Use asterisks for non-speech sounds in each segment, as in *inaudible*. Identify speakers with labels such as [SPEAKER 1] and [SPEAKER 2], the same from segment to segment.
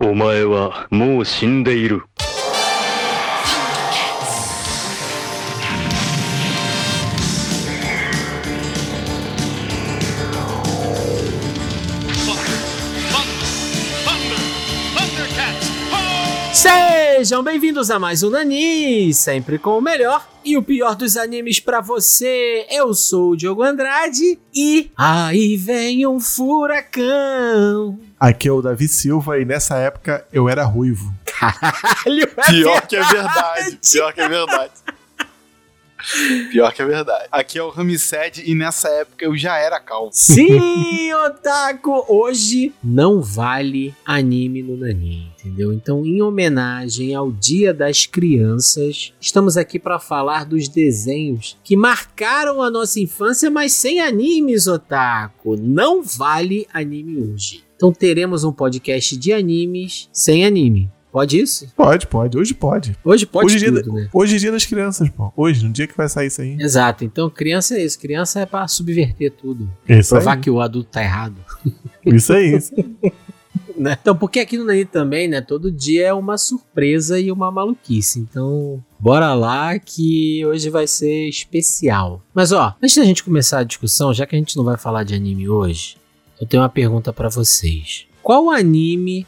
[SPEAKER 1] お前はもう死んでいる。
[SPEAKER 2] Sejam bem-vindos a mais um Nani, sempre com o melhor e o pior dos animes pra você. Eu sou o Diogo Andrade e aí vem um furacão. *laughs*
[SPEAKER 3] Aqui é o Davi Silva e nessa época eu era ruivo.
[SPEAKER 2] Caralho, é
[SPEAKER 4] Pior que é verdade. Pior que é verdade. Pior que é verdade. Aqui é o Ramsed e nessa época eu já era calvo.
[SPEAKER 2] Sim, Otaku! Hoje não vale anime no Nani, entendeu? Então, em homenagem ao Dia das Crianças, estamos aqui para falar dos desenhos que marcaram a nossa infância, mas sem animes, Otaku. Não vale anime hoje. Então, teremos um podcast de animes sem anime. Pode isso?
[SPEAKER 3] Pode, pode. Hoje pode.
[SPEAKER 2] Hoje pode
[SPEAKER 3] Hoje em
[SPEAKER 2] tudo,
[SPEAKER 3] dia-
[SPEAKER 2] né?
[SPEAKER 3] Hoje é dia das crianças, pô. Hoje, no dia que vai sair isso aí.
[SPEAKER 2] Exato. Então, criança é isso. Criança é para subverter tudo.
[SPEAKER 3] Isso
[SPEAKER 2] Provar
[SPEAKER 3] aí.
[SPEAKER 2] que o adulto tá errado.
[SPEAKER 3] Isso aí. Isso.
[SPEAKER 2] né? Então, porque aqui no Nani também, né? Todo dia é uma surpresa e uma maluquice. Então, bora lá que hoje vai ser especial. Mas ó, antes da gente começar a discussão, já que a gente não vai falar de anime hoje, eu tenho uma pergunta pra vocês. Qual anime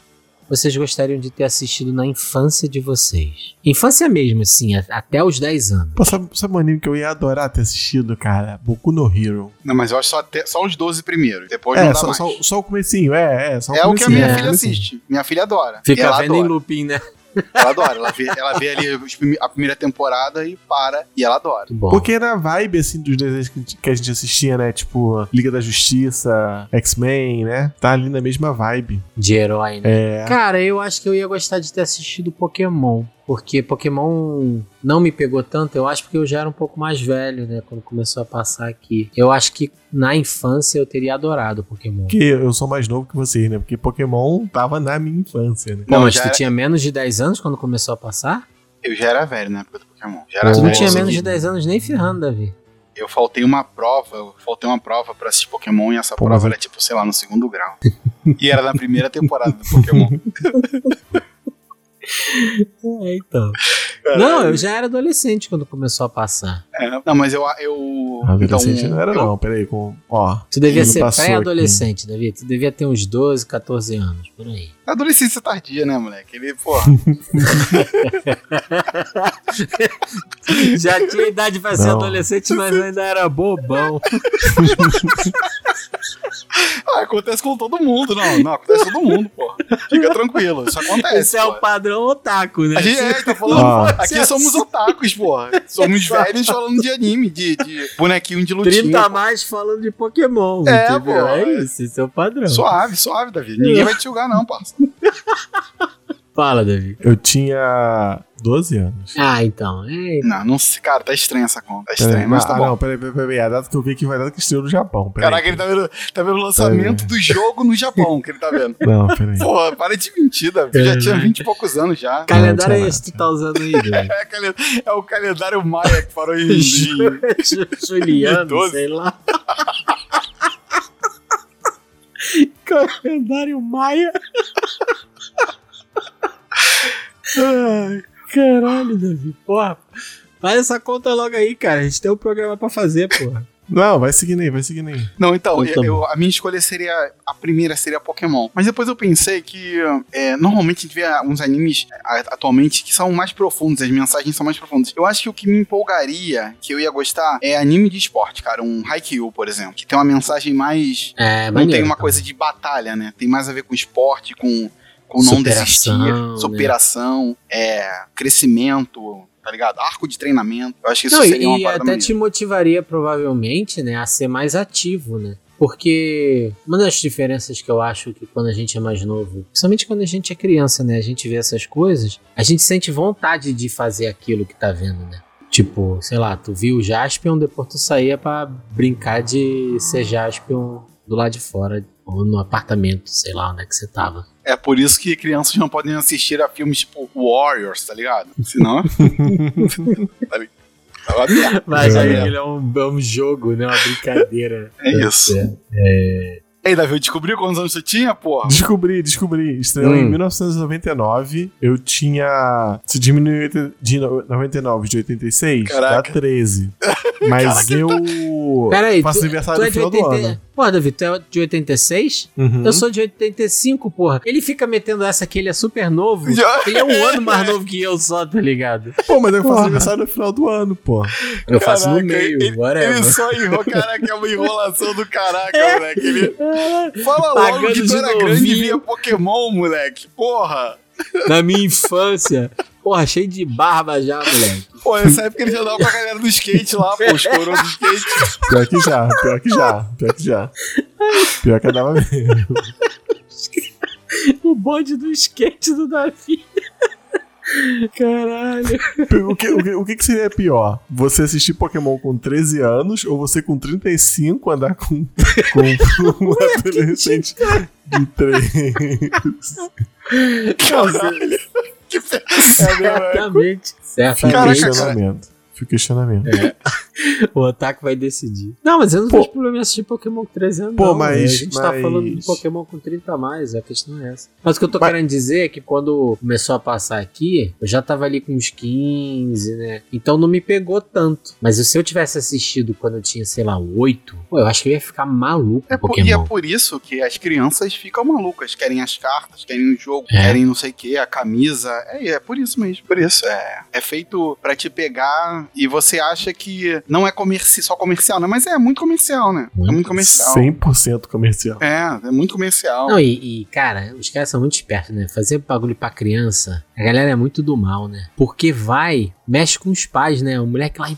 [SPEAKER 2] vocês gostariam de ter assistido na infância de vocês? Infância mesmo, assim, a- até os 10 anos.
[SPEAKER 3] Pô, sabe, sabe um anime que eu ia adorar ter assistido, cara? Boku no Hero.
[SPEAKER 4] Não, mas eu acho só, até- só os 12 primeiros. Depois
[SPEAKER 3] é,
[SPEAKER 4] não dá
[SPEAKER 3] só,
[SPEAKER 4] mais.
[SPEAKER 3] só, só o comecinho. É, é. Só
[SPEAKER 4] é o que a
[SPEAKER 3] comecinho,
[SPEAKER 4] minha
[SPEAKER 3] é,
[SPEAKER 4] filha
[SPEAKER 3] comecinho.
[SPEAKER 4] assiste. Minha filha adora.
[SPEAKER 2] Fica
[SPEAKER 4] ela
[SPEAKER 2] vendo em
[SPEAKER 4] adora.
[SPEAKER 2] looping, né?
[SPEAKER 4] Ela adora. Ela vê, ela vê ali os prime- a primeira temporada e para. E ela adora.
[SPEAKER 2] Muito bom.
[SPEAKER 3] Porque era a vibe, assim, dos desenhos que a gente- que a gente assistia, né? Tipo, Liga da Justiça, X-Men, né? Tá ali na mesma vibe.
[SPEAKER 2] De herói, né?
[SPEAKER 3] É.
[SPEAKER 2] Cara, eu acho que eu ia gostar de ter assistido Pokémon. Porque Pokémon não me pegou tanto, eu acho porque eu já era um pouco mais velho, né? Quando começou a passar aqui. Eu acho que na infância eu teria adorado Pokémon.
[SPEAKER 3] Porque eu sou mais novo que vocês, né? Porque Pokémon tava na minha infância, né?
[SPEAKER 2] Não, é-
[SPEAKER 4] Não,
[SPEAKER 2] mas
[SPEAKER 4] já
[SPEAKER 2] tu
[SPEAKER 4] era-
[SPEAKER 2] tinha menos de 10 anos quando começou a passar?
[SPEAKER 4] Eu já era velho na época do Pokémon. Já era
[SPEAKER 2] tu não
[SPEAKER 4] velho,
[SPEAKER 2] tinha
[SPEAKER 4] assim,
[SPEAKER 2] menos de 10 anos nem ferrando, Davi.
[SPEAKER 4] Eu faltei uma prova. Eu faltei uma prova pra assistir Pokémon e essa
[SPEAKER 3] Pô, mas
[SPEAKER 4] prova
[SPEAKER 3] eu-
[SPEAKER 4] era tipo, sei lá, no segundo grau. e era na primeira temporada do Pokémon.
[SPEAKER 3] *laughs*
[SPEAKER 2] É, então. *laughs* Não, eu já era adolescente quando começou a passar.
[SPEAKER 4] É, não, mas eu. eu então,
[SPEAKER 3] Ah, adolescente não era,
[SPEAKER 4] eu-
[SPEAKER 3] não. Peraí, com. Ó.
[SPEAKER 2] Tu devia
[SPEAKER 3] Ele
[SPEAKER 2] ser
[SPEAKER 3] passou
[SPEAKER 2] pré-adolescente, Davi. Tu devia ter uns 12, 14 anos, por aí.
[SPEAKER 4] Adolescência tardia, né, moleque? Ele, pô. *laughs*
[SPEAKER 2] Já tinha idade pra ser
[SPEAKER 3] Não.
[SPEAKER 2] adolescente, mas ainda era bobão.
[SPEAKER 4] ah, acontece com todo mundo, não. Não, acontece com todo mundo, pô. Fica tranquilo, isso acontece.
[SPEAKER 2] Esse é
[SPEAKER 4] pô.
[SPEAKER 2] o padrão otaku, né?
[SPEAKER 4] A gente é, tá falando.
[SPEAKER 3] Ó,
[SPEAKER 4] Aqui somos otakus, porra.
[SPEAKER 2] *laughs*
[SPEAKER 4] Somos
[SPEAKER 2] é
[SPEAKER 4] velhos falando de anime, de, de bonequinho de lutinha.
[SPEAKER 2] 30 a mais falando de Pokémon,
[SPEAKER 4] É,
[SPEAKER 2] entendeu?
[SPEAKER 4] pô.
[SPEAKER 2] É isso, esse é o padrão.
[SPEAKER 4] Suave, suave, Davi. Ninguém vai te julgar, não, parça.
[SPEAKER 2] Fala, Davi.
[SPEAKER 3] Eu tinha 12 anos.
[SPEAKER 2] Ah, então. É...
[SPEAKER 4] Não, não se. Cara, tá estranha essa conta. Tá
[SPEAKER 3] Peraí,
[SPEAKER 4] estranha, mas tá
[SPEAKER 3] ah,
[SPEAKER 4] bom.
[SPEAKER 3] não, peraí, peraí, peraí. A data que eu vi aqui foi a data que estreou no Japão. Peraí.
[SPEAKER 4] Caraca, ele tá vendo, tá vendo o lançamento do jogo no Japão, que ele tá *laughs* vendo.
[SPEAKER 3] Não, peraí.
[SPEAKER 4] Porra, para de mentir, Davi. Tu já tinha 20 e poucos anos já.
[SPEAKER 2] Calendário é
[SPEAKER 3] Não,
[SPEAKER 2] esse que tu tá usando aí, Davi.
[SPEAKER 4] É, calen- é o calendário maia que *laughs* parou em. em-
[SPEAKER 2] Ju- Juliano,
[SPEAKER 4] 2012.
[SPEAKER 2] sei lá. *laughs* Calendário Maia. Ai, Caralho, Davi, porra. Faz essa conta logo aí, cara. A gente tem um programa pra fazer, porra.
[SPEAKER 3] Não, vai seguindo aí, vai seguindo aí.
[SPEAKER 4] Não, então,
[SPEAKER 2] Então tá
[SPEAKER 4] eu, eu- a minha escolha seria. A primeira seria Pokémon. Mas depois eu pensei que. é, normalmente a gente vê uns animes a- atualmente que são mais profundos, as mensagens são mais profundas. Eu acho que o que me empolgaria, que eu ia gostar, é anime de esporte, cara. Um Haikyuu, por exemplo. Que tem uma mensagem mais.
[SPEAKER 2] É,
[SPEAKER 4] não tem uma coisa de batalha, né? Tem mais a ver com esporte, com, com não
[SPEAKER 2] Superação, né?
[SPEAKER 4] desistir, superação, é, crescimento, tá ligado? Arco de treinamento. Eu acho que isso
[SPEAKER 2] Não,
[SPEAKER 4] seria
[SPEAKER 2] e,
[SPEAKER 4] uma
[SPEAKER 2] e
[SPEAKER 4] parada
[SPEAKER 2] até
[SPEAKER 4] maneira.
[SPEAKER 2] te motivaria, provavelmente, né, a ser mais ativo, né? Porque uma das diferenças que eu acho que quando a gente é mais novo, principalmente quando a gente é criança, né? A gente vê essas coisas, a gente sente vontade de fazer aquilo que tá vendo, né? Tipo, sei lá, tu viu o Jaspion, depois tu saía pra brincar de ser Jaspion do lado de fora, ou no apartamento, sei lá onde é que você tava.
[SPEAKER 4] É por isso que crianças não podem assistir a filmes tipo Warriors, tá ligado?
[SPEAKER 2] *laughs*
[SPEAKER 4] Senão. tá ligado? É uma merda.
[SPEAKER 3] Mas aí
[SPEAKER 4] É. né?
[SPEAKER 2] é um, jogo, né? Uma brincadeira.
[SPEAKER 4] É isso.
[SPEAKER 2] É,
[SPEAKER 4] E aí, Davi, descobriu quantos anos você tinha, porra?
[SPEAKER 3] Descobri, descobri. Estreou em
[SPEAKER 2] Hum.
[SPEAKER 3] 1999. Eu tinha. Se diminuiu de no- 99 de 86,
[SPEAKER 4] Caraca.
[SPEAKER 3] dá 13. Mas eu.
[SPEAKER 2] então, Peraí, é
[SPEAKER 3] faço aniversário no final do ano.
[SPEAKER 2] Porra, Davi, tu é de 86?
[SPEAKER 3] Uhum.
[SPEAKER 2] Eu sou de 85, porra. Ele fica metendo essa que ele é super novo.
[SPEAKER 4] Já-
[SPEAKER 2] Ele é um ano mais novo que eu só, tá ligado?
[SPEAKER 3] Pô, mas eu faço
[SPEAKER 2] Porra.
[SPEAKER 3] aniversário no final do ano, pô.
[SPEAKER 2] Eu faço no
[SPEAKER 4] Caraca,
[SPEAKER 2] meio,
[SPEAKER 4] ele-
[SPEAKER 2] whatever.
[SPEAKER 4] Ele só enrolou, caraca, é uma enrolação do caraca,
[SPEAKER 2] É.
[SPEAKER 4] moleque. Ele fala logo
[SPEAKER 2] Pagando
[SPEAKER 4] que tu
[SPEAKER 2] de
[SPEAKER 4] era grande e
[SPEAKER 2] novinho.
[SPEAKER 4] via Pokémon, moleque. Porra.
[SPEAKER 2] Na minha infância. Porra, cheio de barba já, moleque.
[SPEAKER 4] Pô, nessa época ele já dava pra galera do skate lá, pô, os coroas do skate.
[SPEAKER 3] Pior que já, pior que já, pior que já. Pior que eu dava mesmo.
[SPEAKER 2] *laughs* O bonde do skate do Davi. Caralho.
[SPEAKER 3] O que, o, que, o que que seria pior? Você assistir Pokémon com 13 anos ou você com 35 andar com,
[SPEAKER 2] *laughs*
[SPEAKER 3] com, com um adolescente de 3?
[SPEAKER 4] Caralho. Que
[SPEAKER 2] tá
[SPEAKER 4] merda.
[SPEAKER 2] Certamente. Certamente.
[SPEAKER 3] Fica o
[SPEAKER 4] Caraca,
[SPEAKER 3] questionamento. Fica o questionamento.
[SPEAKER 2] *laughs* O ataque vai decidir. Não, mas eu não
[SPEAKER 3] Pô.
[SPEAKER 2] vejo problema em assistir Pokémon com 13 anos.
[SPEAKER 3] Pô,
[SPEAKER 2] não,
[SPEAKER 3] mas-
[SPEAKER 2] né? A gente tá
[SPEAKER 3] mas-
[SPEAKER 2] falando de Pokémon com 30 a mais, a questão é essa. Mas o que eu tô
[SPEAKER 3] Mas-
[SPEAKER 2] querendo dizer é que quando começou a passar aqui, eu já tava ali com uns 15, né? Então não me pegou tanto. Mas se eu tivesse assistido quando eu tinha, sei lá, 8, pô, eu acho que eu ia ficar maluco com
[SPEAKER 4] É por, e é
[SPEAKER 2] Pokémon.
[SPEAKER 4] por isso que as crianças ficam malucas, querem as cartas, querem o jogo,
[SPEAKER 2] É.
[SPEAKER 4] querem não sei o que, a camisa. É, é por isso mesmo. Por isso. É, é feito pra te pegar e você acha que não é comerci só comercial, né? Mas é muito comercial, né? É muito comercial.
[SPEAKER 3] 100% comercial.
[SPEAKER 4] É, é muito comercial.
[SPEAKER 2] Não, e, e, cara, os caras são muito espertos, né? Fazer bagulho pra criança, a galera é muito do mal, né? Porque vai, mexe com os pais, né? O moleque lá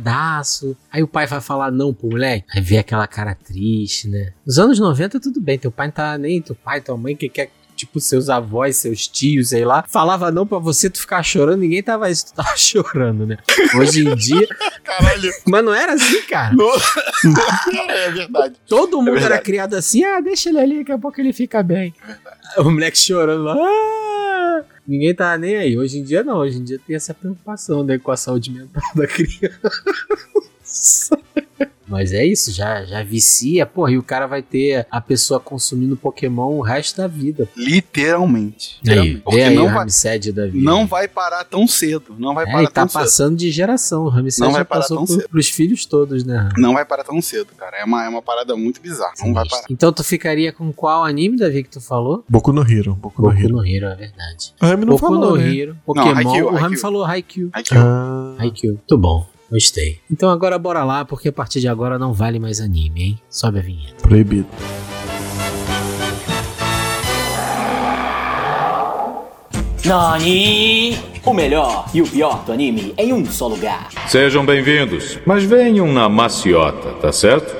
[SPEAKER 2] empolgadaço. Aí o pai vai falar não pro moleque. Aí vê aquela cara triste, né? Nos anos 90, tudo bem. Teu pai não tá nem teu pai, tua mãe, que quer. Tipo, seus avós, seus tios, sei lá, falava não pra você, tu ficar chorando, ninguém tava, *laughs* tu tava chorando, né? Hoje em dia.
[SPEAKER 4] Caralho.
[SPEAKER 2] Mas não era assim, cara.
[SPEAKER 4] é verdade.
[SPEAKER 2] Todo mundo era
[SPEAKER 4] verdade. É
[SPEAKER 2] criado assim, ah, deixa ele ali, daqui a pouco ele fica bem. *laughs* O moleque chorando lá. "Ah!" Ninguém tá nem aí. Hoje em dia não, hoje em dia tem essa preocupação né, com a saúde mental da criança. *laughs* Mas é isso, já, já vicia, porra, e o cara vai ter a pessoa consumindo Pokémon o resto da vida.
[SPEAKER 4] Literalmente.
[SPEAKER 2] Aí,
[SPEAKER 4] Literalmente.
[SPEAKER 2] vê
[SPEAKER 4] Porque
[SPEAKER 2] aí
[SPEAKER 4] não,
[SPEAKER 2] o
[SPEAKER 4] vai,
[SPEAKER 2] Ramsed da vida.
[SPEAKER 4] não vai parar tão cedo. Não vai
[SPEAKER 2] é,
[SPEAKER 4] parar
[SPEAKER 2] e tá
[SPEAKER 4] tão cedo.
[SPEAKER 2] passando de geração. O Ramsed
[SPEAKER 4] Não vai
[SPEAKER 2] já
[SPEAKER 4] parar
[SPEAKER 2] passou
[SPEAKER 4] tão
[SPEAKER 2] pro-
[SPEAKER 4] cedo.
[SPEAKER 2] pros filhos todos, né? Ram?
[SPEAKER 4] Não vai parar tão cedo, cara. É uma, é uma parada muito bizarra. Não vai parar.
[SPEAKER 2] Então tu ficaria com qual anime, Davi, que tu falou?
[SPEAKER 3] Boku no Hero, Boku, no
[SPEAKER 2] Boku
[SPEAKER 3] Hero.
[SPEAKER 2] no Hero, é verdade.
[SPEAKER 3] A Rami não
[SPEAKER 2] Boku
[SPEAKER 3] falou,
[SPEAKER 2] no
[SPEAKER 3] né?
[SPEAKER 2] Hero, Pokémon, o
[SPEAKER 4] Haikyuu,
[SPEAKER 2] Rami
[SPEAKER 4] Haikyuu.
[SPEAKER 2] falou Haikyuu.
[SPEAKER 4] Ai, que
[SPEAKER 3] Ah,
[SPEAKER 2] Haikyuu, muito bom, gostei. Então agora bora lá, porque a partir de agora não vale mais anime, hein? Sobe a vinheta.
[SPEAKER 3] proibido.
[SPEAKER 5] Nani! O melhor e o pior do anime em um só lugar.
[SPEAKER 6] Sejam bem-vindos, mas venham na maciota, tá certo?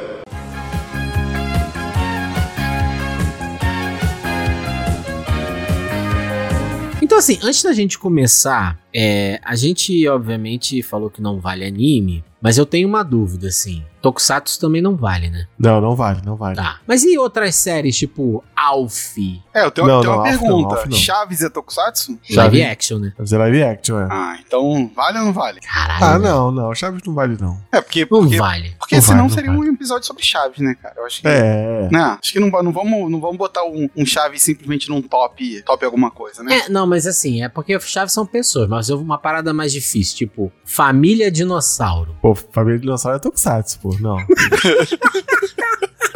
[SPEAKER 2] Então assim, antes da gente começar, é, a gente obviamente falou que não vale anime, mas eu tenho uma dúvida, assim. Tokusatsu também não vale, né?
[SPEAKER 3] Não, não vale, não vale.
[SPEAKER 2] Tá. Mas e outras séries, tipo Alf?
[SPEAKER 4] É, eu tenho,
[SPEAKER 3] Não,
[SPEAKER 4] tenho
[SPEAKER 3] não,
[SPEAKER 4] uma
[SPEAKER 3] Alf não,
[SPEAKER 4] pergunta.
[SPEAKER 3] Alf não.
[SPEAKER 4] Chaves é Tokusatsu?
[SPEAKER 2] Live
[SPEAKER 3] Chave.
[SPEAKER 2] action, né?
[SPEAKER 3] Fazer live action, é.
[SPEAKER 4] Ah, então vale ou não vale?
[SPEAKER 2] Caralho.
[SPEAKER 3] Ah,
[SPEAKER 2] né?
[SPEAKER 3] não, não. Chaves não vale, não.
[SPEAKER 4] É, porque.
[SPEAKER 2] Não
[SPEAKER 4] porque
[SPEAKER 2] vale.
[SPEAKER 4] porque
[SPEAKER 3] Não
[SPEAKER 4] senão
[SPEAKER 3] vale, não
[SPEAKER 4] seria
[SPEAKER 3] vale.
[SPEAKER 4] um episódio sobre Chaves, né, cara? Eu acho que.
[SPEAKER 3] É.
[SPEAKER 4] Não, acho que não, va- não, vamos, não vamos botar um, um Chaves simplesmente num top, top alguma coisa, né?
[SPEAKER 2] É, não, mas assim, é porque chaves são pessoas, mas houve uma parada mais difícil, tipo, família dinossauro.
[SPEAKER 3] Pô, família de dinossauro é Tokusatsu, pô. Não.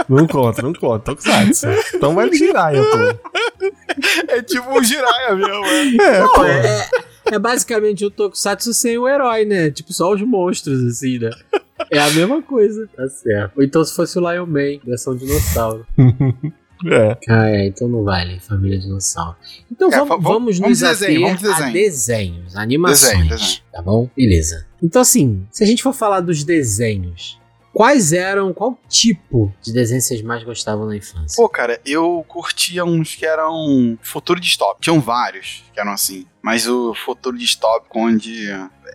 [SPEAKER 3] não conta, não conta. Tokusatsu. Então vai girar, eu pô.
[SPEAKER 4] É, tipo um Jiraiya mesmo, é.
[SPEAKER 3] É, pô.
[SPEAKER 2] É, é basicamente o Tokusatsu sem o herói, né? Tipo, só os monstros, assim, né? É a mesma coisa. Tá certo. Ou então se fosse o Lion Man, versão dinossauro.
[SPEAKER 3] É.
[SPEAKER 2] Ah, é, então não vale, família dinossauro. Então
[SPEAKER 4] É,
[SPEAKER 2] vamos,
[SPEAKER 4] va- va-
[SPEAKER 2] vamos nos
[SPEAKER 4] vamos desenho,
[SPEAKER 2] ater
[SPEAKER 4] vamos
[SPEAKER 2] a
[SPEAKER 4] desenho.
[SPEAKER 2] desenhos, animações,
[SPEAKER 4] Desenho, desenho.
[SPEAKER 2] tá bom? Beleza. Então assim, se a gente for falar dos desenhos, quais eram, qual tipo de desenho vocês mais gostavam na infância?
[SPEAKER 4] Pô, cara, eu curtia uns que eram futuro distópico. Tinham vários que eram assim. Mas o futuro distópico, onde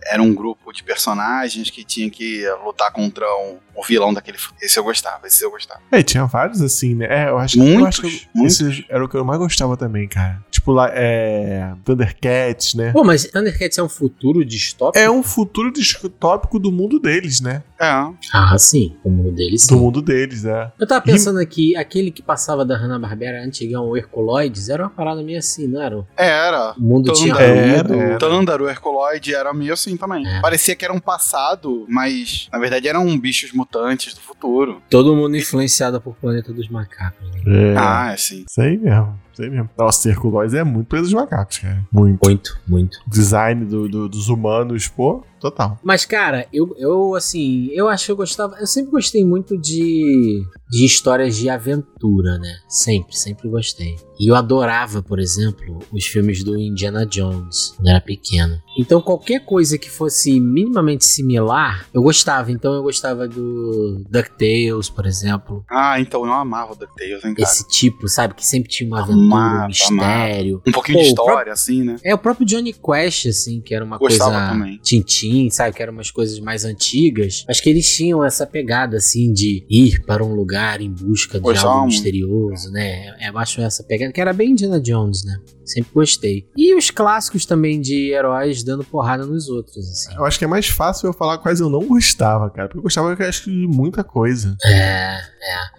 [SPEAKER 4] era um grupo de personagens que tinha que lutar contra um, um vilão daquele. fu- Esse eu gostava, esse eu gostava.
[SPEAKER 3] É, tinha vários assim, né? É, eu acho que. Eu
[SPEAKER 4] Muitos,
[SPEAKER 3] acho que eu-
[SPEAKER 4] muitos.
[SPEAKER 3] Esses era o que eu mais gostava também, cara. Tipo lá, é. Thundercats, né?
[SPEAKER 2] Pô, mas Thundercats é um futuro distópico?
[SPEAKER 3] É um futuro distópico do mundo deles, né?
[SPEAKER 4] É.
[SPEAKER 2] Ah, sim. O mundo deles,
[SPEAKER 3] Do
[SPEAKER 2] sim.
[SPEAKER 3] mundo deles, é.
[SPEAKER 2] Eu tava pensando aqui, aquele que passava da Hanna-Barbera antigão, o Herculoides, era uma parada meio assim, não era?
[SPEAKER 4] É, era.
[SPEAKER 2] O mundo tinha
[SPEAKER 3] Era,
[SPEAKER 2] ruído.
[SPEAKER 3] era.
[SPEAKER 4] Tândaro, Herculoide, era meio assim também.
[SPEAKER 2] É.
[SPEAKER 4] Parecia que era um passado, mas na verdade eram bichos mutantes do futuro.
[SPEAKER 2] Todo mundo influenciado por Planeta dos Macacos. né?
[SPEAKER 3] É.
[SPEAKER 4] Ah, assim.
[SPEAKER 3] Isso aí mesmo. Isso aí mesmo. Nossa, Herculóis é muito preso dos macacos, cara. Muito.
[SPEAKER 2] Muito, muito.
[SPEAKER 3] Design do- do- dos humanos, pô, total.
[SPEAKER 2] Mas, cara, eu, eu, assim, eu acho que eu gostava. Eu sempre gostei muito de, de histórias de aventura, né? Sempre, sempre gostei. E eu adorava, por exemplo, os filmes do Indiana Jones, quando era pequeno. Então, qualquer coisa que fosse minimamente similar, eu gostava. Então, eu gostava do DuckTales, por exemplo.
[SPEAKER 4] Ah, então eu amava o DuckTales, hein, cara.
[SPEAKER 2] Esse tipo, sabe? Que sempre tinha uma aventura,
[SPEAKER 4] Amava,
[SPEAKER 2] um mistério.
[SPEAKER 4] Um pouquinho
[SPEAKER 2] Pô,
[SPEAKER 4] de
[SPEAKER 2] o próprio-
[SPEAKER 4] história, assim, né?
[SPEAKER 2] É, o próprio Johnny Quest, assim, que era uma
[SPEAKER 4] Gostava
[SPEAKER 2] coisa
[SPEAKER 4] também.
[SPEAKER 2] tintim, sabe? Que eram umas coisas mais antigas. Mas que eles tinham essa pegada, assim, de ir para um lugar em busca de
[SPEAKER 4] Gostava
[SPEAKER 2] algo
[SPEAKER 4] muito.
[SPEAKER 2] misterioso, né? Eu- Eu acho essa pegada, que era bem Indiana Jones, né? Sempre gostei. E os clássicos também de heróis dando porrada nos outros, assim.
[SPEAKER 3] Eu acho que é mais fácil eu falar quais eu não gostava, cara. Porque eu gostava, eu acho que, de muita coisa.
[SPEAKER 2] É.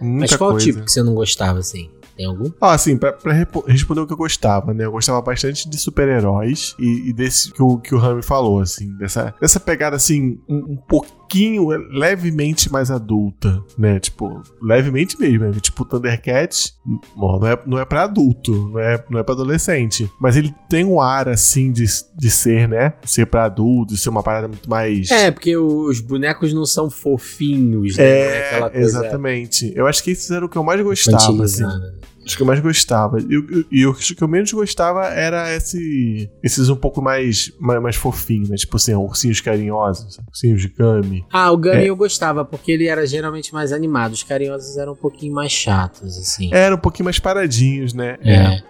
[SPEAKER 3] Muita
[SPEAKER 2] Mas qual
[SPEAKER 3] coisa.
[SPEAKER 2] tipo que você não gostava, assim? Tem algum?
[SPEAKER 3] Ah, assim, pra, pra repo- responder o que eu gostava, né? Eu gostava bastante de super-heróis e, e desse que o, que o Rami falou, assim, dessa, dessa pegada, assim, um, um pouquinho é, levemente mais adulta, né? Tipo, levemente mesmo, né? tipo Thundercats, m- ó, não é, não é pra adulto, não é, não é pra adolescente, mas ele tem um ar, assim, de, de ser, né? Ser pra adulto, de ser uma parada muito mais...
[SPEAKER 2] É, porque os bonecos não são fofinhos, né? Não
[SPEAKER 3] É,
[SPEAKER 2] aquela coisa né?
[SPEAKER 3] exatamente. Eu acho que esses eram o que eu mais gostava, assim.
[SPEAKER 2] infantilizada.
[SPEAKER 4] né?
[SPEAKER 3] Os que eu mais gostava. E o- E o que eu menos gostava era esse, esses um pouco mais, mais, mais fofinhos, né? Tipo assim, ursinhos carinhosos, sabe? ursinhos de Kami.
[SPEAKER 2] Ah, o Gummy
[SPEAKER 3] É.
[SPEAKER 2] eu gostava, porque ele era geralmente mais animado. Os carinhosos eram um pouquinho mais chatos, assim.
[SPEAKER 4] É.
[SPEAKER 3] Era um pouquinho mais paradinhos, né?
[SPEAKER 2] É.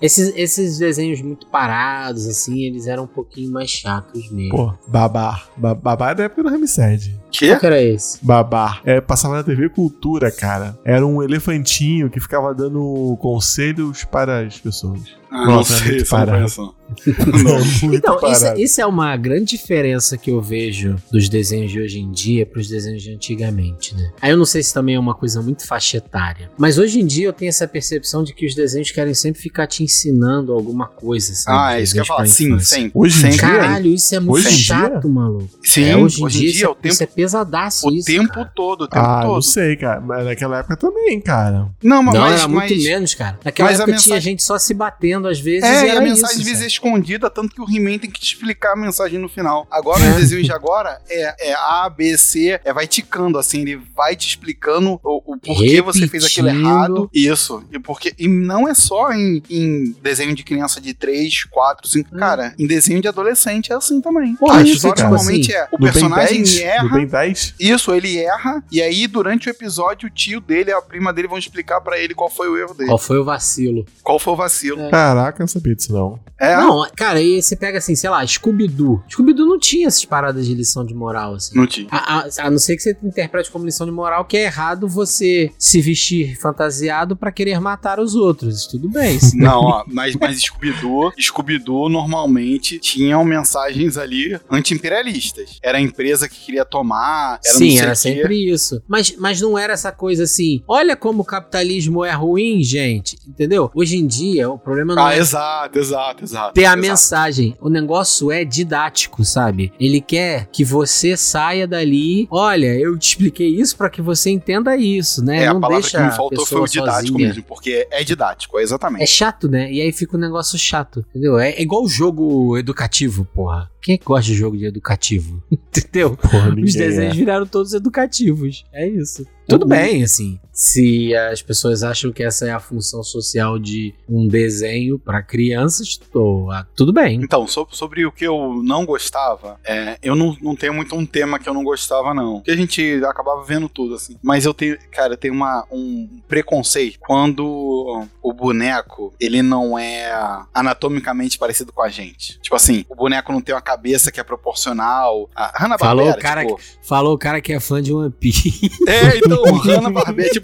[SPEAKER 2] Esses, esses desenhos muito parados, assim, eles eram um pouquinho mais chatos mesmo.
[SPEAKER 3] Pô, babá. Ba- Babá era da época do Ramsed.
[SPEAKER 4] Que?
[SPEAKER 2] Qual que era esse?
[SPEAKER 3] Babá. É, passava na TV Cultura, cara. Era um elefantinho que ficava dando conselhos para as pessoas.
[SPEAKER 4] Ah,
[SPEAKER 3] Nossa,
[SPEAKER 4] não
[SPEAKER 3] é
[SPEAKER 4] sei, assim.
[SPEAKER 3] muito
[SPEAKER 4] isso eu não
[SPEAKER 3] parado.
[SPEAKER 4] conheço.
[SPEAKER 3] Muito
[SPEAKER 2] Então, isso,
[SPEAKER 3] parado.
[SPEAKER 2] isso é uma grande diferença que eu vejo dos desenhos de hoje em dia para os desenhos de antigamente, né? Aí eu não sei se também é uma coisa muito faixa etária, mas hoje em dia eu tenho essa percepção de que os desenhos querem sempre ficar te ensinando alguma coisa, sabe?
[SPEAKER 4] Ah, é isso que eu ia
[SPEAKER 2] Desenhos pra
[SPEAKER 4] falar. Sim,
[SPEAKER 2] infância.
[SPEAKER 4] sempre.
[SPEAKER 3] Hoje em
[SPEAKER 4] sempre.
[SPEAKER 3] dia,
[SPEAKER 2] Caralho, isso é muito
[SPEAKER 3] Hoje em
[SPEAKER 2] chato,
[SPEAKER 3] dia?
[SPEAKER 2] maluco.
[SPEAKER 4] Sim,
[SPEAKER 2] É, hoje em dia,
[SPEAKER 4] é o
[SPEAKER 2] isso,
[SPEAKER 4] tempo,
[SPEAKER 2] isso é pesadaço.
[SPEAKER 4] o
[SPEAKER 2] isso,
[SPEAKER 4] tempo
[SPEAKER 2] cara.
[SPEAKER 4] todo, o tempo
[SPEAKER 3] Ah,
[SPEAKER 4] é todo.
[SPEAKER 3] não sei, cara. Mas naquela época também, cara.
[SPEAKER 2] Não,
[SPEAKER 4] Não, mas,
[SPEAKER 2] era
[SPEAKER 4] mas-
[SPEAKER 2] muito menos, cara. Naquela
[SPEAKER 4] mas a
[SPEAKER 2] época tinha
[SPEAKER 4] mensagem-
[SPEAKER 2] gente só se batendo às vezes.
[SPEAKER 4] É,
[SPEAKER 2] e
[SPEAKER 4] e
[SPEAKER 2] era
[SPEAKER 4] a mensagem
[SPEAKER 2] isso,
[SPEAKER 4] às vezes é
[SPEAKER 2] sabe?
[SPEAKER 4] escondida, tanto que o He-Man tem que te explicar a mensagem no final. Agora, os desenhos de agora é, é A, B, C, é, vai ticando, assim, ele vai te explicando o, o porquê você fez aquilo
[SPEAKER 2] Repetindo.
[SPEAKER 4] errado. Isso. E, porque, e não é só em, em desenho de criança de 3, 4, 5. Cara, em desenho de adolescente é assim também.
[SPEAKER 2] Hum. Pô,
[SPEAKER 4] a
[SPEAKER 3] isso,
[SPEAKER 4] história
[SPEAKER 3] cara.
[SPEAKER 4] normalmente é o
[SPEAKER 3] No Ben
[SPEAKER 4] personagem
[SPEAKER 3] 10,
[SPEAKER 4] erra.
[SPEAKER 3] No Ben 10?
[SPEAKER 4] Isso, ele erra, e aí durante o episódio, o tio dele e a prima dele vão explicar pra ele qual foi o erro dele,
[SPEAKER 2] Qual foi o vacilo?
[SPEAKER 4] qual foi o vacilo.
[SPEAKER 3] Caraca, eu não sabia disso não.
[SPEAKER 4] É, não,
[SPEAKER 2] Não, cara, aí você pega assim, sei lá, Scooby-Doo. Scooby-Doo não tinha essas paradas de lição de moral, assim.
[SPEAKER 4] tinha.
[SPEAKER 2] A, a- a não ser que você interprete como lição de moral que é errado você se vestir fantasiado pra querer matar os outros. Tudo bem. isso
[SPEAKER 4] Não, ó, mas, mas Scooby-Doo, Scooby-Doo normalmente tinham mensagens ali anti-imperialistas. Era a empresa que queria tomar, era não
[SPEAKER 2] Sim,
[SPEAKER 4] sei
[SPEAKER 2] era
[SPEAKER 4] o quê.
[SPEAKER 2] sempre isso. Mas, mas não era essa coisa assim, olha como o capitalismo é ruim, gente. Entendeu? Hoje em dia, o problema não
[SPEAKER 4] Ah,
[SPEAKER 2] é
[SPEAKER 4] exato, exato, exato.
[SPEAKER 2] ter a
[SPEAKER 4] exato.
[SPEAKER 2] mensagem. O negócio é didático, sabe? Ele quer que você saia dali. Olha, eu te expliquei isso pra que você entenda isso, né?
[SPEAKER 4] É, a
[SPEAKER 2] não
[SPEAKER 4] palavra
[SPEAKER 2] deixa
[SPEAKER 4] que me faltou
[SPEAKER 2] a
[SPEAKER 4] foi
[SPEAKER 2] pessoa
[SPEAKER 4] o didático
[SPEAKER 2] sozinha.
[SPEAKER 4] mesmo, porque é didático, é
[SPEAKER 2] É
[SPEAKER 4] exatamente.
[SPEAKER 2] chato, né? E aí fica um negócio chato, entendeu? É, é igual jogo educativo, porra. Quem é que gosta de jogo de educativo? *laughs* entendeu?
[SPEAKER 3] Porra, ninguém
[SPEAKER 2] Os desenhos
[SPEAKER 3] é.
[SPEAKER 2] viraram todos educativos. É isso. né? Tudo bem, assim. Se as pessoas acham que essa é a função social de um desenho pra crianças, tô, ah, tudo bem.
[SPEAKER 4] Então, so- sobre o que eu não gostava, é, eu não, não tenho muito um tema que eu não gostava, não. Porque a gente acabava vendo tudo, assim. Mas eu tenho, cara, eu tenho uma, um preconceito. Quando o boneco, ele não é anatomicamente parecido com a gente. Tipo assim, o boneco não tem uma cabeça que é proporcional. A Hanna
[SPEAKER 2] Falou
[SPEAKER 4] Barbera,
[SPEAKER 2] o cara
[SPEAKER 4] tipo,
[SPEAKER 2] Falou o cara que é fã de One *laughs* Piece.
[SPEAKER 4] É, então, Hanna Barbera, tipo,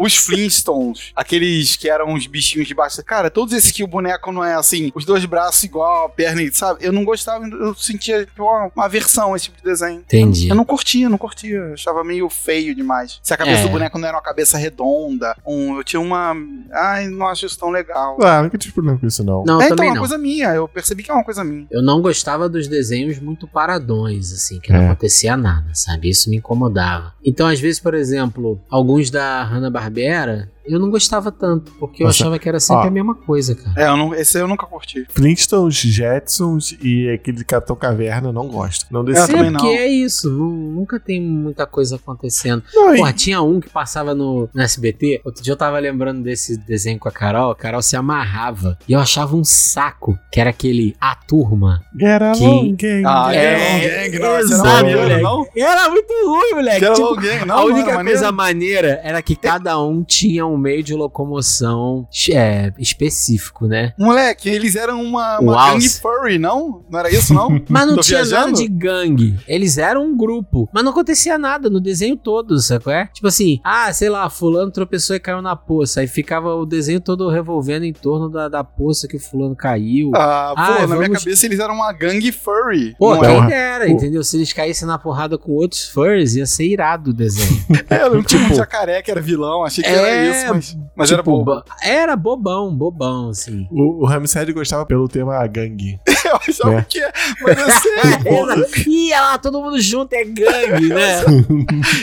[SPEAKER 4] os Flintstones, aqueles que eram os bichinhos de baixo. Cara, todos esses que o boneco não é assim, os dois braços igual, a perna, e- sabe? Eu não gostava, eu sentia tipo, uma, uma aversão a esse tipo de desenho.
[SPEAKER 2] Entendi.
[SPEAKER 4] Eu não curtia, não curtia. Eu achava meio feio demais. Se a cabeça
[SPEAKER 2] É.
[SPEAKER 4] do boneco não era uma cabeça redonda, um, eu tinha uma. Ai, não acho isso tão legal.
[SPEAKER 2] é.
[SPEAKER 3] Ah, nunca tive problema com isso, não.
[SPEAKER 2] Não,
[SPEAKER 4] é, então, é
[SPEAKER 2] também
[SPEAKER 4] uma
[SPEAKER 2] não.
[SPEAKER 4] coisa minha. Eu percebi que é uma coisa minha.
[SPEAKER 2] Eu não gostava dos desenhos muito paradões, assim, que não
[SPEAKER 3] É.
[SPEAKER 2] acontecia nada, sabe? Isso me incomodava. Então, às vezes, por exemplo, alguns da Hanna-Barbera, eu não gostava tanto, porque eu
[SPEAKER 3] Nossa,
[SPEAKER 2] achava que era sempre
[SPEAKER 3] ó.
[SPEAKER 2] a mesma coisa, cara.
[SPEAKER 4] É, eu não- esse eu nunca curti.
[SPEAKER 3] Flintstones, Jetsons e aquele Capitão Caverna eu não gosto. Não desse
[SPEAKER 4] Eu Ah, também
[SPEAKER 2] porque
[SPEAKER 4] não.
[SPEAKER 2] é isso, nu- nunca tem muita coisa acontecendo.
[SPEAKER 3] Não, e-
[SPEAKER 2] Porra, tinha um que passava no, no SBT. Outro dia eu tava lembrando desse desenho com a Carol. A Carol se amarrava. E eu achava um saco, que era aquele A Turma.
[SPEAKER 3] Get along, gang.
[SPEAKER 4] Ah,
[SPEAKER 2] É,
[SPEAKER 4] Gang, não, esse era
[SPEAKER 2] exato,
[SPEAKER 4] maneiro,
[SPEAKER 2] moleque.
[SPEAKER 4] não?
[SPEAKER 2] Era muito ruim, moleque.
[SPEAKER 4] Era
[SPEAKER 2] Tipo,
[SPEAKER 4] Long Gang, não,
[SPEAKER 2] a
[SPEAKER 4] não era
[SPEAKER 2] única
[SPEAKER 4] maneiro? É.
[SPEAKER 2] coisa maneira era que cada um tinha um meio de locomoção é, específico, né?
[SPEAKER 4] Moleque, eles eram uma, uma
[SPEAKER 2] Uau.
[SPEAKER 4] gangue furry, não? Não era isso,
[SPEAKER 2] *laughs*
[SPEAKER 4] não?
[SPEAKER 2] Mas não
[SPEAKER 4] Tô
[SPEAKER 2] tinha
[SPEAKER 4] viajando?
[SPEAKER 2] nada de gangue. Eles eram um grupo. Mas não acontecia nada no desenho todo, sacou? É? Tipo assim, ah, sei lá, fulano tropeçou e caiu na poça. Aí ficava o desenho todo revolvendo em torno da, da poça que o fulano caiu.
[SPEAKER 4] Ah, pô,
[SPEAKER 2] Ah,
[SPEAKER 4] na minha
[SPEAKER 2] vamos-
[SPEAKER 4] cabeça eles eram uma gangue furry.
[SPEAKER 2] Pô,
[SPEAKER 4] não é um
[SPEAKER 2] quem
[SPEAKER 4] era?
[SPEAKER 2] dera,
[SPEAKER 3] Pô.
[SPEAKER 2] entendeu? Se eles caíssem na porrada com outros furs, ia ser irado o desenho.
[SPEAKER 4] É, eu lembro que tinha um
[SPEAKER 2] Tipo-
[SPEAKER 4] jacaré que era vilão, achei que
[SPEAKER 2] É,
[SPEAKER 4] era isso, mas, mas era
[SPEAKER 2] Tipo,
[SPEAKER 4] bom. *laughs*
[SPEAKER 2] bo- Era bobão, bobão, assim.
[SPEAKER 3] O, o Ramsed gostava pelo tema gangue.
[SPEAKER 4] Eu achava
[SPEAKER 2] né?
[SPEAKER 3] É.
[SPEAKER 4] que é, mas eu sei,
[SPEAKER 2] Ih, olha lá, todo mundo junto é
[SPEAKER 4] *laughs*
[SPEAKER 2] gangue, né?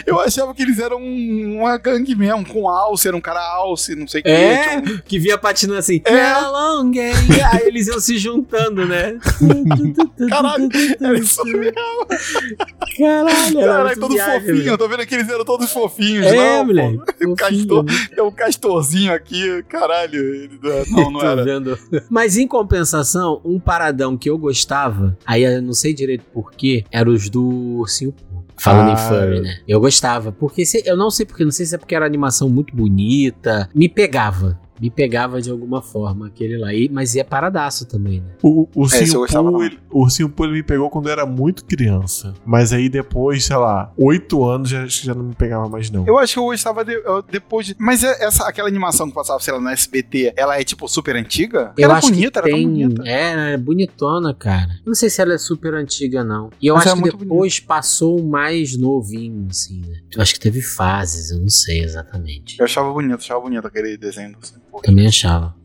[SPEAKER 4] eu achava que eles eram um- uma gangue mesmo, com alce, era um cara alce, não sei o que.
[SPEAKER 2] É,
[SPEAKER 4] tipo,
[SPEAKER 2] que via patinando assim.
[SPEAKER 4] É.
[SPEAKER 2] "Yeah, long, yeah." Aí eles iam se juntando, né?
[SPEAKER 4] Caralho, era isso mesmo.
[SPEAKER 2] *laughs* Caralho, era
[SPEAKER 4] um Caralho,
[SPEAKER 2] muito
[SPEAKER 4] todo
[SPEAKER 2] viagem,
[SPEAKER 4] fofinho, eu
[SPEAKER 2] velho.
[SPEAKER 4] tô vendo que eles eram todos fofinhos,
[SPEAKER 2] É,
[SPEAKER 4] não,
[SPEAKER 2] moleque.
[SPEAKER 4] pô. O
[SPEAKER 2] fofinho. né?
[SPEAKER 4] castor, é um castorzinho aqui, caralho. ele- Não, não
[SPEAKER 2] Tô
[SPEAKER 4] era.
[SPEAKER 2] vendo. Mas em compensação, um paradão que eu gostava, aí eu não sei direito porquê, eram os do Ursinho Poo. Falando
[SPEAKER 3] Ah,
[SPEAKER 2] em furry, né? Eu gostava. Porque se- eu não sei porque, não sei se é porque era animação muito bonita. Me pegava. Me pegava de alguma forma aquele lá. E, mas é paradaço também, né?
[SPEAKER 3] O, o
[SPEAKER 4] É, Esse eu
[SPEAKER 3] ursinho
[SPEAKER 4] gostava
[SPEAKER 3] Poo,
[SPEAKER 4] também.
[SPEAKER 3] ele- o ursinho Poo ele me pegou quando eu era muito criança. Mas aí depois, sei lá, oito anos já, já não me pegava mais, não.
[SPEAKER 4] Eu acho que eu gostava de- eu- depois de. Mas é- essa, aquela animação que passava, sei lá, na SBT, ela é tipo super antiga?
[SPEAKER 2] Eu
[SPEAKER 4] era
[SPEAKER 2] acho
[SPEAKER 4] bonita,
[SPEAKER 2] que
[SPEAKER 4] era
[SPEAKER 2] tem...
[SPEAKER 4] tão bonita.
[SPEAKER 2] É, ela é bonitona, cara. Não sei se ela é super antiga, não. E eu
[SPEAKER 4] Mas
[SPEAKER 2] acho
[SPEAKER 4] era
[SPEAKER 2] que
[SPEAKER 4] muito
[SPEAKER 2] depois passou o mais novinho, assim, né? Eu acho que teve fases, eu não sei exatamente.
[SPEAKER 4] Eu achava bonito, achava bonito aquele desenho do Ursinho Poo.
[SPEAKER 2] Também achava.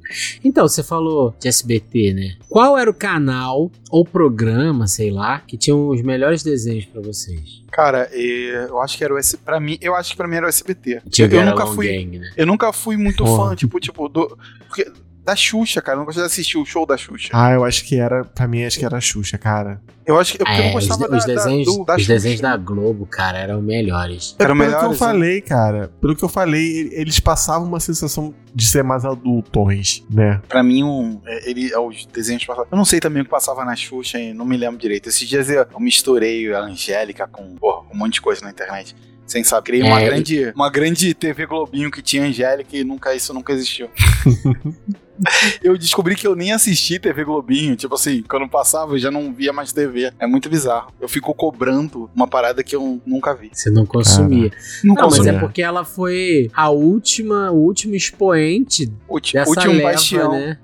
[SPEAKER 2] Então, você falou de SBT, né? Qual era o canal ou programa, sei lá, que tinha os melhores desenhos pra vocês?
[SPEAKER 4] Cara, eh, eu acho que era o S. Pra mim, eu acho que pra mim era o SBT.
[SPEAKER 2] Tinha
[SPEAKER 4] Eu-
[SPEAKER 2] que
[SPEAKER 4] eu
[SPEAKER 2] era
[SPEAKER 4] nunca
[SPEAKER 2] Long
[SPEAKER 4] fui-
[SPEAKER 2] Gang, né?
[SPEAKER 4] Eu nunca fui muito
[SPEAKER 3] Porra.
[SPEAKER 4] fã, tipo, tipo, do. porque- da Xuxa, cara. Eu não gostava de assistir o show da Xuxa.
[SPEAKER 3] Ah, eu acho que era. Pra mim, acho que era a Xuxa, cara.
[SPEAKER 4] Eu acho que eu, porque eu
[SPEAKER 2] É,
[SPEAKER 4] não
[SPEAKER 2] os,
[SPEAKER 4] gostava
[SPEAKER 2] de- os
[SPEAKER 4] da, da-
[SPEAKER 2] desenhos,
[SPEAKER 4] do- da
[SPEAKER 2] os
[SPEAKER 4] Xuxa.
[SPEAKER 2] desenhos da Globo, cara, eram melhores.
[SPEAKER 4] Era
[SPEAKER 3] É, pelo que eu
[SPEAKER 4] melhor.
[SPEAKER 3] falei, cara. Pelo que eu falei, ele- eles passavam uma sensação de ser mais adultões, né?
[SPEAKER 4] Pra mim, um, é, ele, é, os desenhos passavam. Eu não sei também o que passava na Xuxa, hein, não me lembro direito. Esses dias eu, eu misturei a Angélica com, porra, com um monte de coisa na internet. Sem saber. Criei uma,
[SPEAKER 2] É,
[SPEAKER 4] grande, uma grande TV Globinho que tinha Angélica e nunca, isso nunca existiu. eu descobri que eu nem assisti TV Globinho. Tipo assim, quando passava eu já não via mais TV. É muito bizarro. Eu fico cobrando uma parada que eu nunca vi.
[SPEAKER 2] Você não consumia.
[SPEAKER 4] Não,
[SPEAKER 2] Não, mas
[SPEAKER 3] consumia.
[SPEAKER 2] é porque ela foi a última, o último expoente
[SPEAKER 4] Ulti-
[SPEAKER 2] dessa
[SPEAKER 4] Último
[SPEAKER 2] leva,
[SPEAKER 4] bastião. *laughs*
[SPEAKER 2] né?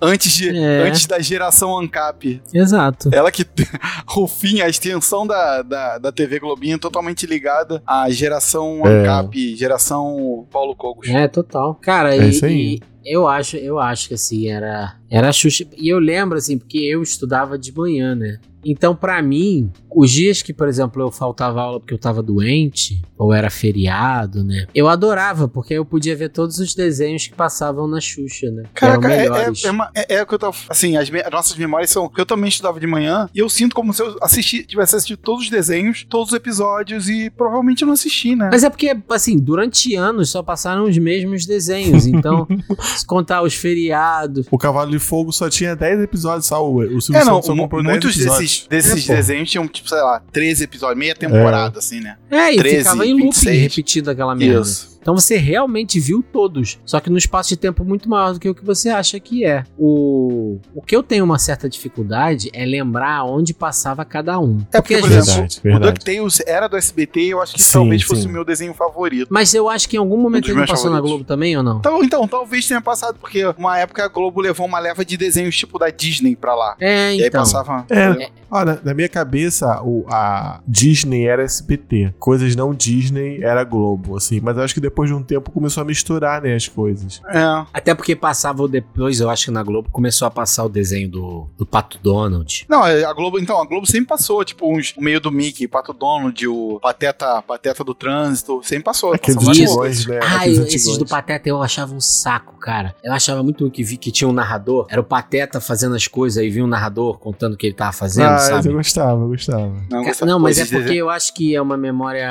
[SPEAKER 4] Antes, de,
[SPEAKER 2] É.
[SPEAKER 4] antes da geração ANCAP.
[SPEAKER 2] Exato.
[SPEAKER 4] Ela que. *laughs* Rufim, a extensão da, da, da TV Globinho é totalmente ligada à geração
[SPEAKER 3] É.
[SPEAKER 4] ANCAP, geração Paulo Cogos.
[SPEAKER 2] É, total. Cara,
[SPEAKER 3] É
[SPEAKER 2] e,
[SPEAKER 3] isso aí.
[SPEAKER 2] e eu acho, eu acho que assim, era, era a Xuxa. E eu lembro, assim, porque eu estudava de manhã, né? Então, pra mim, os dias que, por exemplo, eu faltava aula porque eu tava doente, ou era feriado, né? Eu adorava, porque aí eu podia ver todos os desenhos que passavam na Xuxa, né? Que
[SPEAKER 4] Caraca,
[SPEAKER 2] eram
[SPEAKER 4] é,
[SPEAKER 2] melhores.
[SPEAKER 4] é, é, uma- é- é o que eu tava. Assim, as me- nossas memórias são. Eu também estudava de manhã e eu sinto como se eu assisti, tivesse assistido todos os desenhos, todos os episódios e provavelmente eu não assisti, né?
[SPEAKER 2] Mas é porque, assim, durante anos só passaram os mesmos desenhos. Então,
[SPEAKER 4] *laughs*
[SPEAKER 2] se contar os feriados,
[SPEAKER 3] O Cavalo de Fogo só tinha 10 episódios, só o, o Silvio
[SPEAKER 4] é, não,
[SPEAKER 3] Santos só
[SPEAKER 4] mu-
[SPEAKER 3] comprou 10
[SPEAKER 4] muitos
[SPEAKER 3] episódios.
[SPEAKER 4] desses, desses
[SPEAKER 2] É, pô.
[SPEAKER 4] desenhos tinham, tipo, sei lá, 13 episódios, meia temporada, assim, né?
[SPEAKER 2] É, e
[SPEAKER 4] 13,
[SPEAKER 2] ficava em looping
[SPEAKER 4] 26.
[SPEAKER 2] repetindo aquela merda.
[SPEAKER 4] Isso.
[SPEAKER 2] Então você realmente viu todos, só que num espaço de tempo muito maior do que o que você acha que é. O, o que eu tenho uma certa dificuldade é lembrar onde passava cada um.
[SPEAKER 4] É porque,
[SPEAKER 2] às
[SPEAKER 4] por
[SPEAKER 2] vezes-
[SPEAKER 4] exemplo,
[SPEAKER 3] Verdade, verdade.
[SPEAKER 4] o DuckTales era do SBT e eu acho que
[SPEAKER 3] Sim,
[SPEAKER 4] talvez fosse
[SPEAKER 3] sim.
[SPEAKER 4] o meu desenho favorito.
[SPEAKER 2] Mas eu acho que em algum momento
[SPEAKER 4] dos
[SPEAKER 2] ele não
[SPEAKER 4] meus
[SPEAKER 2] passou na
[SPEAKER 4] favoritos.
[SPEAKER 2] Globo também ou não?
[SPEAKER 4] Então, então, talvez tenha passado, porque uma época a Globo levou uma leva de desenhos tipo da Disney pra lá.
[SPEAKER 2] É,
[SPEAKER 4] E aí
[SPEAKER 2] então.
[SPEAKER 4] passava.
[SPEAKER 3] É. Ó, na, na minha cabeça, o, a Disney era SBT. Coisas não Disney era Globo, assim. Mas eu acho que depois de um tempo começou a misturar, né, as coisas.
[SPEAKER 4] É.
[SPEAKER 2] Até porque passava o depois, eu acho que na Globo começou a passar o desenho do, do Pato Donald.
[SPEAKER 4] Não, a Globo, então, a Globo sempre passou, tipo, uns o meio do Mickey, Pato Donald, o Pateta, Pateta do Trânsito, sempre passou.
[SPEAKER 3] Aqueles
[SPEAKER 4] passava várias
[SPEAKER 2] Isso.
[SPEAKER 4] coisas.
[SPEAKER 3] antigões, né?
[SPEAKER 2] Ah,
[SPEAKER 3] aqueles
[SPEAKER 2] eu- esses
[SPEAKER 3] antigões.
[SPEAKER 2] do Pateta eu achava um saco, cara. Eu achava muito ruim que vi que tinha um narrador. Era o Pateta fazendo as coisas e vinha um narrador contando o que ele tava fazendo,
[SPEAKER 3] Ah, mas
[SPEAKER 2] sabe?
[SPEAKER 3] eu gostava, eu gostava.
[SPEAKER 4] Não,
[SPEAKER 2] Ca-
[SPEAKER 4] essa-
[SPEAKER 2] Não, mas é
[SPEAKER 4] esses
[SPEAKER 2] porque
[SPEAKER 4] desenhos-
[SPEAKER 2] eu acho que é uma memória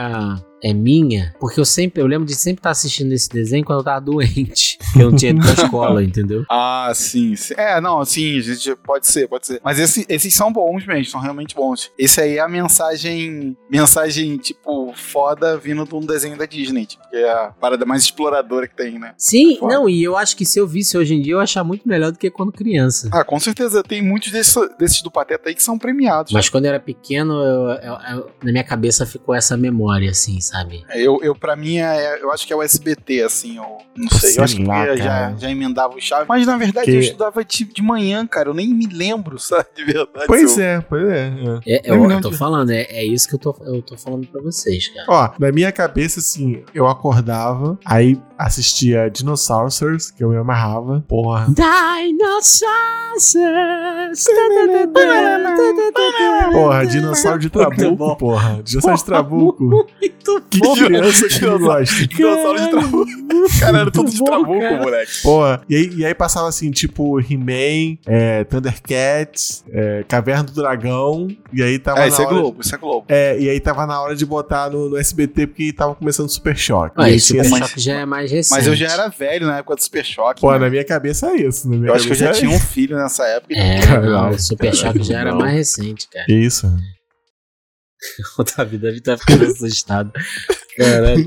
[SPEAKER 2] é minha, porque eu sempre, eu lembro de sempre estar assistindo esse desenho quando eu tava *laughs* doente, que eu não tinha ido pra
[SPEAKER 3] *laughs*
[SPEAKER 2] escola, entendeu?
[SPEAKER 4] Ah, sim, sim. É, não, sim, gente, pode ser, pode ser. Mas esse- esses são bons mesmo, são realmente bons. Esse aí é a mensagem, mensagem, tipo, foda vindo de um desenho da Disney, tipo, que é a parada mais exploradora que tem, né?
[SPEAKER 2] Sim,
[SPEAKER 4] Foda.
[SPEAKER 2] não, e eu acho que se eu visse hoje em dia, eu ia achar muito melhor do que quando criança.
[SPEAKER 4] Ah, com certeza tem muitos desses, desses do Pateta aí que são premiados.
[SPEAKER 2] Mas quando eu era pequeno, eu- eu- eu- na minha cabeça ficou essa memória, assim, sabe?
[SPEAKER 4] Eu, eu pra mim, é, eu acho que é o SBT, assim, eu não sei.
[SPEAKER 3] Sei
[SPEAKER 4] eu acho que
[SPEAKER 3] lá,
[SPEAKER 4] eu já,
[SPEAKER 3] cara.
[SPEAKER 4] já emendava o chave. Mas na verdade
[SPEAKER 3] Que-
[SPEAKER 4] eu estudava de, de manhã, cara. Eu nem me lembro, sabe? De verdade.
[SPEAKER 3] Pois
[SPEAKER 4] eu...
[SPEAKER 3] é, pois é. é.
[SPEAKER 2] É,
[SPEAKER 4] Não,
[SPEAKER 2] eu,
[SPEAKER 4] não,
[SPEAKER 2] eu tô
[SPEAKER 4] não.
[SPEAKER 2] falando, é, é isso que eu tô, eu tô falando pra vocês, cara.
[SPEAKER 3] Ó, na minha cabeça, assim, eu acordava, aí assistia Dinosaurs, que eu me amarrava. Porra.
[SPEAKER 2] Dinossauros!
[SPEAKER 3] Porra, dinossauro de trabuco, porra. Dinossauro de trabuco.
[SPEAKER 2] Muito
[SPEAKER 3] Que
[SPEAKER 2] bom,
[SPEAKER 3] criança que não gosta.
[SPEAKER 4] Dinossauro de trabuco. Cara, era tudo de trabuco, moleque.
[SPEAKER 3] Porra, e aí, e aí passava assim, tipo, He-Man, é, Thundercats, é, Caverna do Dragão, e aí tava
[SPEAKER 4] É,
[SPEAKER 3] na
[SPEAKER 4] isso é
[SPEAKER 3] hora...
[SPEAKER 4] Globo, isso é Globo.
[SPEAKER 3] É, e aí tava na hora de botar no, no SBT, porque tava começando Super Choque.
[SPEAKER 2] Ah,
[SPEAKER 3] E aí
[SPEAKER 2] esse
[SPEAKER 3] tinha
[SPEAKER 2] Super
[SPEAKER 3] essa-
[SPEAKER 2] Choque já é mais recente.
[SPEAKER 4] Mas eu já era velho na época do Super Choque.
[SPEAKER 3] Pô,
[SPEAKER 4] né?
[SPEAKER 3] na minha cabeça é isso. Na minha
[SPEAKER 4] Eu acho que eu já
[SPEAKER 3] cabeça é
[SPEAKER 4] tinha um filho nessa época.
[SPEAKER 2] É,
[SPEAKER 3] Caralho,
[SPEAKER 2] não, o Super
[SPEAKER 3] caralho,
[SPEAKER 2] Choque já era
[SPEAKER 3] não.
[SPEAKER 2] mais recente, cara. *laughs*
[SPEAKER 3] Isso.
[SPEAKER 2] O Davi, Davi tá ficando assustado. Caralho.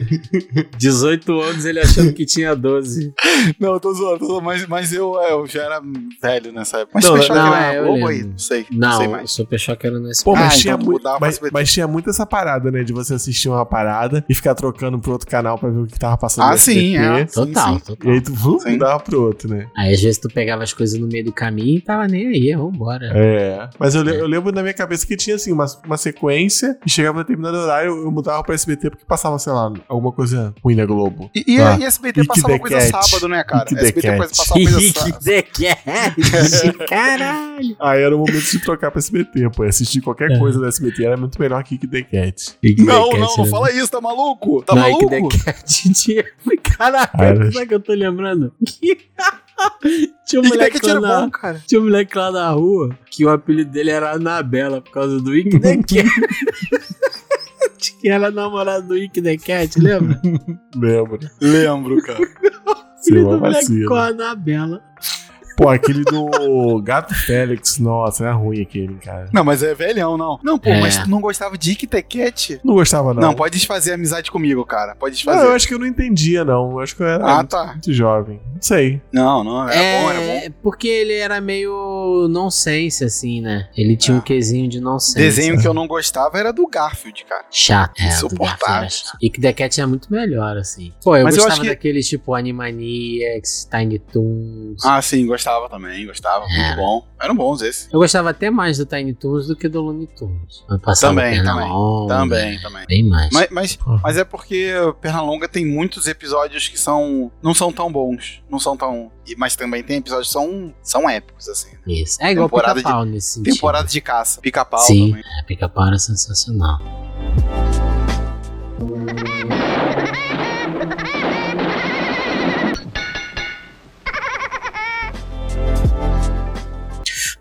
[SPEAKER 2] 18 anos ele achando que tinha 12.
[SPEAKER 4] *laughs* Não, eu tô zoando, tô zoando, mas, mas eu, é, eu já era velho nessa época. Mas
[SPEAKER 3] Não,
[SPEAKER 4] Super Choque
[SPEAKER 2] não,
[SPEAKER 4] era
[SPEAKER 2] é, eu
[SPEAKER 4] Globo aí,
[SPEAKER 2] lembro.
[SPEAKER 4] não sei. Não, sei
[SPEAKER 2] Não,
[SPEAKER 4] mais.
[SPEAKER 2] o Super Choque era no SBT.
[SPEAKER 3] Pô, mas,
[SPEAKER 4] Ah,
[SPEAKER 3] tinha
[SPEAKER 4] então tu
[SPEAKER 3] mu-
[SPEAKER 4] mudava pra
[SPEAKER 3] mas,
[SPEAKER 4] SBT.
[SPEAKER 3] mas tinha muito essa parada, né? De você assistir uma parada e ficar trocando pro outro canal pra ver o que tava passando
[SPEAKER 4] Ah,
[SPEAKER 3] no
[SPEAKER 4] sim,
[SPEAKER 3] SBT.
[SPEAKER 4] é. sim,
[SPEAKER 2] total,
[SPEAKER 4] sim.
[SPEAKER 3] E
[SPEAKER 2] total.
[SPEAKER 3] aí tu vum,
[SPEAKER 4] Sim.
[SPEAKER 3] mudava pro outro, né?
[SPEAKER 2] Aí às vezes tu pegava as coisas no meio do caminho e tava nem aí, vambora.
[SPEAKER 3] É. Mas eu, le- eu lembro na minha cabeça que tinha, assim, uma, uma sequência e chegava a determinado horário, eu mudava pra SBT porque passava, sei lá, alguma coisa ruim na Globo.
[SPEAKER 4] E, e,
[SPEAKER 3] Ah.
[SPEAKER 4] e SBT
[SPEAKER 3] Ike
[SPEAKER 4] passava
[SPEAKER 3] the
[SPEAKER 4] coisa
[SPEAKER 3] Cat.
[SPEAKER 4] sábado, né, cara?
[SPEAKER 3] Ike the
[SPEAKER 4] SBT coisa
[SPEAKER 3] Cat.
[SPEAKER 4] passava coisa sábado.
[SPEAKER 2] Cat! *laughs* Caralho!
[SPEAKER 3] Aí era o momento de trocar pra SBT, pô. E Assistir qualquer
[SPEAKER 2] É.
[SPEAKER 3] coisa do SBT era muito melhor que Kick the Cat.
[SPEAKER 4] Não, não,
[SPEAKER 2] né?
[SPEAKER 4] não fala isso, tá maluco? Tá
[SPEAKER 2] Mike the
[SPEAKER 4] maluco?
[SPEAKER 2] Cat tinha. Caraca,
[SPEAKER 3] Cara.
[SPEAKER 2] sabe o que eu tô lembrando? *laughs* tinha um
[SPEAKER 4] Ike the
[SPEAKER 2] moleque
[SPEAKER 4] Cat era
[SPEAKER 2] lá na...
[SPEAKER 4] bom, cara.
[SPEAKER 2] Tinha um moleque lá na rua que o apelido dele era Anabela por causa do Ike
[SPEAKER 4] *laughs*
[SPEAKER 2] the Cat. *laughs* Acho que era namorado do Ike the Cat, lembra?
[SPEAKER 3] Lembro.
[SPEAKER 4] Lembro, cara.
[SPEAKER 3] *laughs* Sim,
[SPEAKER 2] Filho do
[SPEAKER 3] uma
[SPEAKER 2] moleque
[SPEAKER 3] vacina.
[SPEAKER 2] com a Anabela.
[SPEAKER 3] Pô, aquele do Gato Félix, nossa, era ruim aquele,
[SPEAKER 4] *laughs*
[SPEAKER 3] cara.
[SPEAKER 4] Não, mas é velhão, não. Não, pô,
[SPEAKER 2] É.
[SPEAKER 4] mas tu não gostava de Ike the Cat?
[SPEAKER 3] Não gostava, não.
[SPEAKER 4] Não, pode desfazer a amizade comigo, cara. Pode
[SPEAKER 3] Ah, eu
[SPEAKER 4] desfazer.
[SPEAKER 3] acho que eu não entendia, não. Eu acho que eu era
[SPEAKER 4] Ah,
[SPEAKER 3] muito,
[SPEAKER 4] tá.
[SPEAKER 3] muito jovem. Não sei.
[SPEAKER 4] Não, não, era
[SPEAKER 2] é,
[SPEAKER 4] bom, era bom.
[SPEAKER 2] porque ele era meio nonsense, assim, né? Ele tinha um
[SPEAKER 4] Ah.
[SPEAKER 2] quezinho de nonsense.
[SPEAKER 4] Desenho que eu não gostava era do Garfield, cara.
[SPEAKER 2] Chato. É,
[SPEAKER 4] Insuportável.
[SPEAKER 2] E que The Cat é muito melhor, assim. Pô, eu
[SPEAKER 4] Mas eu
[SPEAKER 2] gostava
[SPEAKER 4] acho que-
[SPEAKER 2] daqueles tipo Animaniacs, Tiny Toons.
[SPEAKER 4] Ah, sim, gostava também, gostava.
[SPEAKER 2] Era.
[SPEAKER 4] Muito bom. Eram bons esses.
[SPEAKER 2] Eu gostava até mais do Tiny Toons do que do Looney Tunes. Eu passava
[SPEAKER 4] Também,
[SPEAKER 2] pena
[SPEAKER 4] também,
[SPEAKER 2] longa,
[SPEAKER 4] Também, também.
[SPEAKER 2] Bem mais.
[SPEAKER 4] Mas, mas,
[SPEAKER 3] Porra.
[SPEAKER 4] mas é porque Pernalonga tem muitos episódios que são. não são tão bons. Não são tão. e- Mas também tem episódios que são, são épicos, assim.
[SPEAKER 2] Isso. É igual
[SPEAKER 4] temporada
[SPEAKER 2] pica-pau nesse sentido.
[SPEAKER 4] Temporada de caça, pica-pau
[SPEAKER 2] Sim.
[SPEAKER 4] também.
[SPEAKER 2] É, pica-pau era sensacional.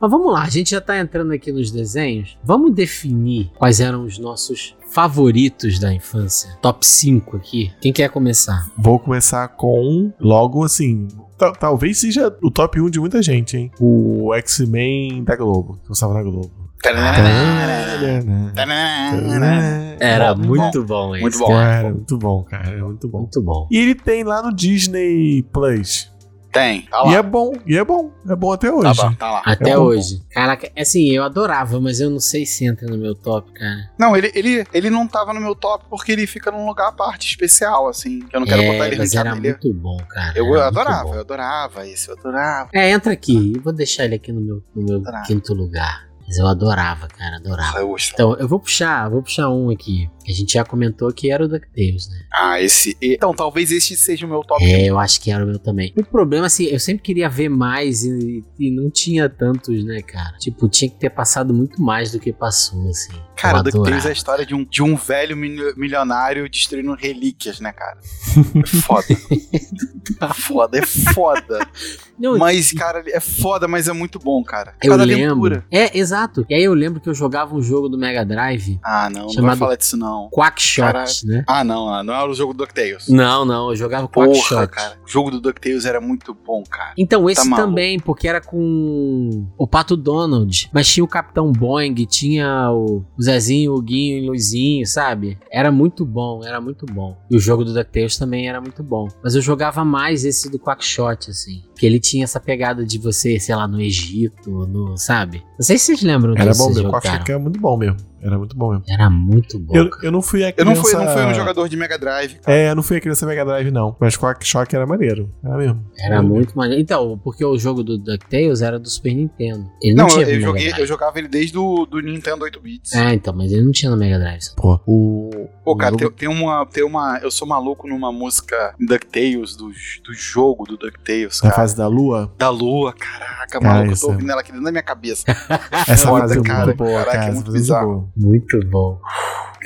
[SPEAKER 2] Mas vamos lá, a gente já tá entrando aqui nos desenhos. Vamos definir quais eram os nossos favoritos da infância. Top 5 aqui. Quem quer começar?
[SPEAKER 3] Vou começar com, logo assim, ta- um talvez seja o top 1 de muita gente, hein? O X-Men da Globo, que eu estava na Globo.
[SPEAKER 2] Era
[SPEAKER 4] Bom,
[SPEAKER 2] muito bom, esse.
[SPEAKER 4] Muito bom.
[SPEAKER 3] Cara, muito bom, cara. é Muito bom.
[SPEAKER 2] Muito bom.
[SPEAKER 3] E ele tem lá no Disney Plus.
[SPEAKER 4] Tem, tá
[SPEAKER 3] E
[SPEAKER 4] lá.
[SPEAKER 3] é bom, e é bom. É bom até
[SPEAKER 4] Tá,
[SPEAKER 3] hoje.
[SPEAKER 4] bom, tá lá.
[SPEAKER 2] Até
[SPEAKER 3] É um
[SPEAKER 2] hoje. Caraca, assim, eu adorava, mas eu não sei se entra no meu top, cara.
[SPEAKER 4] Não, ele, ele, ele não tava no meu top porque ele fica num lugar à parte especial, assim. que eu não quero
[SPEAKER 2] é,
[SPEAKER 4] botar ele
[SPEAKER 2] mas era
[SPEAKER 4] ranqueado nele.
[SPEAKER 2] muito bom, cara.
[SPEAKER 4] Eu,
[SPEAKER 2] era muito
[SPEAKER 4] adorava,
[SPEAKER 2] bom.
[SPEAKER 4] eu adorava esse, eu adorava.
[SPEAKER 2] É, entra aqui. Eu vou deixar ele aqui no meu, no meu
[SPEAKER 4] Adorava.
[SPEAKER 2] quinto lugar. Mas eu adorava, cara, adorava.
[SPEAKER 4] Ah, Eu gostava.
[SPEAKER 2] Então, eu vou puxar, vou puxar um aqui. que A gente já comentou que era o DuckTales, né?
[SPEAKER 4] Ah, esse. Então, talvez este seja o meu top.
[SPEAKER 2] É, eu acho que era o meu também. O problema, assim, eu sempre queria ver mais e, e não tinha tantos, né, cara? Tipo, tinha que ter passado muito mais do que passou, assim.
[SPEAKER 4] Cara,
[SPEAKER 2] eu
[SPEAKER 4] DuckTales é a
[SPEAKER 2] adorava.
[SPEAKER 4] história de um, de um velho milio- milionário destruindo relíquias, né,
[SPEAKER 2] *laughs*
[SPEAKER 4] cara? Foda. foda, é foda.
[SPEAKER 2] Não,
[SPEAKER 4] Mas, cara, é foda, mas é muito bom, cara.
[SPEAKER 2] Eu
[SPEAKER 4] Cada
[SPEAKER 2] lembro.
[SPEAKER 4] aventura.
[SPEAKER 2] É, exato. E aí eu lembro que eu jogava um jogo do Mega Drive,
[SPEAKER 4] Ah, não, não vai
[SPEAKER 2] Chamado-
[SPEAKER 4] falar disso, não.
[SPEAKER 2] Quackshot,
[SPEAKER 4] Caralho.
[SPEAKER 2] né?
[SPEAKER 4] Ah, não, ah, não era o jogo do DuckTales.
[SPEAKER 2] Não, não, eu jogava
[SPEAKER 4] Porra,
[SPEAKER 2] Quackshot.
[SPEAKER 4] cara. O jogo do DuckTales era muito bom, cara.
[SPEAKER 2] Então, esse
[SPEAKER 4] maluco.
[SPEAKER 2] também, porque era com o Pato Donald, mas tinha o Capitão Boing, tinha o Zezinho, o Guinho e o Luizinho, sabe? Era muito bom, era muito bom. E o jogo do DuckTales também era muito bom. Mas eu jogava mais esse do Quackshot, assim. Que ele tinha essa pegada de você, sei lá, no Egito, no, sabe? Não sei se vocês lembram
[SPEAKER 3] Era
[SPEAKER 2] disso.
[SPEAKER 3] bom
[SPEAKER 2] vocês
[SPEAKER 3] mesmo.
[SPEAKER 2] jogaram.
[SPEAKER 3] Quack era muito bom mesmo. Era muito bom mesmo.
[SPEAKER 2] Era muito bom.
[SPEAKER 3] Eu,
[SPEAKER 2] cara.
[SPEAKER 3] eu não fui a
[SPEAKER 4] Eu
[SPEAKER 3] criança...
[SPEAKER 4] não fui, não fui um jogador de Mega Drive.
[SPEAKER 3] É, eu não fui a criança Mega Drive, não. Mas Quack Shock era maneiro. Era mesmo.
[SPEAKER 2] Era muito maneiro. Então, porque o jogo do DuckTales era do Super Nintendo. Ele não,
[SPEAKER 4] Não,
[SPEAKER 2] tinha
[SPEAKER 4] eu,
[SPEAKER 2] no
[SPEAKER 4] eu
[SPEAKER 2] Mega
[SPEAKER 4] joguei,
[SPEAKER 2] Drive.
[SPEAKER 4] eu jogava ele desde o do Nintendo 8-bits.
[SPEAKER 2] É, então, mas ele não tinha no Mega Drive. sabe?
[SPEAKER 3] Pô, o...
[SPEAKER 4] Pô,
[SPEAKER 2] Um
[SPEAKER 3] o
[SPEAKER 4] cara,
[SPEAKER 3] jogo-
[SPEAKER 4] tem, tem uma, tem uma. Eu sou maluco numa música DuckTales, do, do jogo do DuckTales,
[SPEAKER 3] Na
[SPEAKER 4] cara.
[SPEAKER 3] fase da lua,
[SPEAKER 4] Da lua, caraca,
[SPEAKER 3] Cara,
[SPEAKER 4] maluco, eu
[SPEAKER 3] isso
[SPEAKER 4] tô
[SPEAKER 3] é-
[SPEAKER 4] ouvindo ela aqui dentro da
[SPEAKER 2] *laughs*
[SPEAKER 4] minha cabeça.
[SPEAKER 3] essa
[SPEAKER 4] Foda,
[SPEAKER 3] fase é
[SPEAKER 4] cara.
[SPEAKER 3] muito boa,
[SPEAKER 4] Caraca, é
[SPEAKER 3] cara.
[SPEAKER 4] muito
[SPEAKER 3] Essa fase é muito
[SPEAKER 4] bizarro.
[SPEAKER 3] boa.
[SPEAKER 2] Muito bom.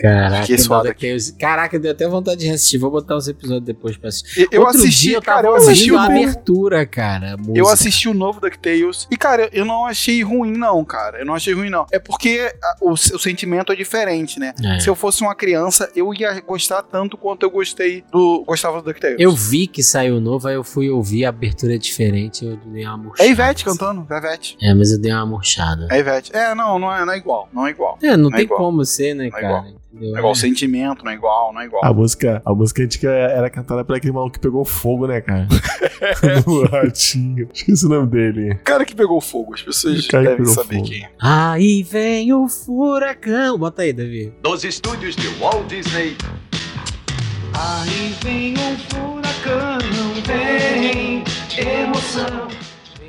[SPEAKER 2] Caraca,
[SPEAKER 4] Fiquei
[SPEAKER 2] eu
[SPEAKER 4] suado
[SPEAKER 2] dou DuckTales. Caraca, deu até vontade de assistir. Vou botar os episódios depois pra assistir.
[SPEAKER 4] E- Eu
[SPEAKER 2] Outro
[SPEAKER 4] assisti,
[SPEAKER 2] dia eu tava
[SPEAKER 4] cara, eu assisti
[SPEAKER 2] ouvindo
[SPEAKER 4] o
[SPEAKER 2] a
[SPEAKER 4] novo-
[SPEAKER 2] abertura, cara. a
[SPEAKER 4] Eu
[SPEAKER 2] música.
[SPEAKER 4] assisti o novo DuckTales e, cara, eu não achei ruim, não, cara. Eu não achei ruim, não. É porque a- o, seu sentimento é diferente, né?
[SPEAKER 2] É.
[SPEAKER 4] Se eu fosse uma criança, eu ia gostar tanto quanto eu gostei do. Gostava do DuckTales.
[SPEAKER 2] Eu vi que saiu novo, aí eu fui ouvir a abertura diferente eu dei uma murchada.
[SPEAKER 4] É Ivete
[SPEAKER 2] assim.
[SPEAKER 4] cantando, é Ivete.
[SPEAKER 2] É, mas eu dei uma murchada.
[SPEAKER 4] É Ivete. É, não, não é, não é igual, não é igual.
[SPEAKER 2] É, não
[SPEAKER 4] Não é
[SPEAKER 2] tem
[SPEAKER 4] igual.
[SPEAKER 2] como ser, né,
[SPEAKER 4] Não é
[SPEAKER 2] cara? Entendeu?
[SPEAKER 4] Não é igual o sentimento, não é igual, não é igual.
[SPEAKER 3] A música, a música antiga era cantada por aquele maluco que pegou fogo, né, cara? *laughs* Do ratinho. Esqueci o nome dele.
[SPEAKER 4] O cara que pegou fogo, as pessoas
[SPEAKER 3] O cara que
[SPEAKER 4] devem
[SPEAKER 3] pegou
[SPEAKER 4] saber
[SPEAKER 3] fogo.
[SPEAKER 4] quem é.
[SPEAKER 2] Aí vem o furacão. Bota aí, Davi.
[SPEAKER 6] Dos estúdios de Walt Disney.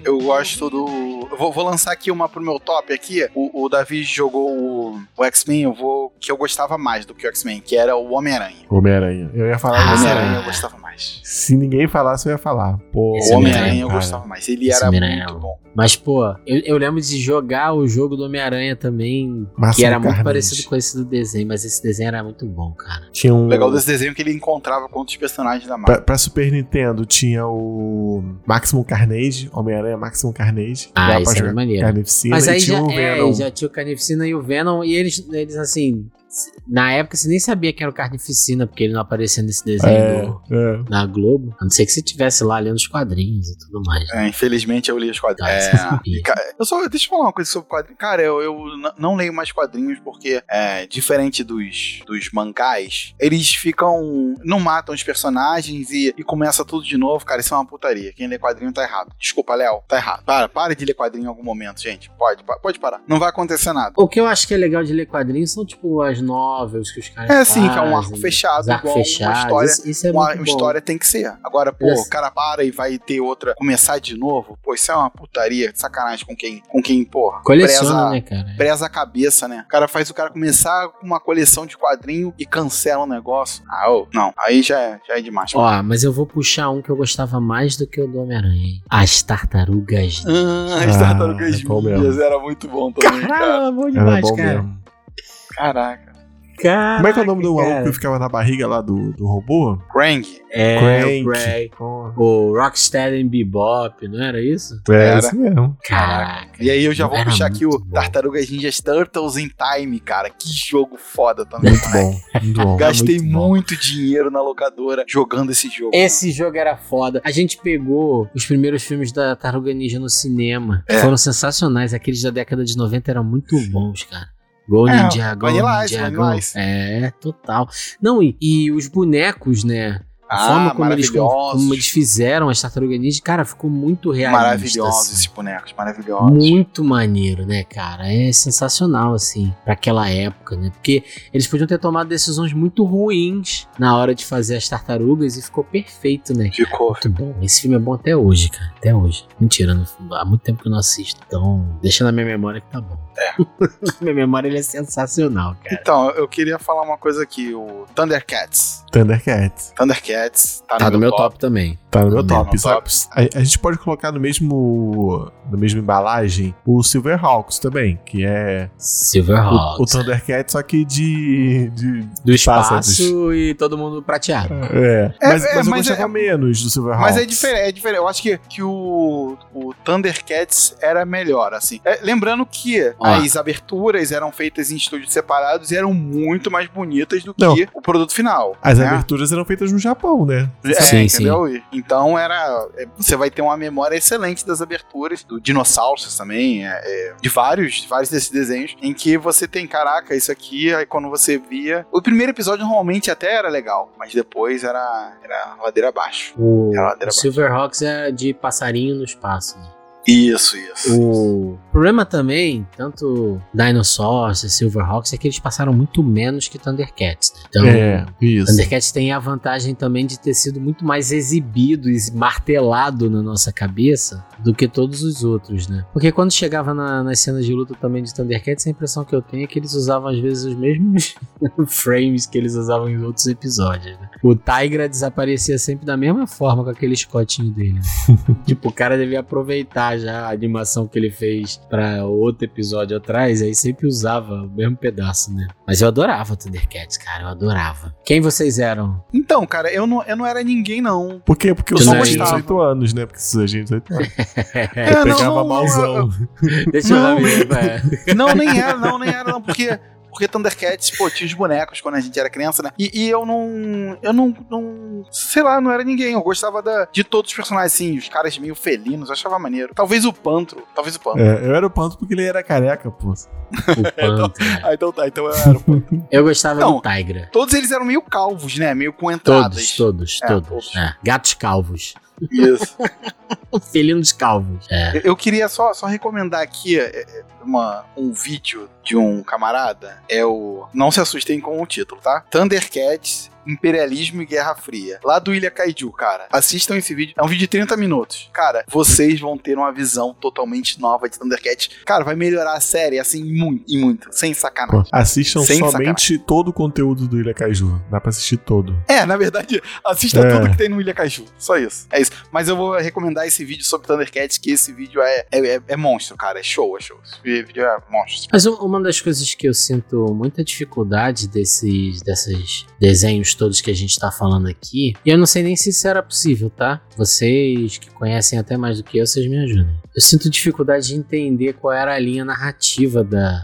[SPEAKER 4] Eu gosto do. Eu vou, vou lançar aqui uma pro meu top aqui. O, o Davi jogou o, o X-Men, eu vou. Que eu gostava mais do que o X-Men, que era o Homem-Aranha.
[SPEAKER 3] Homem-Aranha. Eu ia falar
[SPEAKER 2] Ah,
[SPEAKER 3] do
[SPEAKER 4] Homem-Aranha
[SPEAKER 3] Homem-Aranha.
[SPEAKER 4] eu gostava mais.
[SPEAKER 3] Se ninguém falasse, eu ia falar. Pô,
[SPEAKER 2] Esse
[SPEAKER 4] o Homem-Aranha eu
[SPEAKER 3] cara.
[SPEAKER 4] gostava mais. Ele
[SPEAKER 2] Esse
[SPEAKER 4] era
[SPEAKER 2] Homem-Aranha
[SPEAKER 4] muito
[SPEAKER 2] é
[SPEAKER 4] bom.
[SPEAKER 2] Mas, pô, eu, eu lembro de jogar o jogo do Homem-Aranha também,
[SPEAKER 3] Márcio
[SPEAKER 2] que era muito
[SPEAKER 3] Carnes.
[SPEAKER 2] parecido com esse do desenho, mas esse desenho era muito bom, cara.
[SPEAKER 3] Tinha um.
[SPEAKER 4] O legal desse desenho é que ele encontrava com outros personagens da
[SPEAKER 3] Pra,
[SPEAKER 4] Marvel.
[SPEAKER 3] pra Super Nintendo tinha o Maximum Carnage, Homem-Aranha Maximum Carnage.
[SPEAKER 2] Ah,
[SPEAKER 3] Dava
[SPEAKER 2] isso era
[SPEAKER 3] jogar
[SPEAKER 2] maneiro.
[SPEAKER 3] Carnificina
[SPEAKER 2] mas
[SPEAKER 3] e
[SPEAKER 2] aí
[SPEAKER 3] tinha
[SPEAKER 2] já,
[SPEAKER 3] o
[SPEAKER 2] é,
[SPEAKER 3] Venom.
[SPEAKER 2] já tinha o Carnificina e o Venom, e eles, eles assim, s- na época você nem sabia que era o Carnificina, porque ele não aparecia nesse desenho
[SPEAKER 3] É,
[SPEAKER 2] do-
[SPEAKER 3] é.
[SPEAKER 2] na Globo, a não ser que você estivesse lá lendo os quadrinhos e tudo mais. né?
[SPEAKER 4] É, infelizmente eu li os
[SPEAKER 2] Tá, isso
[SPEAKER 4] quadrinhos. É,
[SPEAKER 2] sabia.
[SPEAKER 4] Ca- Eu só, deixa eu falar uma coisa sobre quadrinhos. Cara, eu, eu n- não leio mais quadrinhos porque, é, diferente dos, dos mangás, eles ficam. não matam os personagens e, e começa tudo de novo. Cara, isso é uma putaria. Quem lê quadrinho tá errado. Desculpa, Léo, tá errado. Para, para de ler quadrinho em algum momento, gente. Pode, pa- pode parar. Não vai acontecer nada.
[SPEAKER 2] O que eu acho que é legal de ler quadrinhos são, tipo, as novels que os caras
[SPEAKER 4] É assim, que é um arco
[SPEAKER 2] fazem,
[SPEAKER 4] fechado,
[SPEAKER 2] os arcos
[SPEAKER 4] igual uma
[SPEAKER 2] fechados,
[SPEAKER 4] história-
[SPEAKER 2] Isso, isso é
[SPEAKER 4] uma
[SPEAKER 2] muito
[SPEAKER 4] uma
[SPEAKER 2] bom.
[SPEAKER 4] história tem que ser. Agora, pô,
[SPEAKER 2] Yes.
[SPEAKER 4] o cara para e vai ter outra. Começar de novo. Pô, isso é uma putaria. Sacanagem com quem, com quem porra.
[SPEAKER 2] Coleciona,
[SPEAKER 4] preza-
[SPEAKER 2] né, cara?
[SPEAKER 4] preza a cabeça, né? O cara faz o cara começar com uma coleção de quadrinho e cancela o negócio. Ah, ô, não. Aí já é, já é demais.
[SPEAKER 2] Ó, mas eu vou puxar um que eu gostava mais do que o do Homem-Aranha. hein? As Tartarugas.
[SPEAKER 4] Ah,
[SPEAKER 3] Ah,
[SPEAKER 4] as tartarugas
[SPEAKER 3] é bom
[SPEAKER 4] ninjas
[SPEAKER 3] mesmo. é
[SPEAKER 4] era muito é bom também, cara.
[SPEAKER 2] bom
[SPEAKER 3] Era bom mesmo.
[SPEAKER 4] Caraca.
[SPEAKER 2] Caraca,
[SPEAKER 3] Como é que é o nome do maluco
[SPEAKER 2] cara.
[SPEAKER 3] que ficava na barriga lá do, do robô?
[SPEAKER 4] Krang.
[SPEAKER 2] É, o
[SPEAKER 3] Crank.
[SPEAKER 2] Crank. O Rocksteady and Bebop, não era isso?
[SPEAKER 3] É,
[SPEAKER 4] Era.
[SPEAKER 3] isso mesmo.
[SPEAKER 2] Caraca.
[SPEAKER 4] E aí eu já vou
[SPEAKER 2] Era
[SPEAKER 4] puxar aqui o
[SPEAKER 2] muito bom.
[SPEAKER 4] Tartarugas Ninjas Turtles in Time, cara. Que jogo foda também.
[SPEAKER 3] Muito bom. Muito bom.
[SPEAKER 4] Gastei muito,
[SPEAKER 3] bom.
[SPEAKER 4] dinheiro na locadora jogando esse jogo.
[SPEAKER 2] Esse jogo era foda. A gente pegou os primeiros filmes da Tartaruga Ninja no cinema.
[SPEAKER 4] É.
[SPEAKER 2] Foram sensacionais. Aqueles da década de 90 eram muito bons, cara. Go
[SPEAKER 4] É,
[SPEAKER 2] Ninja, Go
[SPEAKER 4] Vanilla Ice,
[SPEAKER 2] Ninja, Go.
[SPEAKER 4] Vanilla Ice.
[SPEAKER 2] É, total. Não, e, e os bonecos, né? A forma como eles,
[SPEAKER 4] Ah, maravilhosos.
[SPEAKER 2] como eles fizeram as Tartarugas Ninja, cara, ficou muito realista.
[SPEAKER 4] Maravilhosos
[SPEAKER 2] assim.
[SPEAKER 4] esses bonecos, maravilhosos.
[SPEAKER 2] Muito maneiro, né, cara? É sensacional, assim, pra aquela época, né? Porque eles podiam ter tomado decisões muito ruins na hora de fazer as tartarugas e ficou perfeito, né?
[SPEAKER 4] Ficou.
[SPEAKER 2] Muito bom. Esse filme é bom até hoje, cara. Até hoje. Mentira, não- há muito tempo que eu não assisto. Então, deixa na minha memória que tá bom. *laughs* minha memória ele é sensacional, cara.
[SPEAKER 4] Então, eu queria falar uma coisa aqui, o Thundercats.
[SPEAKER 3] Thundercats.
[SPEAKER 4] Thundercats tá,
[SPEAKER 2] Tá no meu top também.
[SPEAKER 3] Tá no meu
[SPEAKER 2] Tá no
[SPEAKER 3] top.
[SPEAKER 4] meu
[SPEAKER 3] sabe?
[SPEAKER 4] top.
[SPEAKER 3] A, a gente pode colocar no mesmo. Na mesma embalagem o Silverhawks também, que é o, o
[SPEAKER 2] Silverhawks.
[SPEAKER 3] Thundercats, só que de. de
[SPEAKER 2] Do espaço
[SPEAKER 3] pássaros.
[SPEAKER 2] e todo mundo prateado.
[SPEAKER 3] é.
[SPEAKER 4] É,
[SPEAKER 3] Mas,
[SPEAKER 4] é,
[SPEAKER 3] mas eu
[SPEAKER 4] mas
[SPEAKER 3] gostava
[SPEAKER 4] é-
[SPEAKER 3] menos do Silverhawks.
[SPEAKER 4] Mas é diferente, é diferente. Eu acho que, que o, o Thundercats era melhor, assim. É, lembrando que
[SPEAKER 2] Ah.
[SPEAKER 4] as aberturas eram feitas em estúdios separados e eram muito mais bonitas do que
[SPEAKER 3] Não.
[SPEAKER 4] o produto final.
[SPEAKER 3] As
[SPEAKER 4] né?
[SPEAKER 3] aberturas eram feitas no Japão, né?
[SPEAKER 4] É,
[SPEAKER 2] Sim,
[SPEAKER 4] entendeu? Então era. é, Você vai ter uma memória excelente das aberturas, do dinossauros também, é, é, de vários, vários desses desenhos, em que você tem, caraca, isso aqui, aí quando você via. O primeiro episódio normalmente até era legal, mas depois era, era ladeira abaixo.
[SPEAKER 2] O
[SPEAKER 4] Era ladeira abaixo.
[SPEAKER 2] Silverhawks é de passarinho no espaço, né?
[SPEAKER 4] Isso, isso.
[SPEAKER 2] O problema também, tanto Dinosaurs e Silverhawks, é que eles passaram muito menos que Thundercats. né? Então,
[SPEAKER 3] É, isso.
[SPEAKER 2] Thundercats tem a vantagem também de ter sido muito mais exibido e martelado na nossa cabeça do que todos os outros, né? Porque quando chegava na- nas cenas de luta também de Thundercats, a impressão que eu tenho é que eles usavam às vezes os mesmos *laughs* frames que eles usavam em outros episódios, né? O Tigra desaparecia sempre da mesma forma com aquele escotinho dele. né? tipo, o cara devia aproveitar já a animação que ele fez pra outro episódio atrás, aí sempre usava o mesmo pedaço, né? Mas eu adorava Thundercats, cara, eu adorava. Quem vocês eram? *laughs*
[SPEAKER 4] Então, cara, eu não, eu não era ninguém, não.
[SPEAKER 3] Por quê? Porque eu
[SPEAKER 2] Tu
[SPEAKER 3] só
[SPEAKER 2] não é
[SPEAKER 3] tinha
[SPEAKER 2] isso.
[SPEAKER 3] 18 anos, né? Porque se a gente
[SPEAKER 2] *laughs*
[SPEAKER 3] 18 anos.
[SPEAKER 4] É,
[SPEAKER 3] eu pegava
[SPEAKER 4] não, não,
[SPEAKER 3] malzão.
[SPEAKER 2] Deixa eu lá
[SPEAKER 4] Não.
[SPEAKER 2] ver.
[SPEAKER 4] *laughs*
[SPEAKER 2] vai.
[SPEAKER 4] Não, nem era, não, nem era, não, porque. Porque Thundercats, pô, tinha os bonecos quando a gente era criança, né? E, e eu não. Eu não, não. Sei lá, não era ninguém. Eu gostava da- de todos os personagens, assim, os caras meio felinos, eu achava maneiro. Talvez o Pantro. Talvez o Pantro.
[SPEAKER 3] É, eu era o panto porque ele era careca, pô.
[SPEAKER 2] O Panther.
[SPEAKER 4] Ah, então tá, então eu era. o-
[SPEAKER 2] Eu gostava
[SPEAKER 4] Então,
[SPEAKER 2] do Tigra.
[SPEAKER 4] todos eles eram meio calvos, né? Meio com
[SPEAKER 2] Todos,
[SPEAKER 4] entradas.
[SPEAKER 2] todos,
[SPEAKER 4] É,
[SPEAKER 2] todos.
[SPEAKER 4] todos.
[SPEAKER 2] né? Gatos calvos. *laughs*
[SPEAKER 4] Isso.
[SPEAKER 2] Felinos calvos. É.
[SPEAKER 4] Eu- Eu queria só, só recomendar aqui é, é, uma- um vídeo de um camarada. É o. Não se assustem com o título, tá? Thundercats. Imperialismo e Guerra Fria. Lá do Ilha Kaiju, cara. Assistam esse vídeo. É um vídeo de 30 minutos. Cara, vocês vão ter uma visão totalmente nova de Thundercats. Cara, vai melhorar a série, assim, muito, e muito. Sem sacanagem.
[SPEAKER 3] Assistam
[SPEAKER 4] Sem
[SPEAKER 3] somente todo o conteúdo do Ilha Caju. Dá pra assistir todo.
[SPEAKER 4] É, na verdade, assista
[SPEAKER 3] É.
[SPEAKER 4] tudo que tem no Ilha Caju. Só isso. É isso. Mas eu vou recomendar esse vídeo sobre Thundercats, que esse vídeo é, é, é- é monstro, cara. É show, é show. Esse vídeo é monstro.
[SPEAKER 2] Mas um- uma das coisas que eu sinto muita dificuldade desses, desses desenhos todos que a gente tá falando aqui, e eu não sei nem se isso era possível, tá? Vocês que conhecem até mais do que eu, vocês me ajudem. Eu sinto dificuldade de entender qual era a linha narrativa da.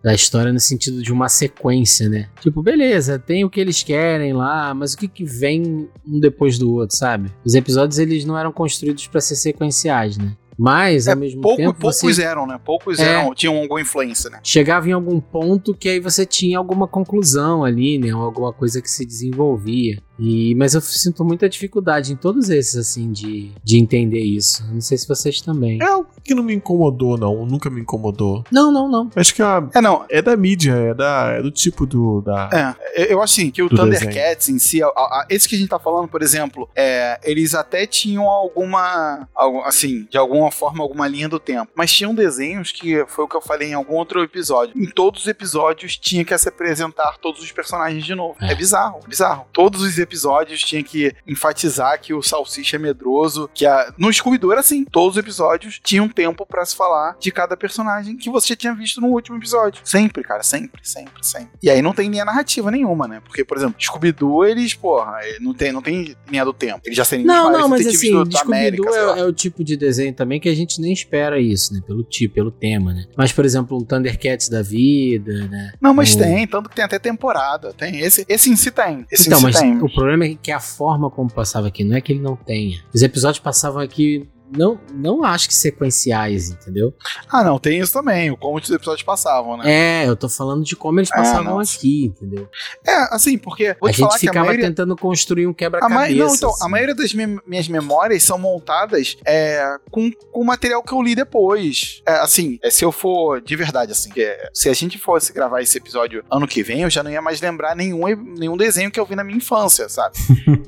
[SPEAKER 2] Da história no sentido de uma sequência, né? Tipo, beleza, tem o que eles querem lá, mas o que, que vem um depois do outro, sabe? Os episódios eles não eram construídos pra ser sequenciais, né? Mas,
[SPEAKER 4] É,
[SPEAKER 2] ao mesmo
[SPEAKER 4] pouco-
[SPEAKER 2] tempo.
[SPEAKER 4] poucos
[SPEAKER 2] você-
[SPEAKER 4] eram, né? Poucos
[SPEAKER 2] É.
[SPEAKER 4] eram, tinham alguma influência, né?
[SPEAKER 2] chegava em algum ponto que aí você tinha alguma conclusão ali, né? Ou alguma coisa que se desenvolvia. E, mas eu sinto muita dificuldade em todos esses, assim, de, de entender isso. Eu Não sei se vocês também.
[SPEAKER 3] É algo que não me incomodou, não. Nunca me incomodou.
[SPEAKER 2] Não, não, não.
[SPEAKER 3] Acho que é, uma-
[SPEAKER 4] É, não.
[SPEAKER 3] é da mídia, é, da, é do tipo do. Da...
[SPEAKER 4] É, eu- eu acho assim, que o
[SPEAKER 3] Do
[SPEAKER 4] Thundercats em si, a- a- esse que a gente tá falando, por exemplo, é, eles até tinham alguma, algum- assim, de alguma forma, alguma linha do tempo. Mas tinham desenhos que foi o que eu falei em algum outro episódio. Em todos os episódios tinha que se apresentar todos os personagens de novo.
[SPEAKER 2] É.
[SPEAKER 4] É, bizarro, bizarro. Todos os episódios tinha que enfatizar que o Salsicha é medroso, que a... no Scooby-Doo era assim, todos os episódios tinham tempo pra se falar de cada personagem que você tinha visto no último episódio. Sempre, cara, sempre, sempre, sempre. E aí não tem linha narrativa nenhuma, né? Porque, por exemplo, Scooby-Doo, eles, porra, eh, não tem, não tem linha do tempo. Eles já seriam
[SPEAKER 2] Não,
[SPEAKER 4] vários
[SPEAKER 2] não, mas
[SPEAKER 4] detetives
[SPEAKER 2] assim,
[SPEAKER 4] do- da América,
[SPEAKER 2] Scooby-Doo
[SPEAKER 4] sei lá.
[SPEAKER 2] é, é o tipo de desenho também que a gente nem espera isso, né? Pelo tipo, pelo tema, né? Mas, por exemplo, um Thundercats da vida, né?
[SPEAKER 4] Não, mas
[SPEAKER 2] O-
[SPEAKER 4] tem, tanto que tem até temporada. Tem. Esse, esse em si tem. Esse
[SPEAKER 2] então,
[SPEAKER 4] em si
[SPEAKER 2] mas
[SPEAKER 4] tem.
[SPEAKER 2] o problema é que a forma como passava aqui, não é que ele não tenha. Os episódios passavam aqui, não, não acho que sequenciais, entendeu?
[SPEAKER 4] Ah, não, tem isso também. Como os episódios passavam, né?
[SPEAKER 2] É, eu tô falando de como eles
[SPEAKER 4] Ah,
[SPEAKER 2] passavam
[SPEAKER 4] não.
[SPEAKER 2] aqui, entendeu?
[SPEAKER 4] É, assim, porque. Vou
[SPEAKER 2] a
[SPEAKER 4] te
[SPEAKER 2] gente
[SPEAKER 4] falar que a
[SPEAKER 2] ficava
[SPEAKER 4] maioria.
[SPEAKER 2] tentando construir um
[SPEAKER 4] A mai-
[SPEAKER 2] quebra-cabeça.
[SPEAKER 4] Não, então, a
[SPEAKER 2] assim.
[SPEAKER 4] maioria das mi- minhas memórias são montadas é, com com o material que eu li depois. É, assim, é, se eu for de verdade, assim, que é, se a gente fosse gravar esse episódio ano que vem, eu já não ia mais lembrar nenhum, e- nenhum desenho que eu vi na minha infância, sabe?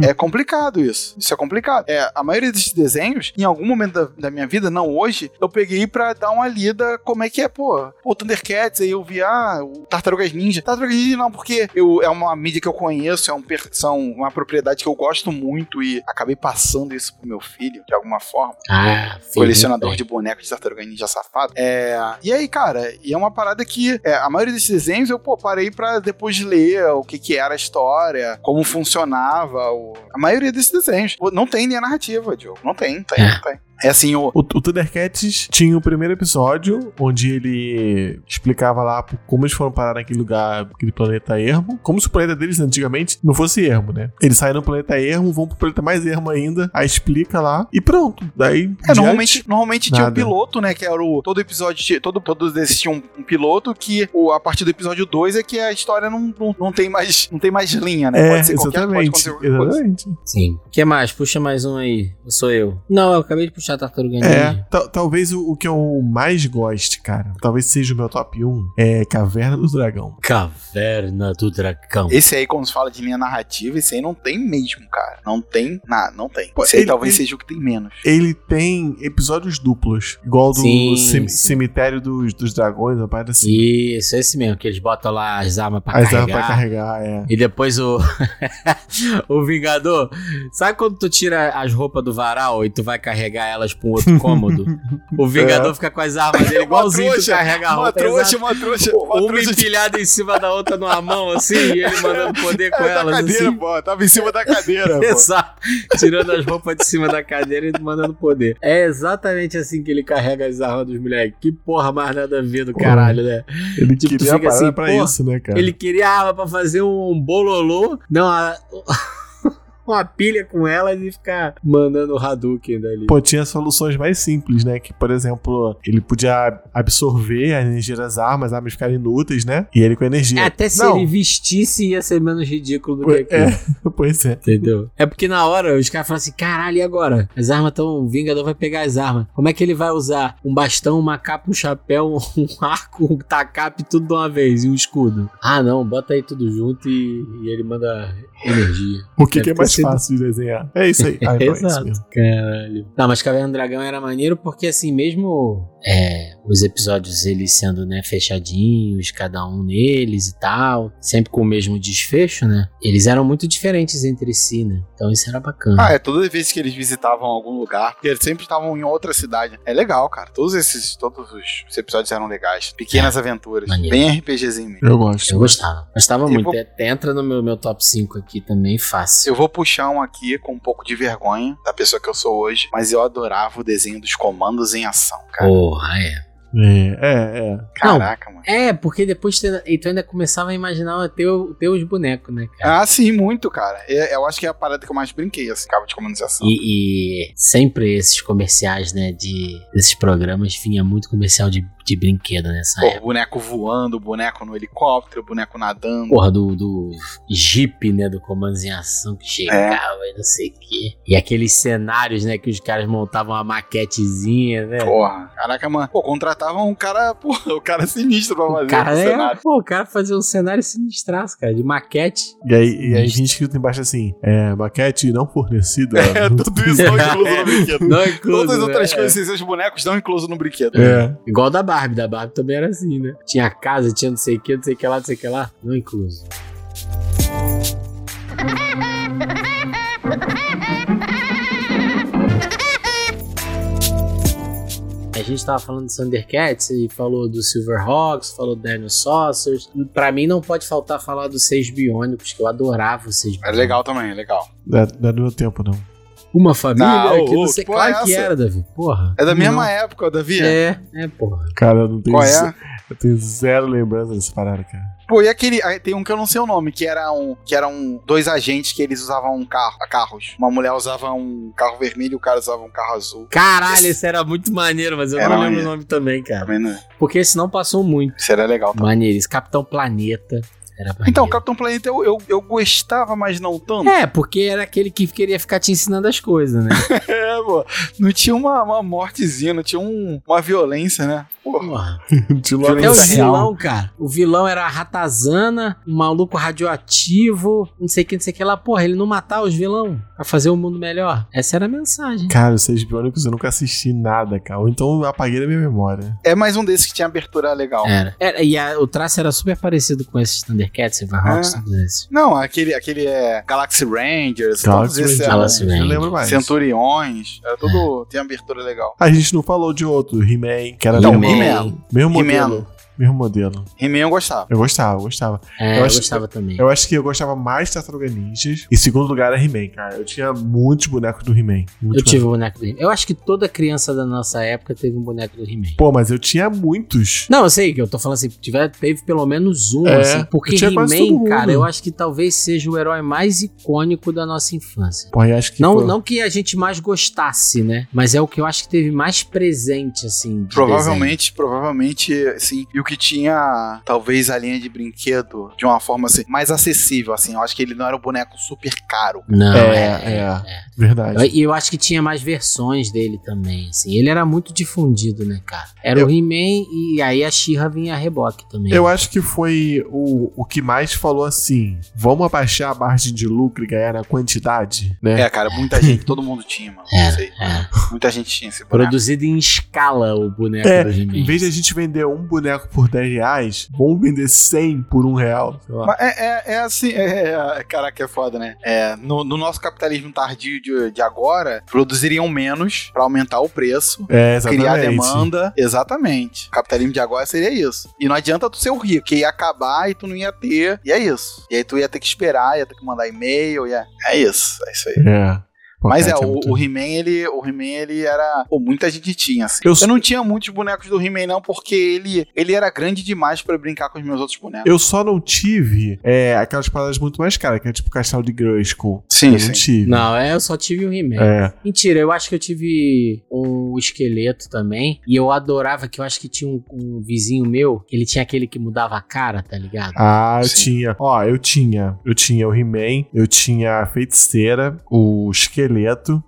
[SPEAKER 4] é complicado isso. Isso é complicado. É, a maioria desses desenhos, em algum momento da, da minha vida, não hoje, eu peguei pra dar uma lida como é que é, pô. O Thundercats, aí eu vi, ah, o Tartarugas Ninja. Tartarugas Ninja não, porque eu, é uma mídia que eu conheço, é um per- são uma propriedade que eu gosto muito e acabei passando isso pro meu filho, de alguma forma
[SPEAKER 2] Ah, filho,
[SPEAKER 4] colecionador
[SPEAKER 2] muito
[SPEAKER 4] de bonecos de tartaruga ninja safado. É, e aí, cara, e é uma parada que é, a maioria desses desenhos eu pô, parei pra depois ler o que, que era a história, como funcionava. o- A maioria desses desenhos. Pô, Não tem linha narrativa, Diogo. Não tem, tem,
[SPEAKER 2] É.
[SPEAKER 4] não tem. É assim, o.
[SPEAKER 3] O, o Thundercats tinha o primeiro episódio, onde ele explicava lá p- como eles foram parar naquele lugar, aquele planeta ermo. Como se o planeta deles né, antigamente não fosse ermo, né? Eles saem do planeta ermo, vão pro planeta mais ermo ainda, aí explica lá e pronto. Daí.
[SPEAKER 4] É, normalmente, normalmente tinha o
[SPEAKER 3] nada.
[SPEAKER 4] piloto, né? Que era o. Todo episódio. tinha- Todo, todos desses tinham um, um piloto que o, a partir do episódio 2 é que a história não, não, não tem, mais, não tem mais linha, né?
[SPEAKER 3] É,
[SPEAKER 4] qualquer-
[SPEAKER 3] exatamente.
[SPEAKER 4] acontecer qualquer coisa.
[SPEAKER 3] Exatamente.
[SPEAKER 2] bem. Sim. O que mais? Puxa mais um aí. Ou sou eu? Não, eu acabei de puxar a Tartaruga
[SPEAKER 3] É,
[SPEAKER 2] Ninja.
[SPEAKER 3] tal- talvez o, o que eu mais goste, cara, talvez seja o meu top 1, é Caverna do Dragão.
[SPEAKER 2] Caverna do Dragão.
[SPEAKER 4] Esse aí, quando se fala de linha narrativa, esse aí não tem mesmo, cara. Não tem nada, não tem.
[SPEAKER 3] Pô,
[SPEAKER 4] esse aí
[SPEAKER 3] ele-
[SPEAKER 4] talvez
[SPEAKER 3] ele-
[SPEAKER 4] seja o que tem menos.
[SPEAKER 3] Ele tem episódios duplos, igual do
[SPEAKER 2] Sim, sim.
[SPEAKER 3] cem- Cemitério dos, dos Dragões, uma parada assim.
[SPEAKER 2] Isso, esse mesmo, que eles botam lá as armas pra
[SPEAKER 3] As
[SPEAKER 2] carregar.
[SPEAKER 3] armas pra carregar, é.
[SPEAKER 2] E depois o. *laughs* o Vingador. Sabe quando tu tira as roupas do varal e tu vai carregar elas pra um outro
[SPEAKER 4] *laughs*
[SPEAKER 2] cômodo? o Vingador fica com as armas dele igualzinho, tu
[SPEAKER 4] É. trouxa,
[SPEAKER 2] carrega a roupa. exato.
[SPEAKER 4] uma trouxa,
[SPEAKER 2] Uma empilhada em cima da outra numa mão, assim, e ele mandando poder
[SPEAKER 3] É,
[SPEAKER 2] com elas, assim.
[SPEAKER 4] É, pô. Tava em cima da cadeira,
[SPEAKER 2] *laughs* Exato. Tirando as roupas de cima da cadeira e mandando poder. É exatamente assim que ele carrega as armas dos moleques. Que porra mais nada a ver do
[SPEAKER 3] Porra.
[SPEAKER 2] caralho, né?
[SPEAKER 3] Ele
[SPEAKER 2] Tipo, tu
[SPEAKER 3] queria a
[SPEAKER 2] fica
[SPEAKER 3] parada
[SPEAKER 2] assim,
[SPEAKER 3] pra
[SPEAKER 2] pô,
[SPEAKER 3] isso, né, cara?
[SPEAKER 2] Ele queria a arma pra fazer um bololô, não, a- *laughs* uma pilha com elas e ficar mandando o Hadouken dali.
[SPEAKER 3] Pô, tinha soluções mais simples, né? Que, por exemplo, ele podia absorver a energia das armas, as armas ficarem inúteis, né? E ele com energia.
[SPEAKER 2] É, Até se
[SPEAKER 3] Não.
[SPEAKER 2] ele vestisse ia ser menos ridículo do que aqui.
[SPEAKER 3] É, *laughs* pois é.
[SPEAKER 2] Entendeu? É porque na hora os caras falam assim: caralho, e agora? As armas estão. O Vingador vai pegar as armas. Como é que ele vai usar um bastão, uma capa, um chapéu, *laughs* um arco, um tacape, tudo de uma vez e um escudo? Ah, não, bota aí tudo junto e, e ele manda energia.
[SPEAKER 3] O que,
[SPEAKER 2] Deve
[SPEAKER 3] que é
[SPEAKER 2] ter
[SPEAKER 3] mais
[SPEAKER 2] sido-
[SPEAKER 3] fácil de desenhar? É isso aí. Ah, então é isso
[SPEAKER 2] Exato.
[SPEAKER 3] mesmo.
[SPEAKER 2] Caralho. Não, mas Caverna do Dragão era maneiro porque, assim, mesmo é, os episódios eles sendo, né, fechadinhos, cada um neles e tal, sempre com o mesmo desfecho, né? Eles eram muito diferentes entre si, né? Então isso era bacana.
[SPEAKER 4] Ah, é, todas as vezes que eles visitavam algum lugar, porque eles sempre estavam em outra cidade. É legal, cara. Todos esses, todos os episódios eram legais. Pequenas aventuras.
[SPEAKER 2] maneiro.
[SPEAKER 4] Bem RPGzinho mesmo.
[SPEAKER 3] Eu gosto.
[SPEAKER 2] Eu gostava. Gostava
[SPEAKER 4] Eu
[SPEAKER 2] muito.
[SPEAKER 4] vou-
[SPEAKER 2] Até entra no meu, meu top 5 aqui também, fácil.
[SPEAKER 4] Eu vou puxar um aqui com um pouco de vergonha da pessoa que eu sou hoje, mas eu adorava o desenho dos comandos em ação, cara.
[SPEAKER 2] Porra, é.
[SPEAKER 3] É, é, é.
[SPEAKER 4] Caraca, mano.
[SPEAKER 2] É, porque depois tu ainda, e tu ainda começava a imaginar ter, o- ter os bonecos, né, cara?
[SPEAKER 4] Ah, sim, muito, cara. É- Eu, acho que é a parada que eu mais brinquei, assim, cabo de comunicação.
[SPEAKER 2] E, e sempre esses comerciais, né, de, desses programas, vinha muito comercial de, de brinquedo nessa
[SPEAKER 4] Pô,
[SPEAKER 2] época.
[SPEAKER 4] boneco voando, boneco no helicóptero, boneco nadando.
[SPEAKER 2] Porra, do, do Jeep, né, do Comandos em Ação,
[SPEAKER 4] É.
[SPEAKER 2] que chegava e não sei o quê. E aqueles cenários, né, que os caras montavam uma maquetezinha, né.
[SPEAKER 4] Porra, caraca, mano. Pô, contratavam um cara, porra, o cara sinistro pra fazer
[SPEAKER 2] O cara,
[SPEAKER 4] esse
[SPEAKER 2] é,
[SPEAKER 4] cenário.
[SPEAKER 2] pô, o cara fazia um cenário sinistraço, cara, de maquete.
[SPEAKER 3] E aí, e aí vinha escrito embaixo assim: é, maquete não fornecida.
[SPEAKER 4] *laughs* É, tudo isso
[SPEAKER 3] *laughs*
[SPEAKER 4] não incluso no brinquedo.
[SPEAKER 2] Não incluso,
[SPEAKER 4] Todas as
[SPEAKER 2] né?
[SPEAKER 4] outras coisas, sem seus bonecos, não incluso no brinquedo.
[SPEAKER 3] É.
[SPEAKER 2] Igual da Barbie, da Barbie também era assim, né? Tinha casa, tinha não sei o que, não sei o que lá, não sei o que lá. Não incluso. A gente tava falando de Thundercats e falou do Silverhawks, falou do Dinosaurs. Pra mim não pode faltar falar dos Seis Biônicos, que eu adorava os Seis
[SPEAKER 4] É
[SPEAKER 2] Biônicos.
[SPEAKER 4] legal também, é legal.
[SPEAKER 3] Não é do meu tempo, não.
[SPEAKER 2] Uma família
[SPEAKER 4] Não,
[SPEAKER 2] que
[SPEAKER 4] ô,
[SPEAKER 2] não sei.
[SPEAKER 4] que porra
[SPEAKER 2] Claro que
[SPEAKER 4] é essa?
[SPEAKER 2] era, Davi. Porra.
[SPEAKER 4] É da mesma
[SPEAKER 2] Não.
[SPEAKER 4] época, Davi.
[SPEAKER 2] É, é, porra.
[SPEAKER 3] Cara, eu não tenho,
[SPEAKER 4] Qual é?
[SPEAKER 3] eu tenho zero lembrança dessa parada, cara.
[SPEAKER 4] Pô, e aquele. aí Tem um que eu não sei o nome, que era um. Que eram dois agentes que eles usavam um carro, carros. Uma mulher usava um carro vermelho e o cara usava um carro azul.
[SPEAKER 2] Caralho, esse era muito maneiro, mas eu
[SPEAKER 4] Era
[SPEAKER 2] não lembro o
[SPEAKER 4] maneiro.
[SPEAKER 2] nome também, cara.
[SPEAKER 4] Também, né?
[SPEAKER 2] Porque esse não passou muito.
[SPEAKER 4] Isso era legal também.
[SPEAKER 2] Maneiro, esse Capitão Planeta. Era maneiro.
[SPEAKER 4] Então, Capitão Planeta eu, eu, eu gostava, mas não tanto.
[SPEAKER 2] É, porque era aquele que queria ficar te ensinando as coisas, né?
[SPEAKER 4] É, pô. Não tinha uma, uma mortezinha, não tinha um- uma violência, né? Pô,
[SPEAKER 2] Porra. Até
[SPEAKER 4] Até
[SPEAKER 3] De
[SPEAKER 2] o
[SPEAKER 4] Violência
[SPEAKER 2] vilão, cara. O vilão era a ratazana, o maluco radioativo, não sei o que, não sei o que lá. Porra, ele não matar os vilão pra fazer o mundo melhor. Essa era a mensagem.
[SPEAKER 3] Cara, os Seis Biônicos eu nunca assisti nada, cara. Ou então eu apaguei da minha memória.
[SPEAKER 4] é mais um desses que tinha abertura legal.
[SPEAKER 2] Era. Era, e a- o traço era super parecido com esses Thundercats, Silverhawks,
[SPEAKER 4] Ah.
[SPEAKER 2] todos esses.
[SPEAKER 4] Não, aquele, aquele é Galaxy Rangers, todos
[SPEAKER 3] Galaxy
[SPEAKER 4] esses
[SPEAKER 3] Rangers,
[SPEAKER 4] eram
[SPEAKER 2] Galaxy
[SPEAKER 3] tipo, eu não
[SPEAKER 2] Rangers. É.
[SPEAKER 3] lembro mais.
[SPEAKER 4] Centuriões, era tudo. Tem abertura legal.
[SPEAKER 3] A gente não falou de outro, He-Man, que era
[SPEAKER 4] Não,
[SPEAKER 3] mesmo,
[SPEAKER 4] He-Man.
[SPEAKER 3] mesmo modelo.
[SPEAKER 4] He-Man.
[SPEAKER 3] Mesmo modelo.
[SPEAKER 4] He-Man eu gostava.
[SPEAKER 3] Eu gostava, eu gostava.
[SPEAKER 2] É,
[SPEAKER 3] Eu
[SPEAKER 2] eu,
[SPEAKER 3] acho-
[SPEAKER 2] gostava também.
[SPEAKER 3] Eu acho que eu gostava mais de Tartaruga Ninjas. E segundo lugar era He-Man, cara. Eu tinha muitos bonecos do He-Man. Muitos
[SPEAKER 2] Eu tive o boneco do He-Man. Eu acho que toda criança da nossa época teve um boneco do He-Man.
[SPEAKER 3] bonecos. Pô, mas eu tinha muitos.
[SPEAKER 2] Não, eu sei que eu tô falando assim, tiver, teve pelo menos um,
[SPEAKER 3] É,
[SPEAKER 2] assim, porque
[SPEAKER 3] eu tinha quase todo
[SPEAKER 2] He-Man,
[SPEAKER 3] mundo.
[SPEAKER 2] cara, eu acho que talvez seja o herói mais icônico da nossa infância.
[SPEAKER 3] Pô, eu acho que.
[SPEAKER 2] Não,
[SPEAKER 3] foi-
[SPEAKER 2] não que a gente mais gostasse, né? Mas é o que eu acho que teve mais presente, assim. de
[SPEAKER 4] Provavelmente, provavelmente, sim. E o que tinha, talvez, a linha de brinquedo de uma forma assim, mais acessível, assim. Eu acho que ele não era um boneco super caro.
[SPEAKER 2] desenho. Não,
[SPEAKER 3] É,
[SPEAKER 2] é.
[SPEAKER 3] é.
[SPEAKER 2] é.
[SPEAKER 3] Verdade.
[SPEAKER 2] Eu- E eu acho que tinha mais versões dele também, assim. Ele era muito difundido, né, cara? Era
[SPEAKER 3] Eu-
[SPEAKER 2] o He-Man e aí a She-Ra vinha a reboque também.
[SPEAKER 3] Eu acho que foi o, o que mais falou assim: vamos abaixar a margem de lucro e ganhar na quantidade, né?
[SPEAKER 4] É, cara, muita gente, todo mundo tinha, mano. Não
[SPEAKER 2] Era,
[SPEAKER 4] sei.
[SPEAKER 2] era.
[SPEAKER 4] Muita gente tinha esse boneco.
[SPEAKER 2] Produzido em escala o boneco
[SPEAKER 3] É,
[SPEAKER 2] do
[SPEAKER 3] Em
[SPEAKER 2] He-Man.
[SPEAKER 3] vez de a gente vender um boneco por 10 reais, vamos vender 100 por 1 real. Sei lá.
[SPEAKER 4] Mas é, é- é assim, *laughs* é, é- caraca, é foda, né? É, no, no nosso capitalismo tardio de, de agora, produziriam menos pra aumentar o preço,
[SPEAKER 3] É, exatamente.
[SPEAKER 4] criar demanda. Exatamente. O capitalismo de agora seria isso. E não adianta tu ser o rico, que ia acabar e tu não ia ter. E é isso. E aí tu ia ter que esperar, ia ter que mandar e-mail, ia... é isso, é isso aí.
[SPEAKER 3] É. Pô,
[SPEAKER 4] Mas é,
[SPEAKER 3] cara, tinha
[SPEAKER 4] o,
[SPEAKER 3] muito-
[SPEAKER 4] o He-Man, ele, o He-Man, ele era. Pô, muita gente tinha, assim.
[SPEAKER 3] Eu-
[SPEAKER 4] Eu, não tinha muitos bonecos do He-Man, não, porque ele, ele era grande demais pra brincar com os meus outros bonecos.
[SPEAKER 3] Eu só não tive é, aquelas paradas muito mais caras, que é tipo Castelo de Grayskull.
[SPEAKER 4] Sim,
[SPEAKER 3] eu
[SPEAKER 4] sim.
[SPEAKER 3] não tive.
[SPEAKER 2] Não, é, eu só tive o He-Man.
[SPEAKER 3] É.
[SPEAKER 2] Mentira, eu acho que eu tive um esqueleto também. E eu adorava que eu acho que tinha um, um vizinho meu, que ele tinha aquele que mudava a cara, tá ligado?
[SPEAKER 3] Ah, eu
[SPEAKER 4] Sim.
[SPEAKER 3] tinha. Ó, eu tinha. Eu tinha o He-Man, eu tinha a feiticeira, o esqueleto,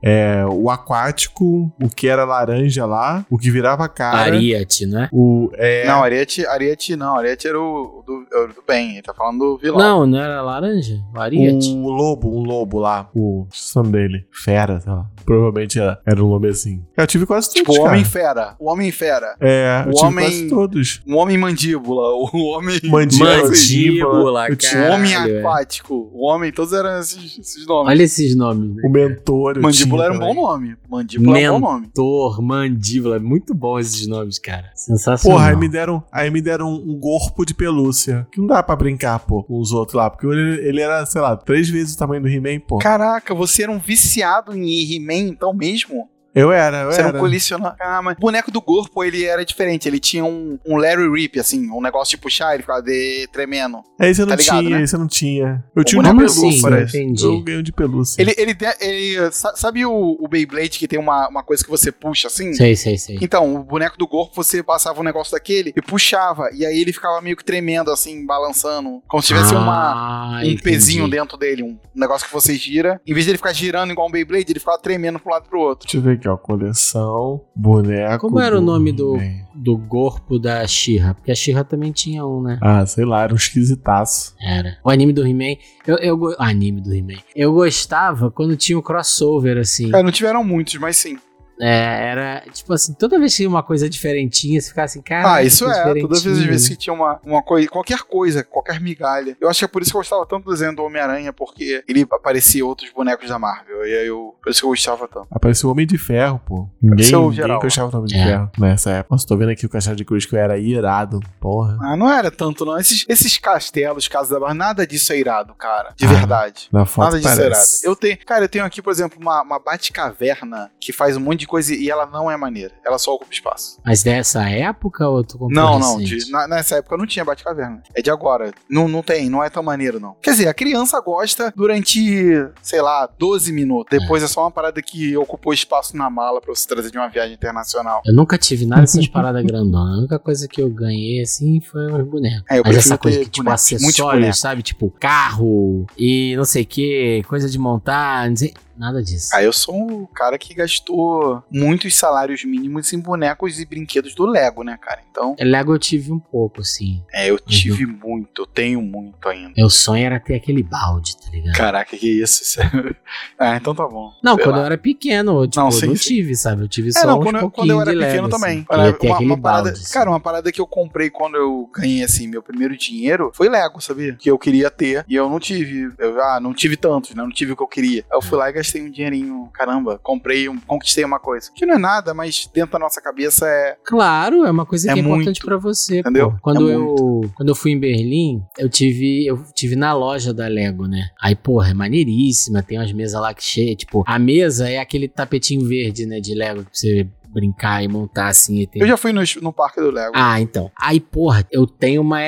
[SPEAKER 3] é, o aquático, o que era laranja lá, o que virava a cara.
[SPEAKER 2] Ariete, né?
[SPEAKER 3] O. É,
[SPEAKER 4] Não, Ariete, Ariete não, Ariete era o do, era o do bem, ele tá falando do vilão.
[SPEAKER 2] Não, não era laranja? O Ariete.
[SPEAKER 3] o lobo, um lobo lá. O. esqueci O nome dele. Fera, sei lá. Provavelmente era, era um nome assim. Eu tive quase todos.
[SPEAKER 4] tipo, o
[SPEAKER 3] cara.
[SPEAKER 4] Homem Fera, o Homem Fera,
[SPEAKER 3] É, eu
[SPEAKER 4] o
[SPEAKER 3] tive
[SPEAKER 4] homem-
[SPEAKER 3] quase todos.
[SPEAKER 4] o Homem Mandíbula, o Homem...
[SPEAKER 3] *laughs* Mandíbula.
[SPEAKER 2] Mandíbula,
[SPEAKER 3] eu tinha
[SPEAKER 4] o um Homem
[SPEAKER 2] Caralho, é.
[SPEAKER 4] Aquático, o Homem, todos eram esses, esses nomes.
[SPEAKER 2] Olha esses nomes, né?
[SPEAKER 3] o mentor. eu
[SPEAKER 4] Mandíbula
[SPEAKER 3] tinha
[SPEAKER 4] era um bom
[SPEAKER 3] também.
[SPEAKER 4] nome, Mandíbula era um bom nome.
[SPEAKER 2] Mentor, mandíbula, muito bom esses nomes, cara. Sensacional.
[SPEAKER 3] Porra, aí me deram, aí me deram um corpo de pelúcia. Que não dá pra brincar, pô, com os outros lá. Porque ele, ele era, sei lá, três vezes o tamanho do He-Man, pô.
[SPEAKER 4] Caraca, você era um viciado em He-Man, então mesmo?
[SPEAKER 3] Eu era, eu
[SPEAKER 4] Você
[SPEAKER 3] era.
[SPEAKER 4] não colecionava. Ah, mas o boneco do corpo, ele era diferente. Ele tinha um, um Larry Rip, assim, um negócio de puxar, ele ficava de, tremendo.
[SPEAKER 3] Aí você não
[SPEAKER 4] tá ligado,
[SPEAKER 3] tinha,
[SPEAKER 4] né?
[SPEAKER 3] aí você não tinha. Eu tinha um de
[SPEAKER 2] Como
[SPEAKER 4] boneco
[SPEAKER 3] pelúcia.
[SPEAKER 2] assim? Não
[SPEAKER 3] parece.
[SPEAKER 2] entendi.
[SPEAKER 3] Eu ganhei um de pelúcia.
[SPEAKER 4] Ele, ele, de- ele- sa- sabe o, o Beyblade que tem uma, uma coisa que você puxa assim?
[SPEAKER 2] Sei, sei, sei.
[SPEAKER 4] Então, o boneco do corpo, você passava um negócio daquele e puxava. E aí ele ficava meio que tremendo, assim, balançando. Como se tivesse uma,
[SPEAKER 2] Ah,
[SPEAKER 4] um
[SPEAKER 2] entendi.
[SPEAKER 4] pezinho dentro dele, um negócio que você gira. Em vez de ele ficar girando igual um Beyblade, ele ficava tremendo pro lado e pro outro.
[SPEAKER 3] Deixa eu ver aqui, ó. Coleção, boneco.
[SPEAKER 2] Como era o nome do-
[SPEAKER 3] He-Man.
[SPEAKER 2] Do corpo da She-Ra, porque a She-Ra também tinha um, né?
[SPEAKER 3] Ah, sei lá, era um esquisitaço.
[SPEAKER 2] Era. O anime do He-Man. Eu, eu, go- anime do He-Man. Eu gostava quando tinha o crossover, assim.
[SPEAKER 4] Cara, não tiveram É, muitos, mas sim.
[SPEAKER 2] É, era tipo assim, toda vez que tinha uma coisa diferentinha, você ficava assim, cara.
[SPEAKER 4] Ah, isso é. Todas as vezes que tinha uma, uma coisa, qualquer coisa, qualquer migalha. Eu acho que é por isso que eu gostava tanto do desenho do Homem-Aranha, porque ele aparecia outros bonecos da Marvel. E aí eu, por isso que eu gostava tanto.
[SPEAKER 3] Apareceu o Homem de Ferro, pô. Ninguém,
[SPEAKER 4] Apareceu o
[SPEAKER 3] ninguém
[SPEAKER 4] geral.
[SPEAKER 3] gostava do Homem de
[SPEAKER 2] É.
[SPEAKER 3] Ferro nessa época. Nossa, tô vendo aqui o Castelo de Cruz que eu era irado, porra.
[SPEAKER 4] Ah, não era tanto, não. Esses, esses castelos, casas da Marvel, nada disso é irado, cara. De
[SPEAKER 3] Ah,
[SPEAKER 4] verdade.
[SPEAKER 3] Na foto
[SPEAKER 4] Nada disso é irado.
[SPEAKER 3] parece.
[SPEAKER 4] Eu tenho, cara, eu tenho aqui, por exemplo, uma, uma bate-caverna que faz um monte de coisa e ela não é maneira. Ela só ocupa espaço.
[SPEAKER 2] Mas dessa época ou tu comprou
[SPEAKER 4] Não, não.
[SPEAKER 2] recente?
[SPEAKER 4] de- na- nessa época não tinha Batcaverna. É de agora. Não, não tem, não é tão maneiro, não. Quer dizer, a criança gosta durante, sei lá, 12 minutos. Depois é, só uma parada que ocupou espaço na mala pra você trazer de uma viagem internacional.
[SPEAKER 2] Eu nunca tive nada dessas paradas grandonas. A única coisa que eu ganhei, assim, foi uns bonecos.
[SPEAKER 4] É,
[SPEAKER 2] Mas
[SPEAKER 4] eu prefiro
[SPEAKER 2] essa coisa
[SPEAKER 4] ter
[SPEAKER 2] que, tipo,
[SPEAKER 4] bonecos, muitos
[SPEAKER 2] acessórios,
[SPEAKER 4] bonecos.
[SPEAKER 2] sabe? Tipo, carro e não sei o que, coisa de montar, não sei... Nada disso.
[SPEAKER 4] Aí eu sou um cara que gastou muitos salários mínimos em bonecos e brinquedos do Lego, né, cara? Então,
[SPEAKER 2] Lego eu tive um pouco, assim.
[SPEAKER 4] é, eu tive muito, eu tenho muito ainda.
[SPEAKER 2] Meu sonho era ter aquele balde, tá ligado?
[SPEAKER 4] Caraca, que isso? isso *laughs* é- ah, então tá bom.
[SPEAKER 2] Não,
[SPEAKER 4] Sei
[SPEAKER 2] quando
[SPEAKER 4] lá.
[SPEAKER 2] eu era pequeno, eu, tipo,
[SPEAKER 4] Não,
[SPEAKER 2] eu
[SPEAKER 4] sim,
[SPEAKER 2] não
[SPEAKER 4] sim.
[SPEAKER 2] tive, sabe? Eu tive
[SPEAKER 4] É,
[SPEAKER 2] só
[SPEAKER 4] não,
[SPEAKER 2] uns
[SPEAKER 4] quando, eu-
[SPEAKER 2] pouquinho
[SPEAKER 4] quando eu era
[SPEAKER 2] de Lego,
[SPEAKER 4] pequeno
[SPEAKER 2] assim.
[SPEAKER 4] também.
[SPEAKER 2] Queria ter
[SPEAKER 4] Uma,
[SPEAKER 2] aquele
[SPEAKER 4] uma parada,
[SPEAKER 2] balde, assim.
[SPEAKER 4] cara, uma parada que eu comprei quando eu ganhei, assim, meu primeiro dinheiro foi Lego, sabia? Que eu queria ter e eu não tive. Eu, ah, não tive tantos, né? Não tive o que eu queria. Aí eu fui lá e gastei um dinheirinho. Caramba, comprei, um, conquistei uma coisa. Que não é nada, mas dentro da nossa cabeça é.
[SPEAKER 2] Claro, é uma coisa
[SPEAKER 4] É
[SPEAKER 2] que é importante
[SPEAKER 4] muito,
[SPEAKER 2] pra você, pô.
[SPEAKER 4] entendeu?
[SPEAKER 2] Quando
[SPEAKER 4] É
[SPEAKER 2] eu quando eu fui em Berlim, eu tive eu tive na loja da Lego, né? Aí, porra, é maneiríssima, tem umas mesas lá que cheia, tipo, a mesa é aquele tapetinho verde, né, de Lego que você brincar e montar assim, e tem
[SPEAKER 4] Eu já fui no, no parque do Lego.
[SPEAKER 2] ah, então. Aí, porra, eu tenho uma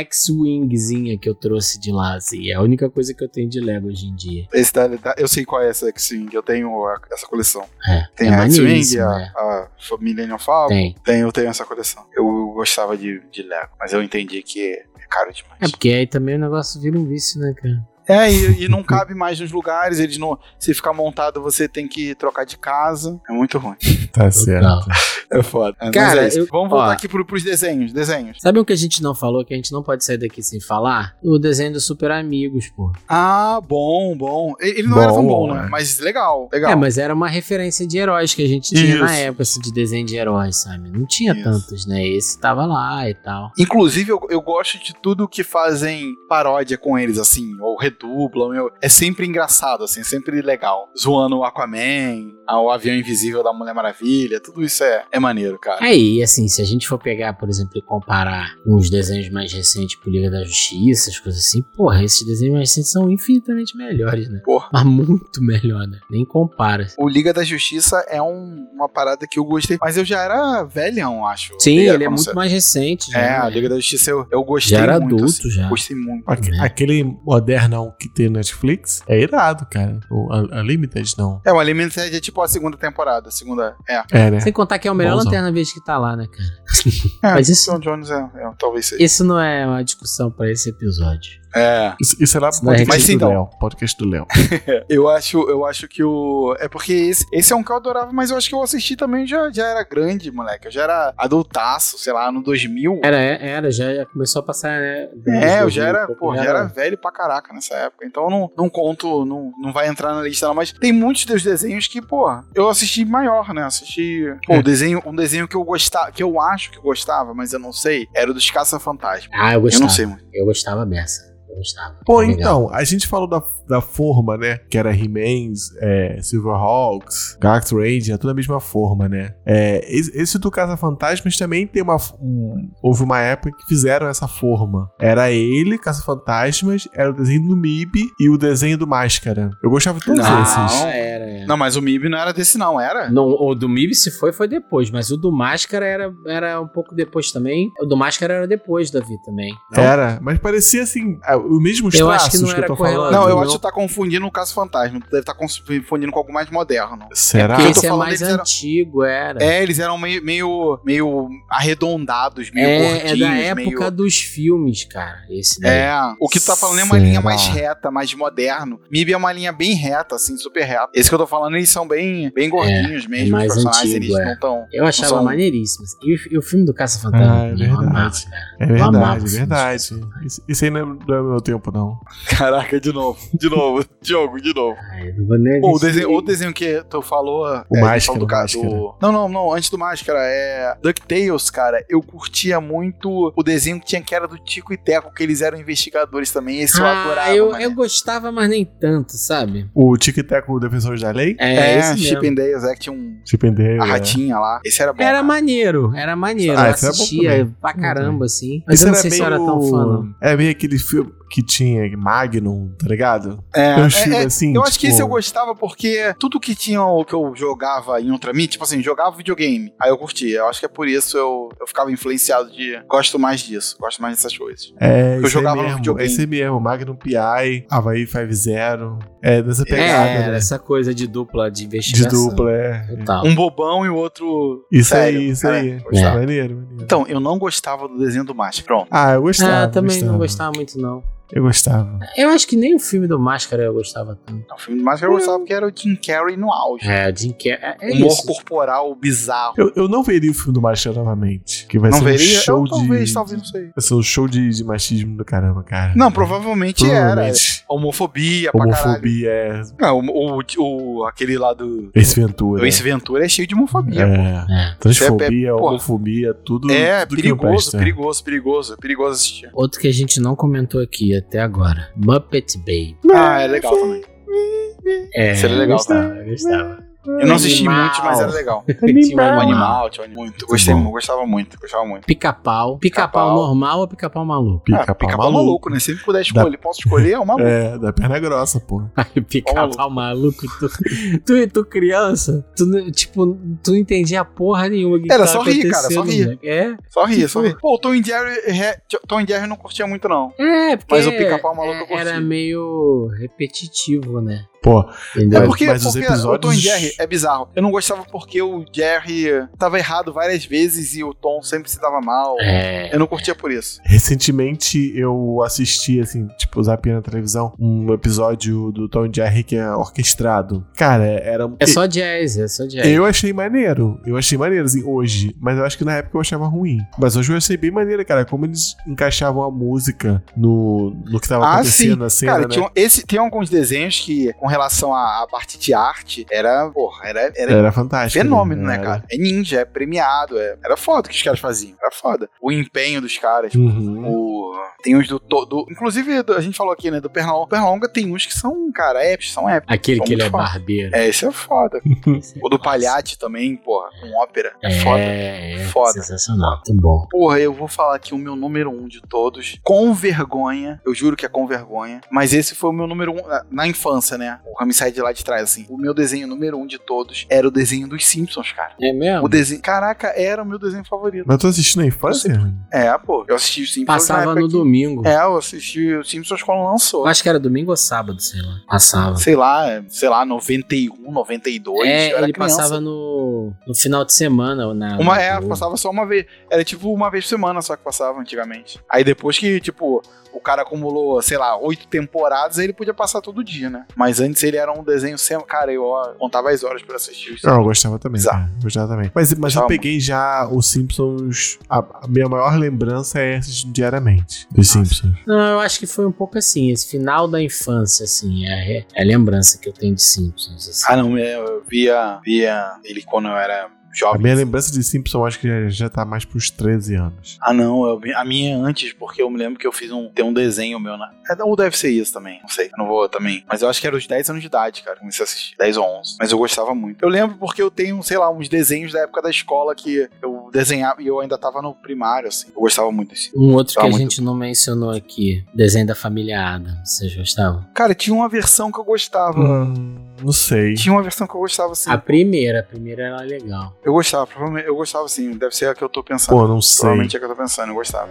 [SPEAKER 2] X-Wingzinha que eu trouxe de lá, assim. É a única coisa que eu tenho de Lego hoje em dia.
[SPEAKER 4] Esse da, da- eu sei qual é essa X-Wing, eu tenho a- essa coleção.
[SPEAKER 2] É,
[SPEAKER 4] Tem
[SPEAKER 2] é
[SPEAKER 4] a X-Wing,
[SPEAKER 2] maneiríssima,
[SPEAKER 4] a,
[SPEAKER 2] né?
[SPEAKER 4] a Millennium Falcon.
[SPEAKER 2] Tem.
[SPEAKER 4] Tem, eu tenho essa coleção. Eu gostava de, de Lego, mas eu entendi que é caro demais.
[SPEAKER 2] É porque aí também o negócio vira um vício, né, cara?
[SPEAKER 4] É, e, e não cabe mais nos lugares, eles não. Se ficar montado, você tem que trocar de casa. É muito ruim.
[SPEAKER 3] Tá certo.
[SPEAKER 4] É foda.
[SPEAKER 2] Cara,
[SPEAKER 4] isso.
[SPEAKER 2] eu-
[SPEAKER 4] vamos voltar
[SPEAKER 2] ó.
[SPEAKER 4] aqui pro, pros desenhos. Desenhos.
[SPEAKER 2] Sabe o que a gente não falou, que a gente não pode sair daqui sem falar? O desenho dos Super Amigos, pô.
[SPEAKER 4] Ah, bom, bom. Ele ele não
[SPEAKER 3] Bom,
[SPEAKER 4] era tão bom,
[SPEAKER 3] é.
[SPEAKER 4] né? Mas legal, legal.
[SPEAKER 2] É, mas era uma referência de heróis que a gente tinha na
[SPEAKER 4] Isso.
[SPEAKER 2] época, assim, de desenho de heróis, sabe? Não tinha
[SPEAKER 4] Isso.
[SPEAKER 2] tantos, né? Esse tava lá e tal.
[SPEAKER 4] Inclusive, eu, eu gosto de tudo que fazem paródia com eles, assim, ou redublam. eu- é sempre engraçado, assim, é sempre legal. Zoando o Aquaman, a- o avião invisível da Mulher Maravilha, tudo isso é, é maneiro, cara.
[SPEAKER 2] Aí, assim, se a gente for pegar, por exemplo, e comparar com os desenhos mais recentes, tipo Liga da Justiça, as coisas assim, porra, esses desenhos mais recentes são infinitamente melhores, né? *laughs*
[SPEAKER 4] Porra.
[SPEAKER 2] Mas muito melhor, né? Nem compara.
[SPEAKER 4] O Liga da Justiça é um- uma parada que eu gostei, mas eu já era velhão, acho.
[SPEAKER 2] Sim,
[SPEAKER 4] Liga
[SPEAKER 2] ele é
[SPEAKER 4] quando
[SPEAKER 2] muito
[SPEAKER 4] saiu.
[SPEAKER 2] mais recente. já,
[SPEAKER 4] É, a
[SPEAKER 2] né?
[SPEAKER 4] Liga da Justiça eu, eu gostei
[SPEAKER 2] Já era
[SPEAKER 4] muito.
[SPEAKER 2] adulto,
[SPEAKER 4] assim,
[SPEAKER 2] já.
[SPEAKER 4] Gostei muito.
[SPEAKER 3] Aque-
[SPEAKER 2] Né?
[SPEAKER 3] Aquele modernão que tem na Netflix é irado, cara. O Un- Unlimited, não.
[SPEAKER 4] É, o Alimented é tipo a segunda temporada, a segunda... É,
[SPEAKER 3] É, né?
[SPEAKER 2] Sem contar que é o melhor
[SPEAKER 3] Bonzão.
[SPEAKER 2] lanterna verde que tá lá, né, cara?
[SPEAKER 4] é
[SPEAKER 2] Mas isso-
[SPEAKER 4] John Jones é, é, talvez seja.
[SPEAKER 2] Isso não é uma discussão pra esse episódio.
[SPEAKER 4] É.
[SPEAKER 3] Isso, isso é lá
[SPEAKER 2] Isso
[SPEAKER 3] pro
[SPEAKER 2] não é
[SPEAKER 3] podcast
[SPEAKER 4] recente,
[SPEAKER 3] do
[SPEAKER 4] não.
[SPEAKER 3] Léo. Podcast do Léo.
[SPEAKER 4] Eu acho, eu acho que o... É porque esse, esse é um que eu adorava, mas eu acho que eu assisti também já, já era grande, moleque. Eu já era adultaço, sei lá, no 2000.
[SPEAKER 2] Era, era, já já começou a passar, né?
[SPEAKER 4] É, eu já era, pô, já era velho pra caraca nessa época. Então eu não, não conto, não, não vai entrar na lista, não. Mas tem muitos dos desenhos que, pô, eu assisti maior, né? Assisti. Pô,
[SPEAKER 3] É.
[SPEAKER 4] o desenho, um desenho que eu gostava, que eu acho que eu gostava, mas eu não sei, era o dos Caça-Fantasma.
[SPEAKER 2] Ah, eu
[SPEAKER 4] Eu
[SPEAKER 2] gostava.
[SPEAKER 4] não
[SPEAKER 2] Eu,
[SPEAKER 4] sei muito.
[SPEAKER 2] gostava dessa. Eu gostava.
[SPEAKER 3] Pô,
[SPEAKER 2] Era legal.
[SPEAKER 3] então, a gente falou da, da forma, né? Que era He-Mans, é, Silverhawks, Galactus Ranger, é tudo a mesma forma, né? É, esse, esse do Caça-Fantasmas também tem uma. um- houve uma época que fizeram essa forma. Era ele, Caça-Fantasmas, era o desenho do MIB e o desenho do Máscara. Eu gostava de todos
[SPEAKER 4] Não.
[SPEAKER 3] esses.
[SPEAKER 2] Ah, era, era.
[SPEAKER 4] Não, mas o MIB não era desse, não, era?
[SPEAKER 2] Não, o do Mib se foi, foi depois, mas o do Máscara era, era um pouco depois também. O do Máscara era depois, Davi, também. Não?
[SPEAKER 3] Era, mas parecia assim, ah, os mesmos
[SPEAKER 2] Eu acho
[SPEAKER 3] traços
[SPEAKER 2] que não
[SPEAKER 3] que,
[SPEAKER 2] era
[SPEAKER 3] eu tô
[SPEAKER 2] correlato.
[SPEAKER 3] falando.
[SPEAKER 4] Não, eu
[SPEAKER 2] não.
[SPEAKER 4] acho que tu tá confundindo o Caça-Fantasma. Tu deve estar confundindo com algo mais moderno.
[SPEAKER 3] Será?
[SPEAKER 2] Porque
[SPEAKER 4] Ah, eu tô
[SPEAKER 2] esse é
[SPEAKER 4] falando,
[SPEAKER 2] mais
[SPEAKER 4] eles eram-
[SPEAKER 2] antigo, era.
[SPEAKER 4] É, eles eram meio, meio, meio arredondados, meio
[SPEAKER 2] É, é
[SPEAKER 4] gordinhos,
[SPEAKER 2] da época
[SPEAKER 4] meio...
[SPEAKER 2] dos filmes, cara. Esse daí.
[SPEAKER 4] É, o que tu tá falando é uma
[SPEAKER 3] Será?
[SPEAKER 4] linha mais reta, mais moderno. MIB é uma linha bem reta, assim, super reta. Esse que eu tô falando, eles são bem, bem gordinhos mesmo,
[SPEAKER 2] É, mais
[SPEAKER 4] os personagens,
[SPEAKER 2] antigo,
[SPEAKER 4] eles
[SPEAKER 2] é.
[SPEAKER 4] não tão...
[SPEAKER 2] Eu achava
[SPEAKER 4] São-
[SPEAKER 2] maneiríssimo. assim. E, o- e o filme do Caça-Fantasma?
[SPEAKER 3] Ah, é
[SPEAKER 2] também, eu amava,
[SPEAKER 3] verdade.
[SPEAKER 2] cara.
[SPEAKER 3] É
[SPEAKER 2] Eu amava
[SPEAKER 3] verdade, é
[SPEAKER 2] esses
[SPEAKER 3] verdade. Isso aí não é, não é no meu tempo, não.
[SPEAKER 4] Caraca, de novo. De novo. *laughs* Diogo, de novo.
[SPEAKER 2] Ai, não vou nem
[SPEAKER 4] Bom, o desenho, o desenho que tu falou.
[SPEAKER 3] O
[SPEAKER 4] é,
[SPEAKER 3] Máscara,
[SPEAKER 4] fala do
[SPEAKER 3] o
[SPEAKER 4] caso.
[SPEAKER 3] Máscara.
[SPEAKER 4] Não, não, não. Antes do máscara, é. DuckTales, cara. Eu curtia muito o desenho que tinha que era do Tico e Teco, que eles eram investigadores também. Esse eu
[SPEAKER 2] Ah,
[SPEAKER 4] adorava.
[SPEAKER 2] eu,
[SPEAKER 4] mané.
[SPEAKER 2] eu gostava, mas nem tanto, sabe?
[SPEAKER 3] O Tic Tac, o Defensores da Lei?
[SPEAKER 2] É,
[SPEAKER 4] É,
[SPEAKER 2] esse
[SPEAKER 4] Chip
[SPEAKER 2] mesmo.
[SPEAKER 4] and Dale, é, que tinha um.
[SPEAKER 3] Chip and Dale,
[SPEAKER 4] A
[SPEAKER 3] é.
[SPEAKER 4] ratinha lá. Esse era bom.
[SPEAKER 2] Era
[SPEAKER 4] cara.
[SPEAKER 2] maneiro, era maneiro.
[SPEAKER 3] Ah,
[SPEAKER 2] eu
[SPEAKER 3] esse era bom
[SPEAKER 2] assistia
[SPEAKER 3] também.
[SPEAKER 2] pra caramba, assim. Mas
[SPEAKER 3] Isso
[SPEAKER 2] eu não sei se eu era tão fã, não.
[SPEAKER 3] É meio aquele filme que tinha Magnum, tá ligado?
[SPEAKER 4] É,
[SPEAKER 3] Tem uns
[SPEAKER 4] é,
[SPEAKER 3] filmes
[SPEAKER 4] é,
[SPEAKER 3] assim,
[SPEAKER 4] Eu acho que
[SPEAKER 3] tipo-
[SPEAKER 4] esse eu gostava porque tudo que tinha o que eu jogava em outra mídia, tipo assim, jogava videogame, aí eu curtia. Eu acho que é por isso eu, eu ficava influenciado de. Gosto mais disso, gosto mais dessas coisas.
[SPEAKER 3] É,
[SPEAKER 4] Eu
[SPEAKER 3] esse
[SPEAKER 4] jogava no
[SPEAKER 3] aí mesmo,
[SPEAKER 4] videogame.
[SPEAKER 3] esse aí mesmo, Magnum PI, Havaí 5-0, é dessa pegada,
[SPEAKER 2] É, era
[SPEAKER 3] né?
[SPEAKER 2] essa coisa de dupla de
[SPEAKER 3] De
[SPEAKER 2] investigação.
[SPEAKER 3] dupla, é.
[SPEAKER 2] Total.
[SPEAKER 4] Um bobão e o outro.
[SPEAKER 3] Isso
[SPEAKER 4] sério,
[SPEAKER 3] aí, isso
[SPEAKER 4] cara,
[SPEAKER 3] aí.
[SPEAKER 4] gostava.
[SPEAKER 3] Maneiro, maneiro.
[SPEAKER 4] Então, eu não gostava do desenho do Máscara. Pronto.
[SPEAKER 3] Ah, eu gostava.
[SPEAKER 2] Ah, também não gostava muito, não.
[SPEAKER 3] Eu gostava.
[SPEAKER 2] Eu acho que nem o filme do Máscara eu gostava tanto.
[SPEAKER 4] é O filme do Máscara eu gostava porque era o Jim Carrey no auge.
[SPEAKER 2] É, o Jim Carrey. É, é
[SPEAKER 4] Humor
[SPEAKER 2] isso.
[SPEAKER 4] corporal bizarro.
[SPEAKER 3] Eu, eu não veria o filme do Máscara novamente. Que vai
[SPEAKER 4] não
[SPEAKER 3] ser
[SPEAKER 4] veria?
[SPEAKER 3] um show
[SPEAKER 4] eu
[SPEAKER 3] de.
[SPEAKER 4] talvez, talvez, não sei.
[SPEAKER 3] Vai ser um show de, de machismo do caramba, cara.
[SPEAKER 4] Não, provavelmente, era.
[SPEAKER 3] Provavelmente.
[SPEAKER 4] Homofobia pra caralho.
[SPEAKER 3] Homofobia é.
[SPEAKER 4] Não, Ah, o, o, o- aquele lá do.
[SPEAKER 3] Ace Ventura.
[SPEAKER 4] O Ace Ventura é cheio de homofobia, pô.
[SPEAKER 3] É.
[SPEAKER 2] É.
[SPEAKER 3] Transfobia,
[SPEAKER 4] É, é, porra.
[SPEAKER 3] homofobia, tudo.
[SPEAKER 4] É,
[SPEAKER 3] tudo que
[SPEAKER 4] perigoso,
[SPEAKER 3] presta.
[SPEAKER 4] perigoso, perigoso, perigoso assistir.
[SPEAKER 2] Outro que a gente não comentou aqui até agora. Muppet Baby.
[SPEAKER 4] Ah, é legal também.
[SPEAKER 2] É,
[SPEAKER 4] Isso era legal,
[SPEAKER 2] gostava, eu gostava.
[SPEAKER 4] Eu não assisti
[SPEAKER 2] Animal.
[SPEAKER 4] muito, mas era legal.
[SPEAKER 2] Tinha um
[SPEAKER 4] O
[SPEAKER 2] animal.
[SPEAKER 4] animal, tinha um animal. Muito, gostei
[SPEAKER 3] bom.
[SPEAKER 4] muito, gostava muito, gostava muito.
[SPEAKER 2] Pica-pau. Pica-pau
[SPEAKER 4] Pica-pau.
[SPEAKER 2] normal ou pica-pau maluco?
[SPEAKER 3] Pica,
[SPEAKER 4] ah,
[SPEAKER 3] pau
[SPEAKER 4] pica
[SPEAKER 3] maluco.
[SPEAKER 4] maluco, né? Se ele puder escolher, posso escolher, é o maluco.
[SPEAKER 3] É, da perna grossa, porra.
[SPEAKER 2] Ai, *laughs* pica-pau maluco. Tu, tu, tu criança, tu, não- tipo, tu não entendia porra nenhuma. do que
[SPEAKER 4] Era
[SPEAKER 2] tava
[SPEAKER 4] só rir, cara, só
[SPEAKER 2] acontecendo,
[SPEAKER 4] rir.
[SPEAKER 2] moleque. É,
[SPEAKER 4] Só ria, só ria. Pô, o Tom e Jerry, re- Tom e Jerry eu não curtia muito, não.
[SPEAKER 2] é porque é,
[SPEAKER 4] Mas o pica-pau maluco eu curti.
[SPEAKER 2] era meio repetitivo, né?
[SPEAKER 3] Pô,
[SPEAKER 2] Entendeu?
[SPEAKER 4] É
[SPEAKER 3] Mas-
[SPEAKER 4] porque,
[SPEAKER 3] mas os
[SPEAKER 4] porque o
[SPEAKER 3] episódios-
[SPEAKER 4] Tom e Jerry é bizarro. Eu não gostava porque o Jerry tava errado várias vezes e o Tom sempre se dava mal.
[SPEAKER 2] É.
[SPEAKER 4] Eu não curtia por isso.
[SPEAKER 3] Recentemente eu assisti, assim, tipo, zapinha na televisão, um episódio do Tom e Jerry que é orquestrado. Cara, era. um
[SPEAKER 2] É só jazz, é só jazz.
[SPEAKER 3] Eu achei maneiro. Eu achei maneiro, assim, hoje. Mas eu acho que na época eu achava ruim. Mas hoje eu achei bem maneiro, cara. Como eles encaixavam a música no, no que tava
[SPEAKER 4] Ah,
[SPEAKER 3] acontecendo
[SPEAKER 4] sim.
[SPEAKER 3] na cena,
[SPEAKER 4] Cara,
[SPEAKER 3] né?
[SPEAKER 4] tinha um- esse, tem alguns desenhos que, com relação à, à parte de arte, era, porra, era, era
[SPEAKER 3] Era fantástico.
[SPEAKER 4] fenômeno, né, cara? É ninja, é premiado, é- era foda o que os caras faziam, era foda. O empenho dos caras,
[SPEAKER 3] Uhum.
[SPEAKER 4] o... tem uns do, to- do... Inclusive, do- a gente falou aqui, né, do Pernalonga, Pernalonga tem uns que são, cara, épicos, são épicos.
[SPEAKER 2] Aquele
[SPEAKER 4] São
[SPEAKER 2] que ele é
[SPEAKER 4] muito foda.
[SPEAKER 2] barbeiro.
[SPEAKER 4] É, esse é
[SPEAKER 3] *laughs*
[SPEAKER 4] foda. O do Palhate também, porra, com ópera, é, foda.
[SPEAKER 2] É,
[SPEAKER 4] Foda.
[SPEAKER 2] sensacional. Muito bom.
[SPEAKER 4] Porra, eu vou falar aqui o meu número um de todos. Com vergonha. Eu juro que é com vergonha. Mas esse foi o meu número um na, na infância, né? O Ramsay de lá de trás, assim. O meu desenho número um de todos era o desenho dos Simpsons, cara.
[SPEAKER 2] É mesmo?
[SPEAKER 4] O desenho. Caraca, era o meu desenho favorito.
[SPEAKER 3] Mas tu assistiu na infância?
[SPEAKER 4] É, pô. Eu assisti os Simpsons. na
[SPEAKER 2] Passava
[SPEAKER 4] época
[SPEAKER 2] no
[SPEAKER 4] que-
[SPEAKER 2] domingo.
[SPEAKER 4] É, eu assisti os Simpsons quando
[SPEAKER 2] Eu
[SPEAKER 4] lançou.
[SPEAKER 2] acho que era domingo ou sábado, sei lá. Passava.
[SPEAKER 4] Sei lá, é, sei lá, 91, 92.
[SPEAKER 2] é,
[SPEAKER 4] eu era
[SPEAKER 2] ele
[SPEAKER 4] criança.
[SPEAKER 2] passava no, no final de semana. ou
[SPEAKER 3] Ah,
[SPEAKER 2] Na,
[SPEAKER 4] Uma,
[SPEAKER 2] na
[SPEAKER 4] é,
[SPEAKER 2] Globo.
[SPEAKER 4] passava só uma vez. Era tipo uma vez por semana só que passava antigamente. Aí depois que, tipo, o cara acumulou, sei lá, oito temporadas, aí ele podia passar todo dia, né? Mas antes ele era um desenho sem. Cara, eu ó, contava as horas pra assistir isso.
[SPEAKER 3] Não, Ah, eu gostava também.
[SPEAKER 4] Bizarro.
[SPEAKER 3] cara. Gostava também. Mas, mas eu
[SPEAKER 4] Gostava
[SPEAKER 3] peguei já os Simpsons. A, a minha maior lembrança é assistir diariamente. Dos Simpsons.
[SPEAKER 2] Não, eu acho que foi um pouco assim. Esse final da infância, assim. É, é a lembrança que eu tenho de Simpsons. assim.
[SPEAKER 4] Ah, não, eu via, via ele quando eu era
[SPEAKER 3] A
[SPEAKER 4] jovem.
[SPEAKER 3] minha lembrança de Simpsons eu acho que já, já tá mais pros 13 anos.
[SPEAKER 4] Ah, não, eu- a minha é antes, porque eu me lembro que eu fiz um. Tem um desenho meu, né? É, Ou deve ser isso também, não sei. eu Não vou também. Mas eu acho que era os 10 anos de idade, cara. Comecei a assistir. 10 ou 11. Mas eu gostava muito. Eu lembro porque eu tenho, sei lá, uns desenhos da época da escola que eu desenhava e eu ainda tava no primário, assim. Eu gostava muito desse.
[SPEAKER 2] Um outro
[SPEAKER 4] Tá
[SPEAKER 2] que a
[SPEAKER 4] muito
[SPEAKER 2] gente não mencionou aqui. Desenho da família Adam. Vocês gostavam?
[SPEAKER 4] Cara, tinha uma versão que eu gostava.
[SPEAKER 3] Hum, não sei.
[SPEAKER 4] Uhum. Tinha uma versão que eu gostava, assim.
[SPEAKER 2] A primeira. A primeira era legal.
[SPEAKER 4] Eu gostava, provavelmente. Eu gostava, assim. Deve ser a que eu tô pensando.
[SPEAKER 3] Pô, não sei.
[SPEAKER 4] Provavelmente é a que eu tô pensando, eu gostava.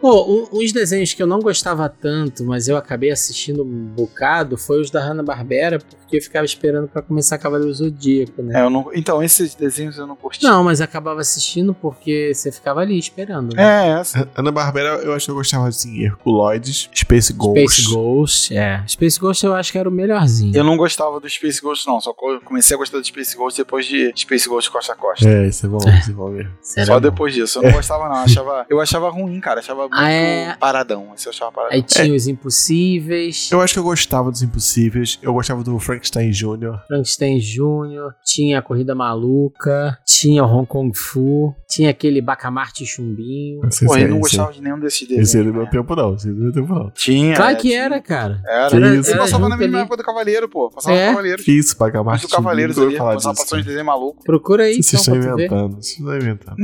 [SPEAKER 2] Pô, um- uns desenhos que eu não gostava tanto, mas eu acabei assistindo um bocado, foi os da Hanna-Barbera, porque eu ficava esperando pra começar Cavaleiro Zodíaco, né?
[SPEAKER 4] É, eu não- então, esses desenhos eu não curti.
[SPEAKER 2] Não, mas acabava assistindo porque você ficava ali esperando. né?
[SPEAKER 4] É, essa.
[SPEAKER 3] Ana Barbera, eu acho que eu gostava assim, Herculoides, Space Ghost.
[SPEAKER 2] Space Ghost, é. Space Ghost eu acho que era o melhorzinho.
[SPEAKER 4] Eu não gostava do Space Ghost, não. Só co- comecei a gostar do Space Ghost depois de Space Ghost Costa a Costa.
[SPEAKER 3] É, isso é bom, isso é bom mesmo.
[SPEAKER 2] Será
[SPEAKER 4] Só
[SPEAKER 2] bom.
[SPEAKER 4] depois disso. Eu não gostava, não. Eu achava, eu achava ruim, cara. Eu achava muito
[SPEAKER 2] é.
[SPEAKER 4] paradão. Esse eu achava paradão.
[SPEAKER 2] Aí tinha os Impossíveis,
[SPEAKER 3] Eu acho que eu gostava dos Impossíveis, eu gostava do Frankenstein Jr.
[SPEAKER 2] Frankenstein Jr., tinha a Corrida Maluca, tinha o Hong Kong Fu, tinha aquele Bacamarte Chumbinho.
[SPEAKER 3] sei
[SPEAKER 4] Pô,
[SPEAKER 3] se é
[SPEAKER 4] eu não
[SPEAKER 3] esse-
[SPEAKER 4] gostava de nenhum desses
[SPEAKER 3] Esse é
[SPEAKER 4] desenhos.
[SPEAKER 3] do meu
[SPEAKER 4] né?
[SPEAKER 3] tempo, não. Esse é do meu tempo, não.
[SPEAKER 4] Tinha.
[SPEAKER 2] Claro
[SPEAKER 4] é,
[SPEAKER 2] que
[SPEAKER 4] tinha.
[SPEAKER 2] era, cara.
[SPEAKER 4] Era.
[SPEAKER 3] Que
[SPEAKER 4] Era,
[SPEAKER 3] isso.
[SPEAKER 4] era passava na
[SPEAKER 2] junto
[SPEAKER 4] mesma
[SPEAKER 2] ali.
[SPEAKER 4] época do Cavaleiro, pô. Passava
[SPEAKER 2] É?
[SPEAKER 4] no Cavaleiro.
[SPEAKER 3] Que isso, pagar mais.
[SPEAKER 4] Mas do Cavaleiros ali,
[SPEAKER 3] é
[SPEAKER 4] passava passando de desenho
[SPEAKER 3] *laughs*
[SPEAKER 4] maluco.
[SPEAKER 2] Procura aí,
[SPEAKER 3] Vocês
[SPEAKER 2] então,
[SPEAKER 3] estão
[SPEAKER 2] pra tu ver.
[SPEAKER 3] inventando, vocês estão *laughs* inventando.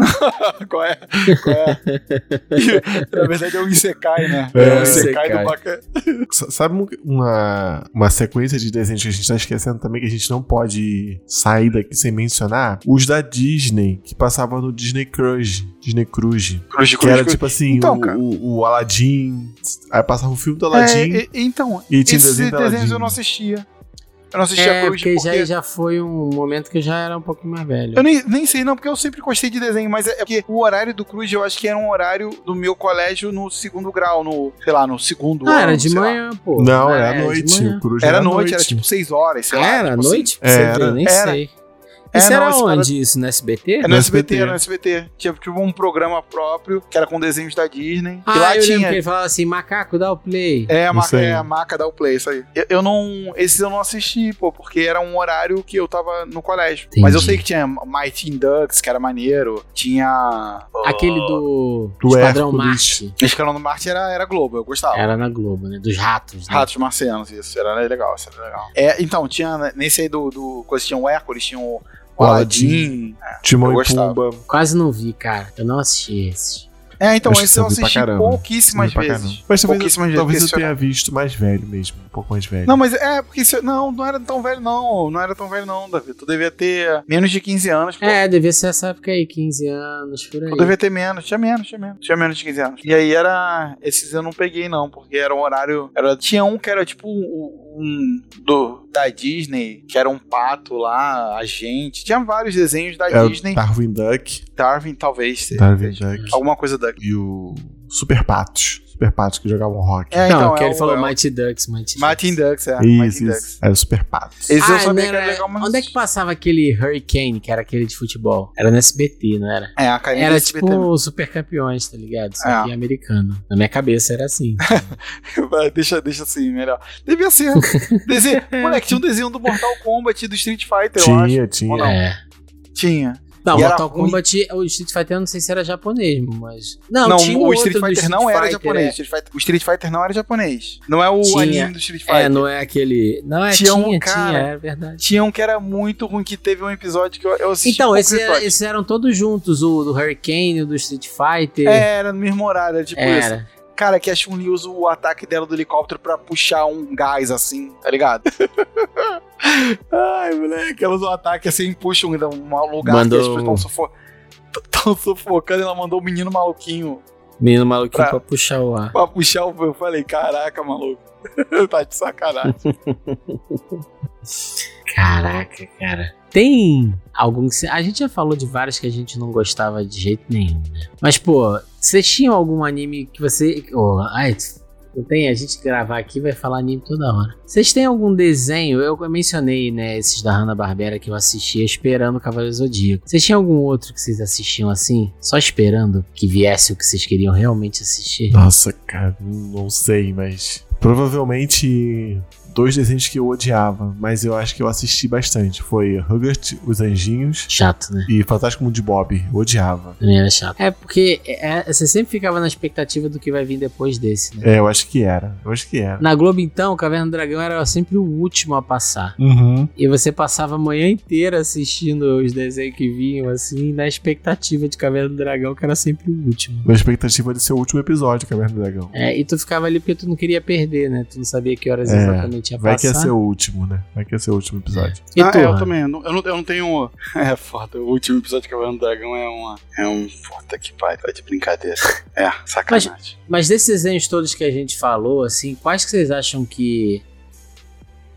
[SPEAKER 4] Qual é? *laughs* Qual é? Na verdade é o Isekai, né?
[SPEAKER 3] É, tipo
[SPEAKER 4] o Isekai
[SPEAKER 2] Isekai.
[SPEAKER 4] do Baca.
[SPEAKER 3] S- Sabe um- uma, uma sequência de desenhos que a gente tá esquecendo também, que a gente não pode sair daqui sem mencionar? Os da Disney, que passavam no Disney Cruise. Disney Cruise.
[SPEAKER 4] Cruz de
[SPEAKER 3] Que
[SPEAKER 4] Cruz.
[SPEAKER 3] era
[SPEAKER 4] de Cruz.
[SPEAKER 3] tipo assim,
[SPEAKER 4] Então,
[SPEAKER 3] o,
[SPEAKER 4] cara.
[SPEAKER 3] o, o Aladdin. Aí passava o filme do
[SPEAKER 4] É,
[SPEAKER 3] Aladdin
[SPEAKER 4] e- então,
[SPEAKER 3] e tinha
[SPEAKER 4] esses
[SPEAKER 3] desenho do
[SPEAKER 4] desenhos
[SPEAKER 3] Aladdin.
[SPEAKER 4] eu não assistia. Eu não assistia
[SPEAKER 2] É,
[SPEAKER 4] Cruz
[SPEAKER 2] porque,
[SPEAKER 4] porque...
[SPEAKER 2] Já, já foi um momento que eu já era um pouquinho mais velho.
[SPEAKER 4] Eu nem, nem sei, não, porque eu sempre gostei de desenho, mas é é porque o horário do Cruz eu acho que era um horário do meu colégio no segundo grau, no, sei lá, no segundo
[SPEAKER 2] ah,
[SPEAKER 4] ano.
[SPEAKER 2] era de
[SPEAKER 4] sei lá.
[SPEAKER 2] manhã, pô.
[SPEAKER 3] Não,
[SPEAKER 2] Ah,
[SPEAKER 3] era
[SPEAKER 4] é,
[SPEAKER 3] à
[SPEAKER 2] de
[SPEAKER 3] noite.
[SPEAKER 2] manhã.
[SPEAKER 3] O Cruz
[SPEAKER 4] Era, noite, era tipo seis horas, sei
[SPEAKER 2] Ah,
[SPEAKER 4] lá.
[SPEAKER 2] era à
[SPEAKER 4] tipo
[SPEAKER 2] noite?
[SPEAKER 3] assim.
[SPEAKER 2] Você
[SPEAKER 3] Era,
[SPEAKER 2] vê, nem
[SPEAKER 4] era.
[SPEAKER 2] sei. Isso
[SPEAKER 4] É,
[SPEAKER 2] era
[SPEAKER 4] não, esse cara-
[SPEAKER 2] onde isso? No SBT?
[SPEAKER 4] É no
[SPEAKER 3] No
[SPEAKER 4] SBT,
[SPEAKER 3] SBT.
[SPEAKER 4] era no SBT. Tinha tipo um programa próprio, que era com desenhos da Disney.
[SPEAKER 2] Ah,
[SPEAKER 4] e lá
[SPEAKER 2] eu lembro
[SPEAKER 4] tinha.
[SPEAKER 2] que ele falava assim, macaco, dá o play.
[SPEAKER 4] É a,
[SPEAKER 3] Não
[SPEAKER 4] marca,
[SPEAKER 3] sei.
[SPEAKER 4] é a marca da Play, isso aí. Eu, eu não. Esses eu não assisti, pô, porque era um horário que eu tava no colégio.
[SPEAKER 2] Entendi.
[SPEAKER 4] Mas eu sei que tinha My Teen Ducks, que era maneiro. Tinha.
[SPEAKER 2] Aquele do,
[SPEAKER 3] Do
[SPEAKER 2] Esquadrão
[SPEAKER 3] Hércules.
[SPEAKER 2] Marte.
[SPEAKER 4] Esse canal do Marte era, era Globo, eu gostava.
[SPEAKER 3] É.
[SPEAKER 2] Era na Globo, né? Dos ratos. Né?
[SPEAKER 4] Ratos Marcianos, isso era legal, isso era legal. É, então, tinha. Nesse aí do. do coisa, tinha o Hércules, tinha o, o
[SPEAKER 3] O
[SPEAKER 4] tipo Aladdin.
[SPEAKER 3] Timão
[SPEAKER 4] Eu
[SPEAKER 3] e
[SPEAKER 4] gostava.
[SPEAKER 3] Pumba.
[SPEAKER 2] Quase não vi, cara. Eu não assisti esse.
[SPEAKER 4] É, então,
[SPEAKER 3] Acho que
[SPEAKER 4] esse eu
[SPEAKER 3] eu vi pra
[SPEAKER 4] assisti
[SPEAKER 3] caramba.
[SPEAKER 4] pouquíssimas
[SPEAKER 3] Pra
[SPEAKER 4] vezes.
[SPEAKER 3] caramba. Mas talvez,
[SPEAKER 4] Pouquíssimas
[SPEAKER 3] eu,
[SPEAKER 4] vezes.
[SPEAKER 3] talvez eu
[SPEAKER 4] porque
[SPEAKER 3] tenha visto mais velho mesmo, um pouco mais velho.
[SPEAKER 4] Não, mas é, porque isso, não, não era tão velho, não. Não era tão velho, não, Davi. Tu devia ter menos de 15 anos. Pô.
[SPEAKER 2] É, devia ser essa época aí, 15 anos, por aí.
[SPEAKER 4] Tu devia ter menos, tinha menos, tinha menos. Tinha menos de 15 anos. E aí era. Esses eu não peguei, não, porque era um horário. Era, tinha um que era tipo um. um do, da Disney, que era um pato lá, a gente. Tinha vários desenhos da
[SPEAKER 3] Era É o
[SPEAKER 4] Disney.
[SPEAKER 3] Darwin Duck.
[SPEAKER 4] Darwin, talvez. seja-
[SPEAKER 3] Darwin
[SPEAKER 4] seja.
[SPEAKER 3] Duck.
[SPEAKER 4] Alguma coisa da.
[SPEAKER 3] E o Super Patos. Super Patos que jogavam rock.
[SPEAKER 4] É,
[SPEAKER 2] Não,
[SPEAKER 4] então,
[SPEAKER 2] que
[SPEAKER 4] é
[SPEAKER 2] ele
[SPEAKER 4] o-
[SPEAKER 2] falou
[SPEAKER 4] é o-
[SPEAKER 2] Mighty Ducks, Mighty
[SPEAKER 4] Martin Ducks, é.
[SPEAKER 3] isso,
[SPEAKER 4] Martin
[SPEAKER 3] isso.
[SPEAKER 4] Ducks.
[SPEAKER 3] Era o Super Patos.
[SPEAKER 4] Esse eu
[SPEAKER 2] Ah, não
[SPEAKER 4] sabia que
[SPEAKER 2] era-
[SPEAKER 4] era legal, mas.
[SPEAKER 2] Onde é que passava aquele Hurricane, que era aquele de futebol? Era no SBT, não era?
[SPEAKER 4] É, a carinha
[SPEAKER 2] Era
[SPEAKER 4] do SBT mesmo.
[SPEAKER 2] tipo super campeões, tá ligado? Só
[SPEAKER 4] É.
[SPEAKER 2] que americano. Na minha cabeça era assim.
[SPEAKER 4] *laughs* Vai, deixa, deixa assim, melhor. Devia ser. né?
[SPEAKER 3] *laughs*
[SPEAKER 4] Desenho, moleque, tinha um desenho do Mortal Kombat e do Street Fighter, eu acho.
[SPEAKER 3] Tinha, tinha.
[SPEAKER 4] Ou não?
[SPEAKER 2] É.
[SPEAKER 4] Tinha.
[SPEAKER 2] Não,
[SPEAKER 4] E era
[SPEAKER 2] Mortal
[SPEAKER 4] ruim.
[SPEAKER 2] Kombat, o Street Fighter eu não sei se era japonês, mas. Não,
[SPEAKER 4] Não,
[SPEAKER 2] tinha um
[SPEAKER 4] o
[SPEAKER 2] outro
[SPEAKER 4] Street
[SPEAKER 2] do
[SPEAKER 4] Fighter não
[SPEAKER 2] Street
[SPEAKER 4] era
[SPEAKER 2] Fighter, é.
[SPEAKER 4] japonês. Street Fighter- o Street Fighter não era japonês. Não é o
[SPEAKER 2] Tinha.
[SPEAKER 4] anime do Street
[SPEAKER 2] É.
[SPEAKER 4] Fighter.
[SPEAKER 2] é, não é aquele. Não é, tinha,
[SPEAKER 4] Tinha um
[SPEAKER 2] tinha,
[SPEAKER 4] cara-
[SPEAKER 2] é verdade.
[SPEAKER 4] Tinha um que era muito ruim, que teve um episódio que eu, eu assisti. um
[SPEAKER 2] Então,
[SPEAKER 4] poucos
[SPEAKER 2] esse era-
[SPEAKER 4] episódios.
[SPEAKER 2] esses eram todos juntos, o do Hurricane, o do Street Fighter.
[SPEAKER 4] É, era no mesmo horário, era tipo isso.
[SPEAKER 2] era.
[SPEAKER 4] Cara, que a Chun-Li usa o ataque dela do helicóptero pra puxar um gás assim,
[SPEAKER 2] *laughs*
[SPEAKER 4] tá ligado? Ai, moleque, ela usa o ataque assim, puxa um, um lugar
[SPEAKER 2] Mandou-
[SPEAKER 4] que as pessoas estão sufo... *laughs* tão sufocando. Ela mandou o menino maluquinho
[SPEAKER 2] Menino maluquinho
[SPEAKER 4] Pra-
[SPEAKER 2] pra puxar o ar.
[SPEAKER 4] pra puxar o. Eu falei, caraca, maluco. *laughs* tá de sacanagem.
[SPEAKER 2] Caraca, cara. Tem algum que cê- A gente já falou de vários que a gente não gostava de jeito nenhum, né? Mas, pô, vocês tinham algum anime que você. Oh, ai, tf, não tem? A gente gravar aqui vai falar anime toda hora. Vocês têm algum desenho? Eu mencionei, né, esses da Hanna-Barbera que eu assistia esperando o Cavaleiro Zodíaco. Vocês tinham algum outro que vocês assistiam assim? Só esperando que viesse o que vocês queriam realmente assistir?
[SPEAKER 3] Nossa, cara, não sei, mas. Provavelmente dois desenhos que eu odiava, mas eu acho que eu assisti bastante. Foi Ruggert, Os Anjinhos
[SPEAKER 2] Chato, né?
[SPEAKER 3] e Fantástico Mundo de Bob. Eu odiava.
[SPEAKER 2] Também era chato. É porque é- é- você sempre ficava na expectativa do que vai vir depois desse, né?
[SPEAKER 3] É, eu acho que era. Eu acho que era.
[SPEAKER 2] Na Globo, então, Caverna do Dragão era sempre o último a passar.
[SPEAKER 3] Uhum.
[SPEAKER 2] E você passava a manhã inteira assistindo os desenhos que vinham, assim, na expectativa de Caverna do Dragão, que era sempre o último.
[SPEAKER 3] é Na expectativa de ser o último episódio, Caverna do Dragão.
[SPEAKER 2] É, e tu ficava ali porque tu não queria perder perder, né? Tu não sabia que horas
[SPEAKER 3] É,
[SPEAKER 2] exatamente ia
[SPEAKER 3] Vai que
[SPEAKER 2] passar.
[SPEAKER 3] ia ser o último, né? Vai que ia ser o último episódio.
[SPEAKER 2] E
[SPEAKER 4] ah,
[SPEAKER 2] tu,
[SPEAKER 4] é, eu
[SPEAKER 2] Rami?
[SPEAKER 4] também. Eu não, eu não- eu não tenho. *laughs* É foda. O último episódio de Cavaleiro do Dragão é uma. É um. Puta que pai, tá de brincadeira.
[SPEAKER 3] *laughs*
[SPEAKER 4] É, sacanagem.
[SPEAKER 2] Mas desses desenhos todos que a gente falou, assim, quais que vocês acham que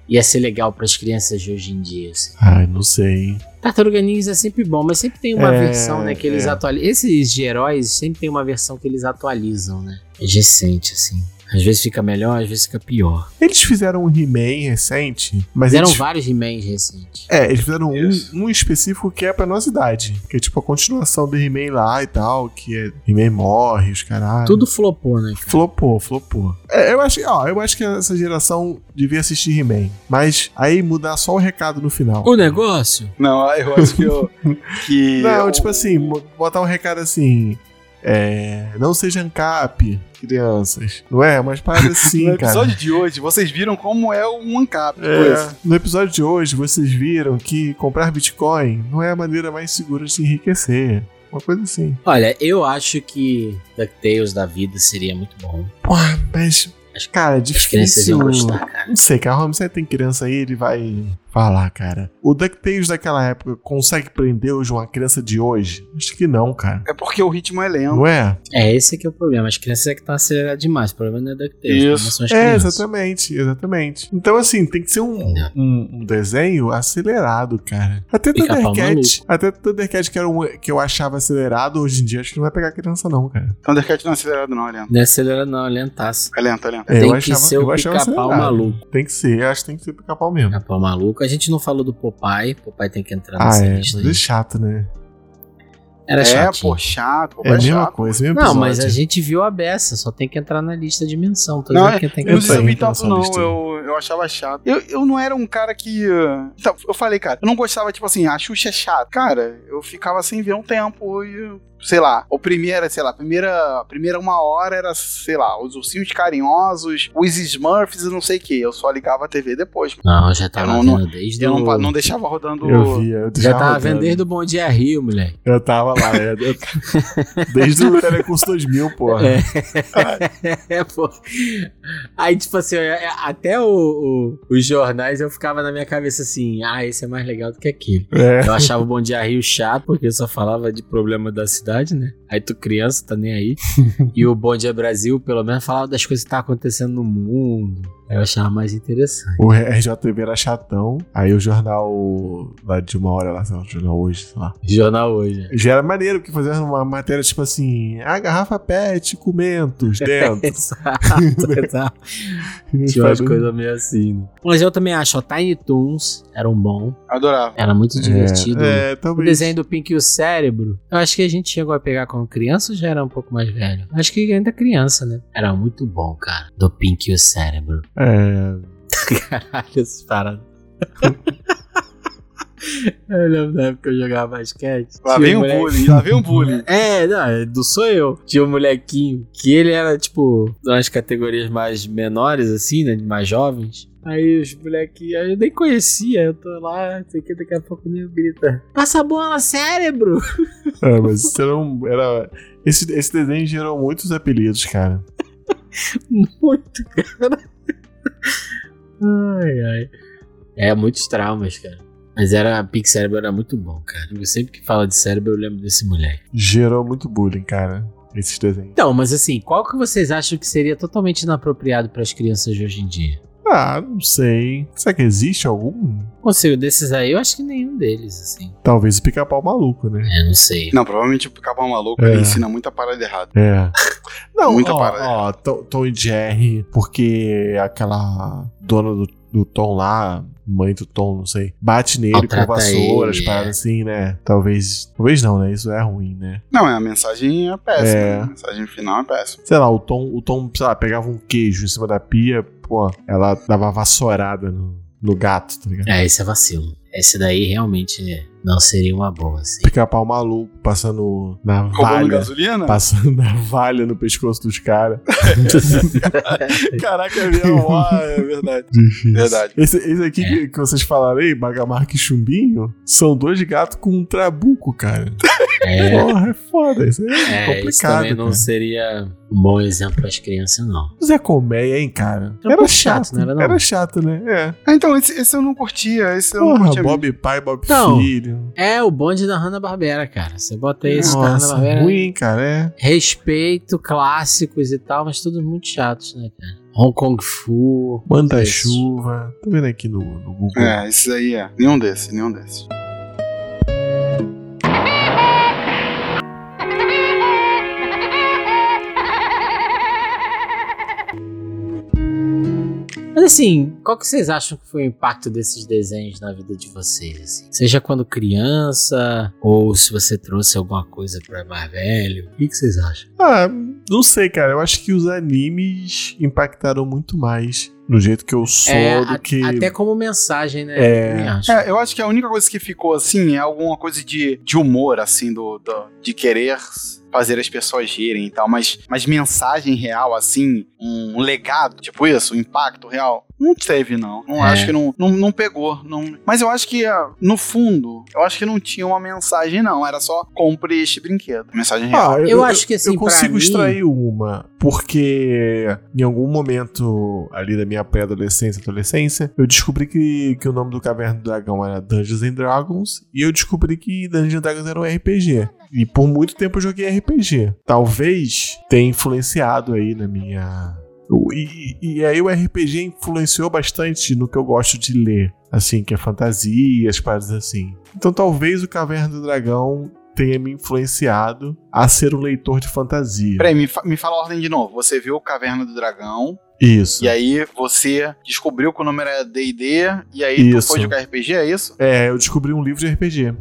[SPEAKER 2] ia ser legal para as crianças de hoje em dia? assim?
[SPEAKER 3] Ai, não sei, hein?
[SPEAKER 2] Tartaruga Ninja é sempre bom, mas sempre tem uma
[SPEAKER 3] É,
[SPEAKER 2] versão, né, que eles
[SPEAKER 3] é.
[SPEAKER 2] atualizam. Esses de heróis sempre tem uma versão que eles atualizam, né? É recente, assim. Às vezes fica melhor, às vezes fica pior.
[SPEAKER 3] Eles fizeram um He-Man recente, mas
[SPEAKER 2] Fizeram
[SPEAKER 3] eles...
[SPEAKER 2] vários He-Mans recentes.
[SPEAKER 3] É, eles fizeram um,
[SPEAKER 4] Isso.
[SPEAKER 3] um específico que é pra nossa idade. Que é tipo a continuação do He-Man lá e tal, que é He-Man morre, os caralho.
[SPEAKER 2] Tudo flopou, né?
[SPEAKER 3] Flopou, flopou. É, eu, acho, ó, eu acho que essa geração devia assistir He-Man. Mas aí mudar só o recado no final.
[SPEAKER 2] O negócio?
[SPEAKER 4] Não, ah, eu acho que eu. que
[SPEAKER 3] *laughs* Não,
[SPEAKER 4] eu-
[SPEAKER 3] tipo assim, mo- botar um recado assim. É, não seja ancap, crianças. Não é? Mas parada
[SPEAKER 4] No
[SPEAKER 3] assim, cara.
[SPEAKER 4] episódio de hoje, vocês viram como é um ANCAP.
[SPEAKER 3] É, no episódio de hoje, vocês viram que comprar Bitcoin não é a maneira mais segura de se enriquecer. Uma coisa assim.
[SPEAKER 2] Olha, eu acho que DuckTales da vida seria muito bom.
[SPEAKER 3] Porra, mas. Cara, é difícil.
[SPEAKER 2] As crianças iam gostar, cara.
[SPEAKER 3] Não sei, cara. O Homicide tem criança aí, ele vai falar, cara. O DuckTales daquela época consegue prender hoje uma criança de hoje? Acho que não, cara.
[SPEAKER 4] É porque o ritmo é lento.
[SPEAKER 3] Não é?
[SPEAKER 2] É, esse que é o problema. As crianças é que estão aceleradas demais. O problema não é DuckTales, o
[SPEAKER 4] Isso.
[SPEAKER 2] problema são as
[SPEAKER 3] É,
[SPEAKER 2] crianças.
[SPEAKER 3] exatamente, exatamente. Então, assim, tem que ser um, um- um desenho acelerado, cara. Até
[SPEAKER 2] Fica pau
[SPEAKER 3] Thundercat, até Thundercat que, era um, que eu achava acelerado, hoje em dia acho que não vai pegar criança não, cara.
[SPEAKER 4] Thundercat não é acelerado, não, é lento.
[SPEAKER 2] Não é acelerado não, é lentaço.
[SPEAKER 4] É lento, é lento.
[SPEAKER 3] É,
[SPEAKER 2] Tem
[SPEAKER 3] eu
[SPEAKER 2] que
[SPEAKER 3] achava-
[SPEAKER 2] ser
[SPEAKER 3] eu
[SPEAKER 2] o
[SPEAKER 3] achava
[SPEAKER 2] pica-pau
[SPEAKER 3] acelerado.
[SPEAKER 2] maluco.
[SPEAKER 3] Tem que ser, eu acho que tem que ser pica-pau mesmo.
[SPEAKER 2] Pica-pau Né, maluco. A gente não falou do Popeye. Popeye tem que entrar
[SPEAKER 3] Ah,
[SPEAKER 2] nessa
[SPEAKER 3] é,
[SPEAKER 2] lista
[SPEAKER 3] mas
[SPEAKER 2] aí.
[SPEAKER 3] é chato, né?
[SPEAKER 2] Era
[SPEAKER 4] é,
[SPEAKER 2] chato.
[SPEAKER 4] pô, um chato, pô,
[SPEAKER 3] É a mesma
[SPEAKER 4] chato.
[SPEAKER 3] coisa, mesmo
[SPEAKER 2] Não,
[SPEAKER 3] episódio.
[SPEAKER 2] mas a gente viu a beça. Só tem que entrar na lista de menção. Tô
[SPEAKER 4] Não, é,
[SPEAKER 2] dizendo que tem que
[SPEAKER 4] Eu não
[SPEAKER 3] Eu
[SPEAKER 2] entrar.
[SPEAKER 3] sei.
[SPEAKER 4] sabia
[SPEAKER 3] então,
[SPEAKER 4] tanto,
[SPEAKER 3] essa
[SPEAKER 4] não.
[SPEAKER 3] lista aí.
[SPEAKER 4] Eu, eu achava chato. Eu, eu não era um cara que. uh, Então, eu falei, cara, eu não gostava, tipo assim, a Xuxa é chata. Cara, eu ficava sem ver um tempo e. Sei lá, o primeiro, era, sei lá, a primeira, a primeira uma hora era, sei lá, os ursinhos carinhosos, os Smurfs e não sei o que. Eu só ligava a TV depois.
[SPEAKER 2] Não, já tava
[SPEAKER 4] Eu não-
[SPEAKER 2] vendo desde
[SPEAKER 4] Eu
[SPEAKER 2] o...
[SPEAKER 4] não, pa- não né, deixava rodando.
[SPEAKER 3] Eu via, eu
[SPEAKER 2] já tava
[SPEAKER 3] rodando.
[SPEAKER 2] vendo desde o Bom Dia Rio, moleque. *laughs*
[SPEAKER 3] Eu tava lá, é, eu- desde o Telecurso 2000, porra.
[SPEAKER 2] É. É, pô. Aí, tipo assim, eu- eu- até o- o- os jornais eu ficava na minha cabeça assim, ah, esse é mais legal do que aquele.
[SPEAKER 3] É.
[SPEAKER 2] Eu achava o Bom Dia Rio chato, porque só falava de problema da cidade, né? Aí tu criança, tá nem aí. E o Bom Dia Brasil, pelo menos, falava das coisas que tá acontecendo no mundo. Aí eu achava mais interessante.
[SPEAKER 3] O RJTV era chatão. Aí o jornal lá de uma hora lá, sei lá, o jornal hoje, sei lá.
[SPEAKER 2] Jornal
[SPEAKER 3] *laughs*
[SPEAKER 2] hoje. né?
[SPEAKER 3] Já era maneiro, porque fazia uma matéria tipo assim: a garrafa pet,
[SPEAKER 2] *laughs*
[SPEAKER 3] comentos, dentro. Tipo,
[SPEAKER 2] Exato, exato. Tinha umas coisas meio assim. né? Mas eu também acho, ó, Tiny Toons era um bom,
[SPEAKER 4] Adorava.
[SPEAKER 2] era muito divertido.
[SPEAKER 3] É, é
[SPEAKER 2] O
[SPEAKER 3] talvez.
[SPEAKER 2] desenho do Pink e o cérebro, eu acho que a gente chegou a pegar como criança ou já era um pouco mais velho? Acho que ainda criança, né? Era muito bom, cara. Do Pink e o cérebro.
[SPEAKER 3] É,
[SPEAKER 2] *laughs* Caralho, essas paradas. *laughs* eu lembro da época que eu jogava basquete.
[SPEAKER 4] Lá
[SPEAKER 2] Tinha um
[SPEAKER 4] vem o
[SPEAKER 2] moleque-
[SPEAKER 4] bullying, lá vem o bullying.
[SPEAKER 2] É, não, é do sou eu. Tinha um molequinho que ele era, tipo, nas categorias mais menores, assim, né? de Mais jovens. Aí os molequinhos, aí eu nem conhecia, eu tô lá, sei que daqui a pouco nem grita. Passa a bola, cérebro!
[SPEAKER 3] é, mas isso era, um, era esse, esse desenho gerou muitos apelidos, cara.
[SPEAKER 2] Muito, cara. Ai, ai. É, muitos traumas, cara. Mas era, Pink Cérebro era muito bom, cara. Eu sempre que fala de cérebro, eu lembro desse moleque.
[SPEAKER 3] Gerou muito bullying, cara. Esses desenhos.
[SPEAKER 2] Então, mas assim, qual que vocês acham que seria totalmente inapropriado para as crianças de hoje em dia?
[SPEAKER 3] Ah, não sei. Será que existe algum?
[SPEAKER 2] Conselho desses aí, eu acho que nenhum deles, assim.
[SPEAKER 3] Talvez o pica-pau maluco, né?
[SPEAKER 2] É, não sei.
[SPEAKER 4] Não, provavelmente o Capão Maluco
[SPEAKER 3] É.
[SPEAKER 4] ele ensina muita parada errada.
[SPEAKER 3] É. Não,
[SPEAKER 4] Muita
[SPEAKER 3] ó,
[SPEAKER 4] parada.
[SPEAKER 3] ó, Tom, Tom e Jerry, porque aquela dona do, do Tom lá, mãe do Tom, não sei, bate nele com
[SPEAKER 2] Maltrata
[SPEAKER 3] vassouras,
[SPEAKER 2] ele, é.
[SPEAKER 3] paradas assim, né? Talvez. Talvez não, né? Isso é ruim, né?
[SPEAKER 4] Não, é, a mensagem é péssima.
[SPEAKER 3] É.
[SPEAKER 4] né? A mensagem final é péssima.
[SPEAKER 3] Sei lá, o Tom, o Tom, sei lá, pegava um queijo em cima da pia, pô, ela dava uma vassourada no, no gato, tá ligado?
[SPEAKER 2] É, esse é vacilo. Esse daí realmente né, não seria uma boa, assim.
[SPEAKER 3] Pica-pau maluco, passando na
[SPEAKER 4] Roubando
[SPEAKER 3] valha.
[SPEAKER 4] gasolina?
[SPEAKER 3] *laughs* Passando na valha no pescoço dos caras.
[SPEAKER 4] Caraca, é mesmo, *laughs* ó, é verdade.
[SPEAKER 3] Difícil.
[SPEAKER 4] Verdade.
[SPEAKER 3] Esse, esse
[SPEAKER 2] É.
[SPEAKER 3] aqui que, que vocês falaram aí, Bagamarca e Chumbinho, são dois gatos com um trabuco, cara. *laughs*
[SPEAKER 2] É,
[SPEAKER 3] Porra, é foda. Isso é,
[SPEAKER 2] é,
[SPEAKER 3] complicado.
[SPEAKER 2] isso também não
[SPEAKER 3] cara.
[SPEAKER 2] seria um bom exemplo para as crianças, não.
[SPEAKER 3] Zé Colmeia, hein, cara?
[SPEAKER 2] Era um pouco chato, não era não?
[SPEAKER 3] chato, né? É.
[SPEAKER 4] Ah, então, esse, esse eu não curtia. Esse eu não
[SPEAKER 3] Porra,
[SPEAKER 4] curtia.
[SPEAKER 3] Bob Pai, Bob
[SPEAKER 2] Não.
[SPEAKER 3] Filho.
[SPEAKER 2] É o bonde da Hanna-Barbera, cara. Você bota isso da
[SPEAKER 3] Nossa,
[SPEAKER 2] Hanna-Barbera.
[SPEAKER 3] ruim, cara. É.
[SPEAKER 2] Respeito, clássicos e tal, mas todos muito chatos, né, cara? Hong Kong Fu.
[SPEAKER 3] Manda
[SPEAKER 2] Isso.
[SPEAKER 3] chuva. Tô vendo aqui no, no Google.
[SPEAKER 4] É, esses aí é. Nenhum desses, nenhum desses.
[SPEAKER 2] Mas assim, qual que vocês acham que foi o impacto desses desenhos na vida de vocês? assim? Seja quando criança, ou se você trouxe alguma coisa pra mais velho. O que, que vocês acham?
[SPEAKER 3] Ah, não sei, cara. Eu acho que os animes impactaram muito mais no jeito que eu sou do
[SPEAKER 2] É, a-
[SPEAKER 3] que.
[SPEAKER 2] Até como mensagem, né?
[SPEAKER 3] É.
[SPEAKER 2] Eu também acho.
[SPEAKER 4] É, eu acho que a única coisa que ficou assim é alguma coisa de, de humor, assim, do, do- de querer fazer as pessoas rirem e tal, mas, mas mensagem real, assim, um legado, tipo isso, um impacto real, não teve, não. Não
[SPEAKER 2] É.
[SPEAKER 4] acho que não, não, não pegou. Não... Mas eu acho que, ah, no fundo, eu acho que não tinha uma mensagem, não. Era só compre este brinquedo. Mensagem real.
[SPEAKER 3] Ah,
[SPEAKER 2] Eu acho que, assim,
[SPEAKER 3] Eu consigo
[SPEAKER 2] pra mim-
[SPEAKER 3] extrair uma, porque em algum momento ali da minha pré-adolescência, adolescência, eu descobri que, que o nome do Caverna do Dragão era Dungeons and Dragons, e eu descobri que Dungeons and Dragons era um RPG. E por muito tempo eu joguei RPG. Talvez tenha influenciado aí na minha. o- E, e- e aí o RPG influenciou bastante no que eu gosto de ler, assim, que é fantasia, as paradas assim. Então talvez o Caverna do Dragão tenha me influenciado a ser um leitor de fantasia.
[SPEAKER 4] Peraí, me, fa- me fala a ordem de novo. Você viu Caverna do Dragão,
[SPEAKER 3] Isso.
[SPEAKER 4] e aí você descobriu que o número era D&D, e aí tu
[SPEAKER 3] Isso.
[SPEAKER 4] foi jogar RPG, é isso?
[SPEAKER 3] É, eu descobri um livro de RPG.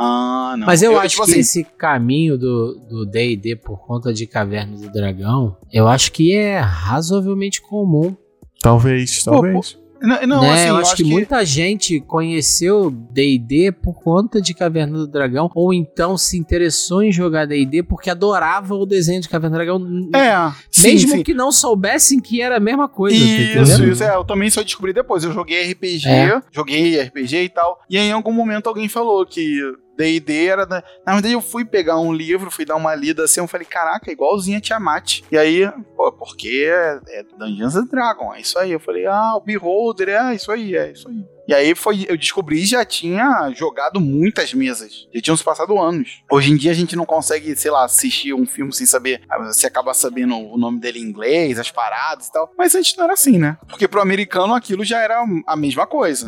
[SPEAKER 4] Ah, não.
[SPEAKER 2] Mas eu, acho
[SPEAKER 4] tipo
[SPEAKER 2] que
[SPEAKER 4] assim,
[SPEAKER 2] esse caminho do do D&D por conta de Caverna do Dragão, eu acho que é razoavelmente comum.
[SPEAKER 3] Talvez,
[SPEAKER 4] Pô,
[SPEAKER 3] talvez.
[SPEAKER 4] Não, não,
[SPEAKER 2] né?
[SPEAKER 4] assim,
[SPEAKER 2] eu acho que, muita gente conheceu D&D por conta de Caverna do Dragão, ou então se interessou em jogar D&D porque adorava o desenho de Caverna do Dragão, n-
[SPEAKER 4] É,
[SPEAKER 2] mesmo
[SPEAKER 4] sim, sim.
[SPEAKER 2] que não soubessem que era a mesma coisa. tá
[SPEAKER 4] Isso,
[SPEAKER 2] entendendo?
[SPEAKER 4] isso, é, eu também só descobri depois. Eu joguei RPG,
[SPEAKER 2] É.
[SPEAKER 4] joguei RPG e tal. E aí, em algum momento, alguém falou que D&D era... Da... Na verdade, eu fui pegar um livro, fui dar uma lida assim, eu falei, caraca, igualzinho a Tiamat. E aí, pô, porque é, é Dungeons and Dragons, é isso aí. Eu falei, ah, o Beholder, é isso aí, é isso aí. E aí foi, eu descobri e já tinha jogado muitas mesas. Já tinham se passado anos. Hoje em dia a gente não consegue, sei lá, assistir um filme sem saber. ah, Você acaba sabendo o nome dele em inglês, as paradas e tal. Mas antes não era assim, né? Porque pro americano aquilo já era a mesma coisa.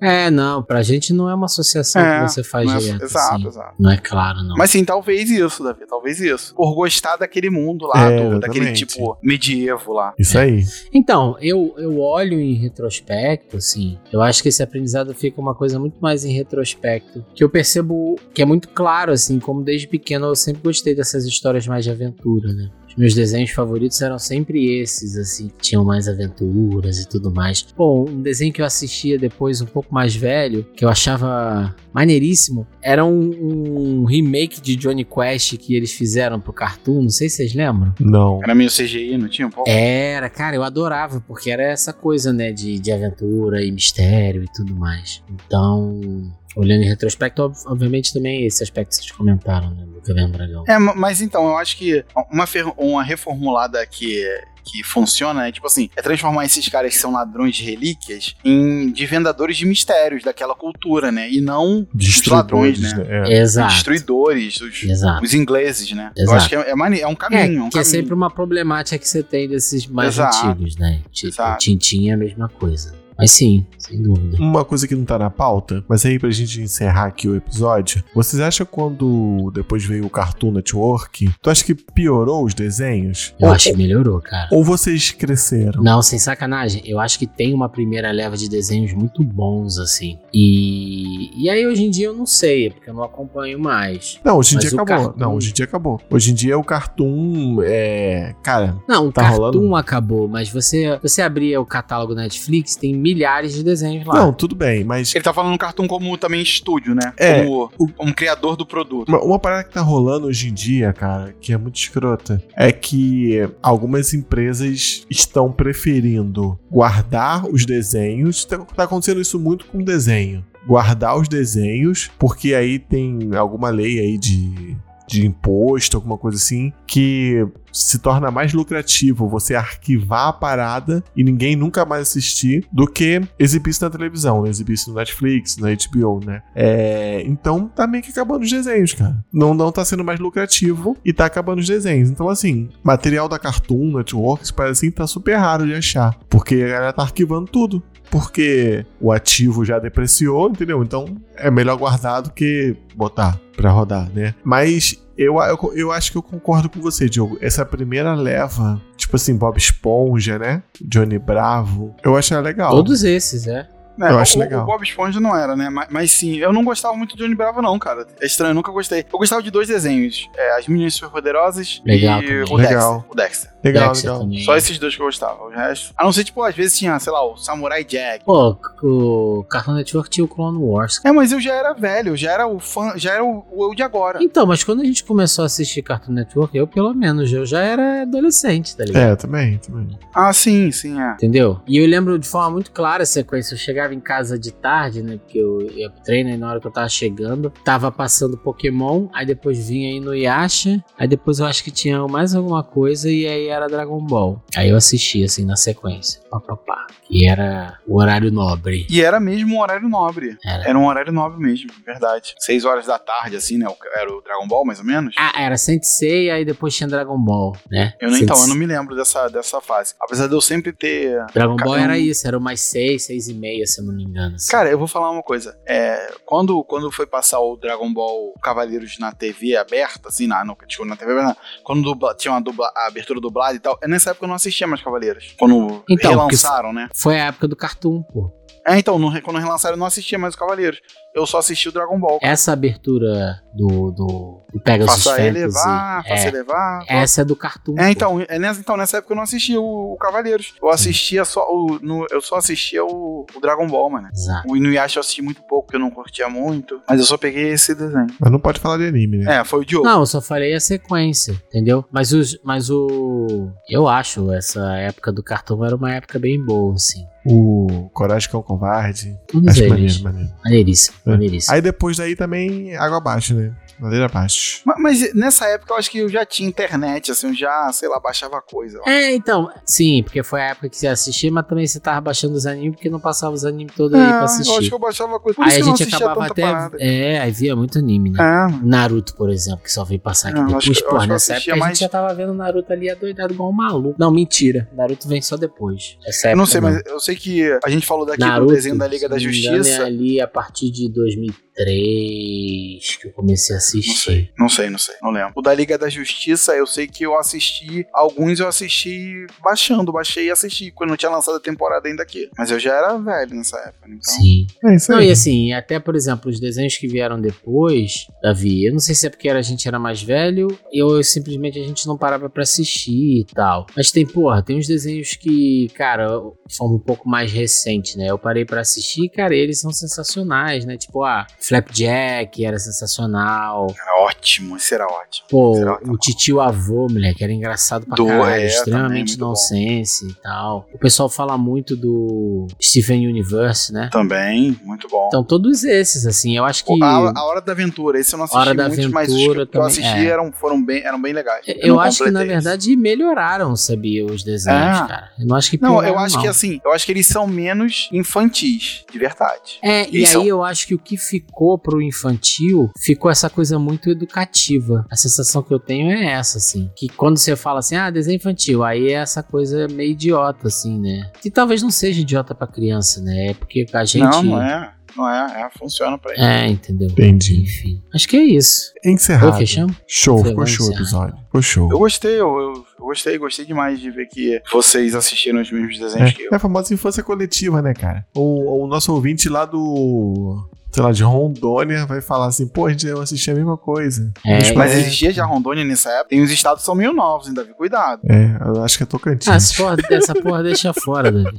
[SPEAKER 2] É, não, pra gente não é uma associação
[SPEAKER 4] É,
[SPEAKER 2] que você faz
[SPEAKER 4] Não é-
[SPEAKER 2] direto,
[SPEAKER 4] exato,
[SPEAKER 2] assim.
[SPEAKER 4] exato.
[SPEAKER 2] Não é claro, não.
[SPEAKER 4] Mas sim, talvez isso, Davi, talvez isso. Por gostar daquele mundo lá,
[SPEAKER 3] É,
[SPEAKER 4] do- daquele
[SPEAKER 3] exatamente.
[SPEAKER 4] tipo medievo lá.
[SPEAKER 3] Isso aí.
[SPEAKER 2] Então, eu, eu olho em retrospecto, assim, eu acho que esse aprendizado fica uma coisa muito mais em retrospecto, que eu percebo que é muito claro, assim, como desde pequeno eu sempre gostei dessas histórias mais de aventura, né? Os meus desenhos favoritos eram sempre esses, assim, que tinham mais aventuras e tudo mais. Pô, um desenho que eu assistia depois, um pouco mais velho, que eu achava maneiríssimo, era um, um remake de Johnny Quest que eles fizeram pro Cartoon, não sei se vocês lembram.
[SPEAKER 3] Não.
[SPEAKER 4] Era meio CGI, não
[SPEAKER 3] É,
[SPEAKER 4] tinha um pouco?
[SPEAKER 2] Era, cara, eu adorava, porque era essa coisa, né, de, de aventura e mistério e tudo mais. Então, olhando em retrospecto, ob- obviamente também esse aspecto que vocês comentaram, né, do Caverna do Dragão.
[SPEAKER 4] É, ma- mas então, eu acho que uma, fer- uma reformulada que, que funciona é tipo assim: é transformar esses caras que são ladrões de relíquias em de vendedores de mistérios daquela cultura, né? E não os ladrões, né?
[SPEAKER 3] É.
[SPEAKER 2] Exato.
[SPEAKER 4] Destruidores, os,
[SPEAKER 2] Exato.
[SPEAKER 4] os ingleses, né? Eu
[SPEAKER 2] Exato.
[SPEAKER 4] acho que é, é, mane- é um
[SPEAKER 2] É,
[SPEAKER 4] caminho. um
[SPEAKER 2] que é
[SPEAKER 4] caminho.
[SPEAKER 2] sempre uma problemática que você tem desses mais
[SPEAKER 4] Exato.
[SPEAKER 2] antigos, né? Tipo,
[SPEAKER 4] Exato.
[SPEAKER 2] Tintin é a mesma coisa. Mas sim, sem dúvida.
[SPEAKER 3] Uma coisa que não tá na pauta, mas aí pra gente encerrar aqui o episódio, vocês acham quando depois veio o Cartoon Network, tu acha que piorou os desenhos?
[SPEAKER 2] Eu
[SPEAKER 3] ou,
[SPEAKER 2] acho que melhorou, cara.
[SPEAKER 3] ou vocês cresceram?
[SPEAKER 2] Não, sem sacanagem. Eu acho que tem uma primeira leva de desenhos muito bons, assim. E, e aí hoje em dia eu não sei, é porque eu não acompanho mais.
[SPEAKER 3] Não, hoje em
[SPEAKER 2] Mas
[SPEAKER 3] dia
[SPEAKER 2] o
[SPEAKER 3] acabou.
[SPEAKER 2] Cartoon-
[SPEAKER 3] Não, hoje em dia acabou. Hoje em dia o Cartoon é. Cara,
[SPEAKER 2] Não, o
[SPEAKER 3] Tá
[SPEAKER 2] Cartoon
[SPEAKER 3] rolando?
[SPEAKER 2] acabou, mas você, você abria o catálogo Netflix, tem milhares de desenhos lá.
[SPEAKER 3] não, tudo bem, mas
[SPEAKER 4] Ele tá falando no cartoon como também estúdio, né?
[SPEAKER 3] É.
[SPEAKER 4] Como um criador do produto.
[SPEAKER 3] Uma, uma parada que tá rolando hoje em dia, cara, que é muito escrota, é que algumas empresas estão preferindo guardar os desenhos. Tá, tá acontecendo isso muito com desenho. guardar os desenhos, porque aí tem alguma lei aí de, de imposto, alguma coisa assim, que se torna mais lucrativo você arquivar a parada e ninguém nunca mais assistir do que exibir isso na televisão, né? exibir isso no Netflix, na HBO, né? É, então tá meio que acabando os desenhos, cara. Não, não tá sendo mais lucrativo e tá acabando os desenhos. Então, assim, material da Cartoon, Networks, parece assim, tá super raro de achar, porque a galera tá arquivando tudo. Porque o ativo já depreciou, entendeu? Então é melhor guardar do que botar pra rodar, né? Mas eu, eu, eu acho que eu concordo com você, Diogo. Essa primeira leva, tipo assim, Bob Esponja, né? Johnny Bravo, eu acho ela legal.
[SPEAKER 2] Todos esses, é.
[SPEAKER 4] É,
[SPEAKER 3] Eu
[SPEAKER 4] o-
[SPEAKER 3] acho
[SPEAKER 4] o,
[SPEAKER 3] legal.
[SPEAKER 4] O Bob Esponja não era, né? Mas, mas sim, eu não gostava muito de Johnny Bravo, não, cara. É estranho, eu nunca gostei. Eu gostava de dois desenhos: é, As Meninas Superpoderosas
[SPEAKER 2] Legal
[SPEAKER 4] e
[SPEAKER 2] também.
[SPEAKER 4] o
[SPEAKER 3] Legal.
[SPEAKER 4] Dexter. O Dexter.
[SPEAKER 3] Legal,
[SPEAKER 2] Dexter
[SPEAKER 3] legal.
[SPEAKER 2] também.
[SPEAKER 4] Só esses dois que eu gostava. O resto. A não ser, tipo, às vezes tinha, sei lá, o Samurai Jack.
[SPEAKER 2] Pô, o Cartoon Network tinha o Clone Wars.
[SPEAKER 4] É, mas eu já era velho, eu já era o fã, já era o, o eu de agora.
[SPEAKER 2] Então, mas quando a gente começou a assistir Cartoon Network, eu pelo menos, eu já era adolescente, tá ligado?
[SPEAKER 3] É, também, também.
[SPEAKER 4] Ah, sim, sim, é.
[SPEAKER 2] Entendeu? E eu lembro de forma muito clara a sequência. Eu chegava em casa de tarde, né? Porque eu ia pro treino e na hora que eu tava chegando, tava passando Pokémon, aí depois vinha aí no Yasha, aí depois eu acho que tinha mais alguma coisa e aí era Dragon Ball. Aí eu assistia assim na sequência. Pá, pá, pá. E era o horário nobre.
[SPEAKER 4] E era mesmo um horário nobre.
[SPEAKER 2] Era.
[SPEAKER 4] Era um horário nobre mesmo, verdade. Seis horas da tarde, assim, né? o- Era o Dragon Ball, mais ou menos.
[SPEAKER 2] Ah, era Sensei, aí depois tinha Dragon Ball, né?
[SPEAKER 4] Eu não, então, eu
[SPEAKER 2] Sensei.
[SPEAKER 4] não me lembro dessa, dessa fase. Apesar de eu sempre ter
[SPEAKER 2] Dragon Ball
[SPEAKER 4] Cada um-
[SPEAKER 2] era isso, era o mais seis, seis e meia, se eu não me engano. assim.
[SPEAKER 4] Cara, eu vou falar uma coisa. É, quando, quando foi passar o Dragon Ball Cavaleiros na TV aberta, assim, na, no, tipo, na TV aberta, não. quando dubla- tinha uma dubla- a abertura dublada e tal, eu nessa época eu não assistia mais Cavaleiros. Quando
[SPEAKER 2] Então,
[SPEAKER 4] relançaram, né?
[SPEAKER 2] Foi a época do Cartoon, pô.
[SPEAKER 4] É, então, no- quando relançaram eu não assistia mais o Cavaleiros. Eu só assisti o Dragon Ball.
[SPEAKER 2] Essa abertura do, do, do Pegasus
[SPEAKER 4] faça
[SPEAKER 2] Fantasy.
[SPEAKER 4] elevar,
[SPEAKER 2] é,
[SPEAKER 4] faça elevar.
[SPEAKER 2] Essa é do Cartoon.
[SPEAKER 4] É,
[SPEAKER 2] pô.
[SPEAKER 4] então, é nessa, então, nessa época eu não assistia o, o Cavaleiros. Eu assistia só o. no- eu só assistia o, o Dragon Ball, mano.
[SPEAKER 2] Exato.
[SPEAKER 4] O Inuyasha eu assisti muito pouco, porque eu não curtia muito. Mas eu só peguei esse desenho.
[SPEAKER 3] Mas não pode falar de anime, né?
[SPEAKER 4] É, foi o Diogo.
[SPEAKER 2] Não, eu só falei a sequência, entendeu? Mas, os, mas o. Eu acho essa época do Cartoon era uma época bem boa, assim.
[SPEAKER 3] O Coragem que é um covarde.
[SPEAKER 2] Todos
[SPEAKER 3] acho
[SPEAKER 2] eles.
[SPEAKER 3] maneiro, maneiro.
[SPEAKER 2] Maneiríssimo,
[SPEAKER 3] É.
[SPEAKER 2] maneiríssimo.
[SPEAKER 3] Aí depois daí também água abaixo, né? Madeira abaixo.
[SPEAKER 4] Ma- Mas, nessa época eu acho que eu já tinha internet, assim, eu já, sei lá, baixava coisa.
[SPEAKER 2] É, então, sim, porque foi a época que você assistia, mas também você tava baixando os animes, porque não passava os animes todos aí pra
[SPEAKER 4] Ah, eu acho
[SPEAKER 2] assistir.
[SPEAKER 4] que eu baixava coisa. Por
[SPEAKER 2] Aí
[SPEAKER 4] isso
[SPEAKER 2] a
[SPEAKER 4] que eu não
[SPEAKER 2] gente
[SPEAKER 4] assistia
[SPEAKER 2] acabava
[SPEAKER 4] tanta
[SPEAKER 2] até.
[SPEAKER 4] parada.
[SPEAKER 2] É, aí via muito anime, né?
[SPEAKER 4] É, mano.
[SPEAKER 2] Naruto, por exemplo, que só veio passar aqui
[SPEAKER 4] Ah, eu acho
[SPEAKER 2] depois.
[SPEAKER 4] que- eu
[SPEAKER 2] Pô,
[SPEAKER 4] acho que eu
[SPEAKER 2] nessa
[SPEAKER 4] assistia
[SPEAKER 2] época a
[SPEAKER 4] mais-
[SPEAKER 2] gente já tava vendo Naruto ali adoidado igual um maluco. Não, mentira. Naruto vem só depois. Essa
[SPEAKER 4] Eu
[SPEAKER 2] época né?
[SPEAKER 4] não sei, mas eu sei que a gente falou daqui do desenho da Liga
[SPEAKER 2] se
[SPEAKER 4] da
[SPEAKER 2] não me engano,
[SPEAKER 4] Justiça.
[SPEAKER 2] é ali a partir de 2003 que eu comecei a assistir.
[SPEAKER 4] Não sei, não sei, não sei, não lembro. O da Liga da Justiça, eu sei que eu assisti, alguns eu assisti baixando, baixei e assisti, quando não tinha lançado a temporada ainda aqui. Mas eu já era velho nessa época, então.
[SPEAKER 2] Sim.
[SPEAKER 3] É isso
[SPEAKER 2] Não, e
[SPEAKER 3] aí.
[SPEAKER 2] assim, até, por exemplo, os desenhos que vieram depois, Davi, eu não sei se é porque era- a gente era mais velho ou eu, simplesmente a gente não parava pra assistir e tal. Mas tem, porra, tem uns desenhos que, cara, são um pouco mais recentes, né? Eu parei pra assistir e, cara, eles são sensacionais, né? Tipo, ah, Flapjack era sensacional.
[SPEAKER 4] Era ótimo, isso era ótimo.
[SPEAKER 2] Pô,
[SPEAKER 4] Será que tá
[SPEAKER 2] o titio avô, moleque, era engraçado pra
[SPEAKER 4] Do-
[SPEAKER 2] caralho,
[SPEAKER 4] é, também,
[SPEAKER 2] extremamente
[SPEAKER 4] muito bom.
[SPEAKER 2] nonsense e tal. O pessoal fala muito do Steven Universe, né?
[SPEAKER 4] Também, muito bom.
[SPEAKER 2] Então todos esses, assim, eu acho que...
[SPEAKER 4] A, a Hora da Aventura, esse eu não assisti
[SPEAKER 2] Hora da
[SPEAKER 4] muitos, mas os que
[SPEAKER 2] Aventura
[SPEAKER 4] eu
[SPEAKER 2] também,
[SPEAKER 4] assisti
[SPEAKER 2] é.
[SPEAKER 4] eram, foram bem, eram bem legais.
[SPEAKER 2] Eu,
[SPEAKER 4] não
[SPEAKER 2] acho que, na
[SPEAKER 4] completei eles.
[SPEAKER 2] verdade, melhoraram, sabia, os desenhos,
[SPEAKER 4] Ah.
[SPEAKER 2] cara. Eu não acho que
[SPEAKER 4] Não, eu
[SPEAKER 2] pioraram,
[SPEAKER 4] acho que assim, eu acho que eles são menos infantis, de verdade.
[SPEAKER 2] É, e
[SPEAKER 4] eles são-
[SPEAKER 2] aí eu acho que o que ficou pro infantil ficou essa coisa muito educativa. A sensação que eu tenho é essa, assim. Que quando você fala assim, ah, desenho infantil, aí é essa coisa meio idiota, assim, né? Que talvez não seja idiota pra criança, né? É porque a gente.
[SPEAKER 4] Não, não é. Não é, é, funciona pra eles.
[SPEAKER 2] É, entendeu?
[SPEAKER 3] Entendi.
[SPEAKER 2] Enfim. Acho que é isso. é
[SPEAKER 3] Encerrado.
[SPEAKER 2] Pô, fechamos?
[SPEAKER 3] Show,
[SPEAKER 2] Você
[SPEAKER 3] ficou
[SPEAKER 2] vai
[SPEAKER 3] show o
[SPEAKER 2] encerrar.
[SPEAKER 3] episódio. Ficou show.
[SPEAKER 4] Eu gostei, eu, eu- eu gostei, gostei demais de ver que vocês assistiram os mesmos desenhos que eu.
[SPEAKER 3] É, é a famosa infância coletiva, né, cara? O, o nosso ouvinte lá do. Sei lá, de Rondônia vai falar assim, pô, a gente eu assisti a mesma coisa.
[SPEAKER 2] É,
[SPEAKER 4] Mas
[SPEAKER 2] é.
[SPEAKER 4] existia já Rondônia nessa época. Tem os estados que são meio novos ainda, viu? cuidado.
[SPEAKER 3] É, eu acho que é Tocantins.
[SPEAKER 2] Ah, essa porra, essa porra deixa fora, Davi.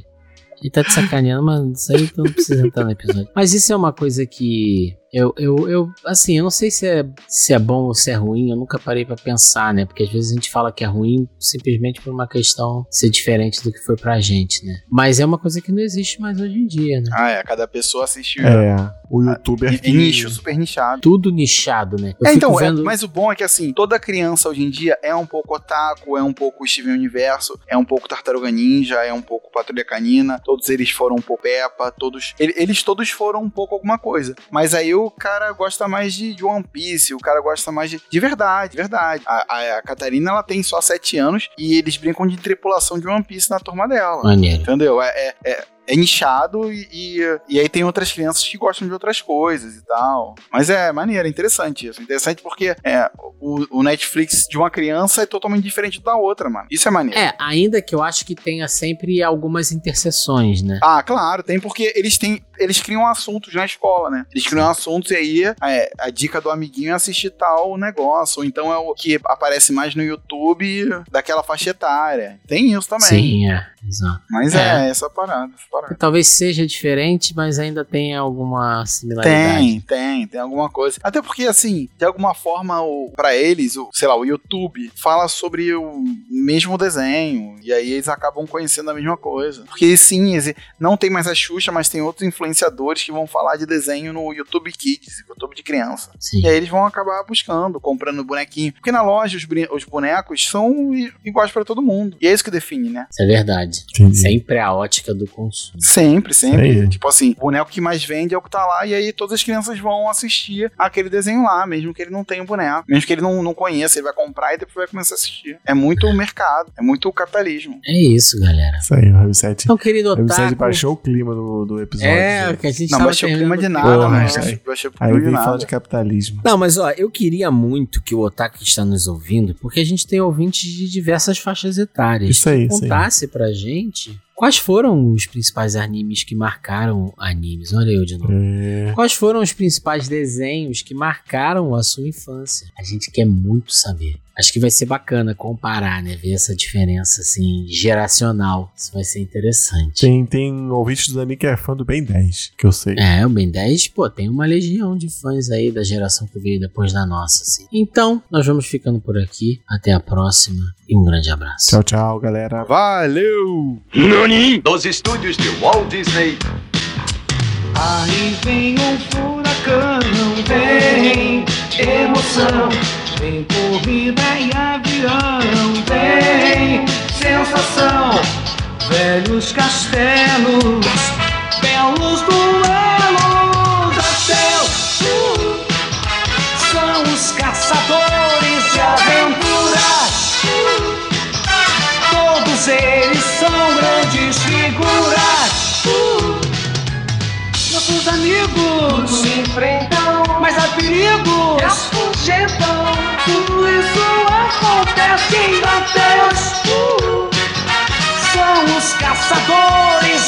[SPEAKER 2] Ele tá te sacaneando, mas isso aí tu não precisa entrar no episódio. Mas isso é uma coisa que eu, eu, eu assim, eu não sei se é, se é bom ou se é ruim, eu nunca parei pra pensar, né? Porque às vezes a gente fala que é ruim simplesmente por uma questão de ser diferente do que foi pra gente, né? Mas é uma coisa que não existe mais hoje em dia, né?
[SPEAKER 4] Ah, é. Cada pessoa assistiu.
[SPEAKER 3] É, o youtuber
[SPEAKER 4] É nicho, super nichado.
[SPEAKER 2] Tudo nichado, né? Eu
[SPEAKER 4] É,
[SPEAKER 2] fico
[SPEAKER 4] então, é,
[SPEAKER 2] vendo-
[SPEAKER 4] mas o bom é que assim, toda criança hoje em dia é um pouco otaku, é um pouco Steven Universo, é um pouco Tartaruga Ninja, é um pouco Patrulha Canina, todos eles foram um pouco Peppa, todos. ele- Eles todos foram um pouco alguma coisa. Mas aí o cara gosta mais de, de One Piece, o cara gosta mais de. De verdade, de verdade. A, a- a Catarina ela tem só 7 anos e eles brincam de tripulação de One Piece na turma dela.
[SPEAKER 2] Maneiro.
[SPEAKER 4] Entendeu? É, é- é- é nichado e, e, e aí tem outras crianças que gostam de outras coisas e tal. Mas é maneiro, é interessante isso. Interessante porque é, o, o Netflix de uma criança é totalmente diferente da outra, mano. Isso é maneiro.
[SPEAKER 2] É, ainda que eu acho que tenha sempre algumas interseções, né?
[SPEAKER 4] Ah, claro, tem porque eles têm. Eles criam assuntos na escola, né? Eles criam assuntos e aí é, a dica do amiguinho é assistir tal negócio. Ou então é o que aparece mais no YouTube daquela faixa etária. Tem isso também.
[SPEAKER 2] Sim, é. Exato.
[SPEAKER 4] Mas é, essa parada, essa parada.
[SPEAKER 2] Talvez seja diferente, mas ainda tem alguma similaridade.
[SPEAKER 4] Tem, tem, tem alguma coisa. Até porque, assim, de alguma forma, o, pra eles, o, sei lá, o YouTube fala sobre o mesmo desenho. E aí eles acabam conhecendo a mesma coisa. Porque sim, esse- não tem mais a Xuxa, mas tem outros influenciadores que vão falar de desenho no YouTube Kids, YouTube de criança.
[SPEAKER 2] Sim.
[SPEAKER 4] E aí eles vão acabar buscando, comprando bonequinho. Porque na loja os, brin- os bonecos são i- iguais pra todo mundo. E é isso que define, né?
[SPEAKER 2] Isso é verdade.
[SPEAKER 3] Entendi.
[SPEAKER 2] Sempre a ótica do consumo.
[SPEAKER 4] Sempre, sempre.
[SPEAKER 3] Aí.
[SPEAKER 4] Tipo assim, o boneco que mais vende é o que tá lá, e aí todas as crianças vão assistir aquele desenho lá, mesmo que ele não tenha o boneco. Mesmo que ele não, não conheça, ele vai comprar e depois vai começar a assistir. É muito o mercado, é muito o capitalismo.
[SPEAKER 2] É isso, galera.
[SPEAKER 3] Isso aí, o Ravi 7.
[SPEAKER 2] Então, querido
[SPEAKER 3] O Ravi 7
[SPEAKER 2] Otaku.
[SPEAKER 3] baixou o clima do, do episódio.
[SPEAKER 2] É, que a gente
[SPEAKER 4] né? Não
[SPEAKER 2] tava
[SPEAKER 4] baixou o clima
[SPEAKER 2] perdendo-
[SPEAKER 4] de nada, né?
[SPEAKER 3] Porra,
[SPEAKER 4] mano.
[SPEAKER 3] cara.
[SPEAKER 4] Baixou o
[SPEAKER 3] né? Aí
[SPEAKER 4] clima de
[SPEAKER 3] vem falar de
[SPEAKER 4] nada.
[SPEAKER 3] capitalismo.
[SPEAKER 2] Não, mas ó, eu queria muito que o Otaku que está nos ouvindo, porque a gente tem ouvintes de diversas faixas etárias.
[SPEAKER 3] Isso aí, isso aí.
[SPEAKER 2] contasse pra gente quais foram os principais animes que marcaram animes. Olha eu de novo.
[SPEAKER 3] É,
[SPEAKER 2] Quais foram os principais desenhos que marcaram a sua infância? A gente quer muito saber. Acho que vai ser bacana comparar, né? Ver essa diferença, assim, geracional. Isso vai ser interessante.
[SPEAKER 3] tem, tem ouvinte do Dani que é fã do Ben 10, que eu sei.
[SPEAKER 2] É, o Ben 10, pô, tem uma legião de fãs aí da geração que veio depois da nossa, assim. Então, nós vamos ficando por aqui. Até a próxima e um grande abraço.
[SPEAKER 3] Tchau, tchau, galera.
[SPEAKER 4] Valeu!
[SPEAKER 1] 何
[SPEAKER 7] Dos estúdios de Walt Disney. Aí vem um furacão, vem emoção, vem corrida e avião, vem sensação, velhos castelos, belos duelos, até o são os caçadores de aventuras. Todos eles são grandes figuras. Nossos amigos se enfrentam, mas há perigos. Afugentam. Tudo isso acontece em Deus. São os caçadores de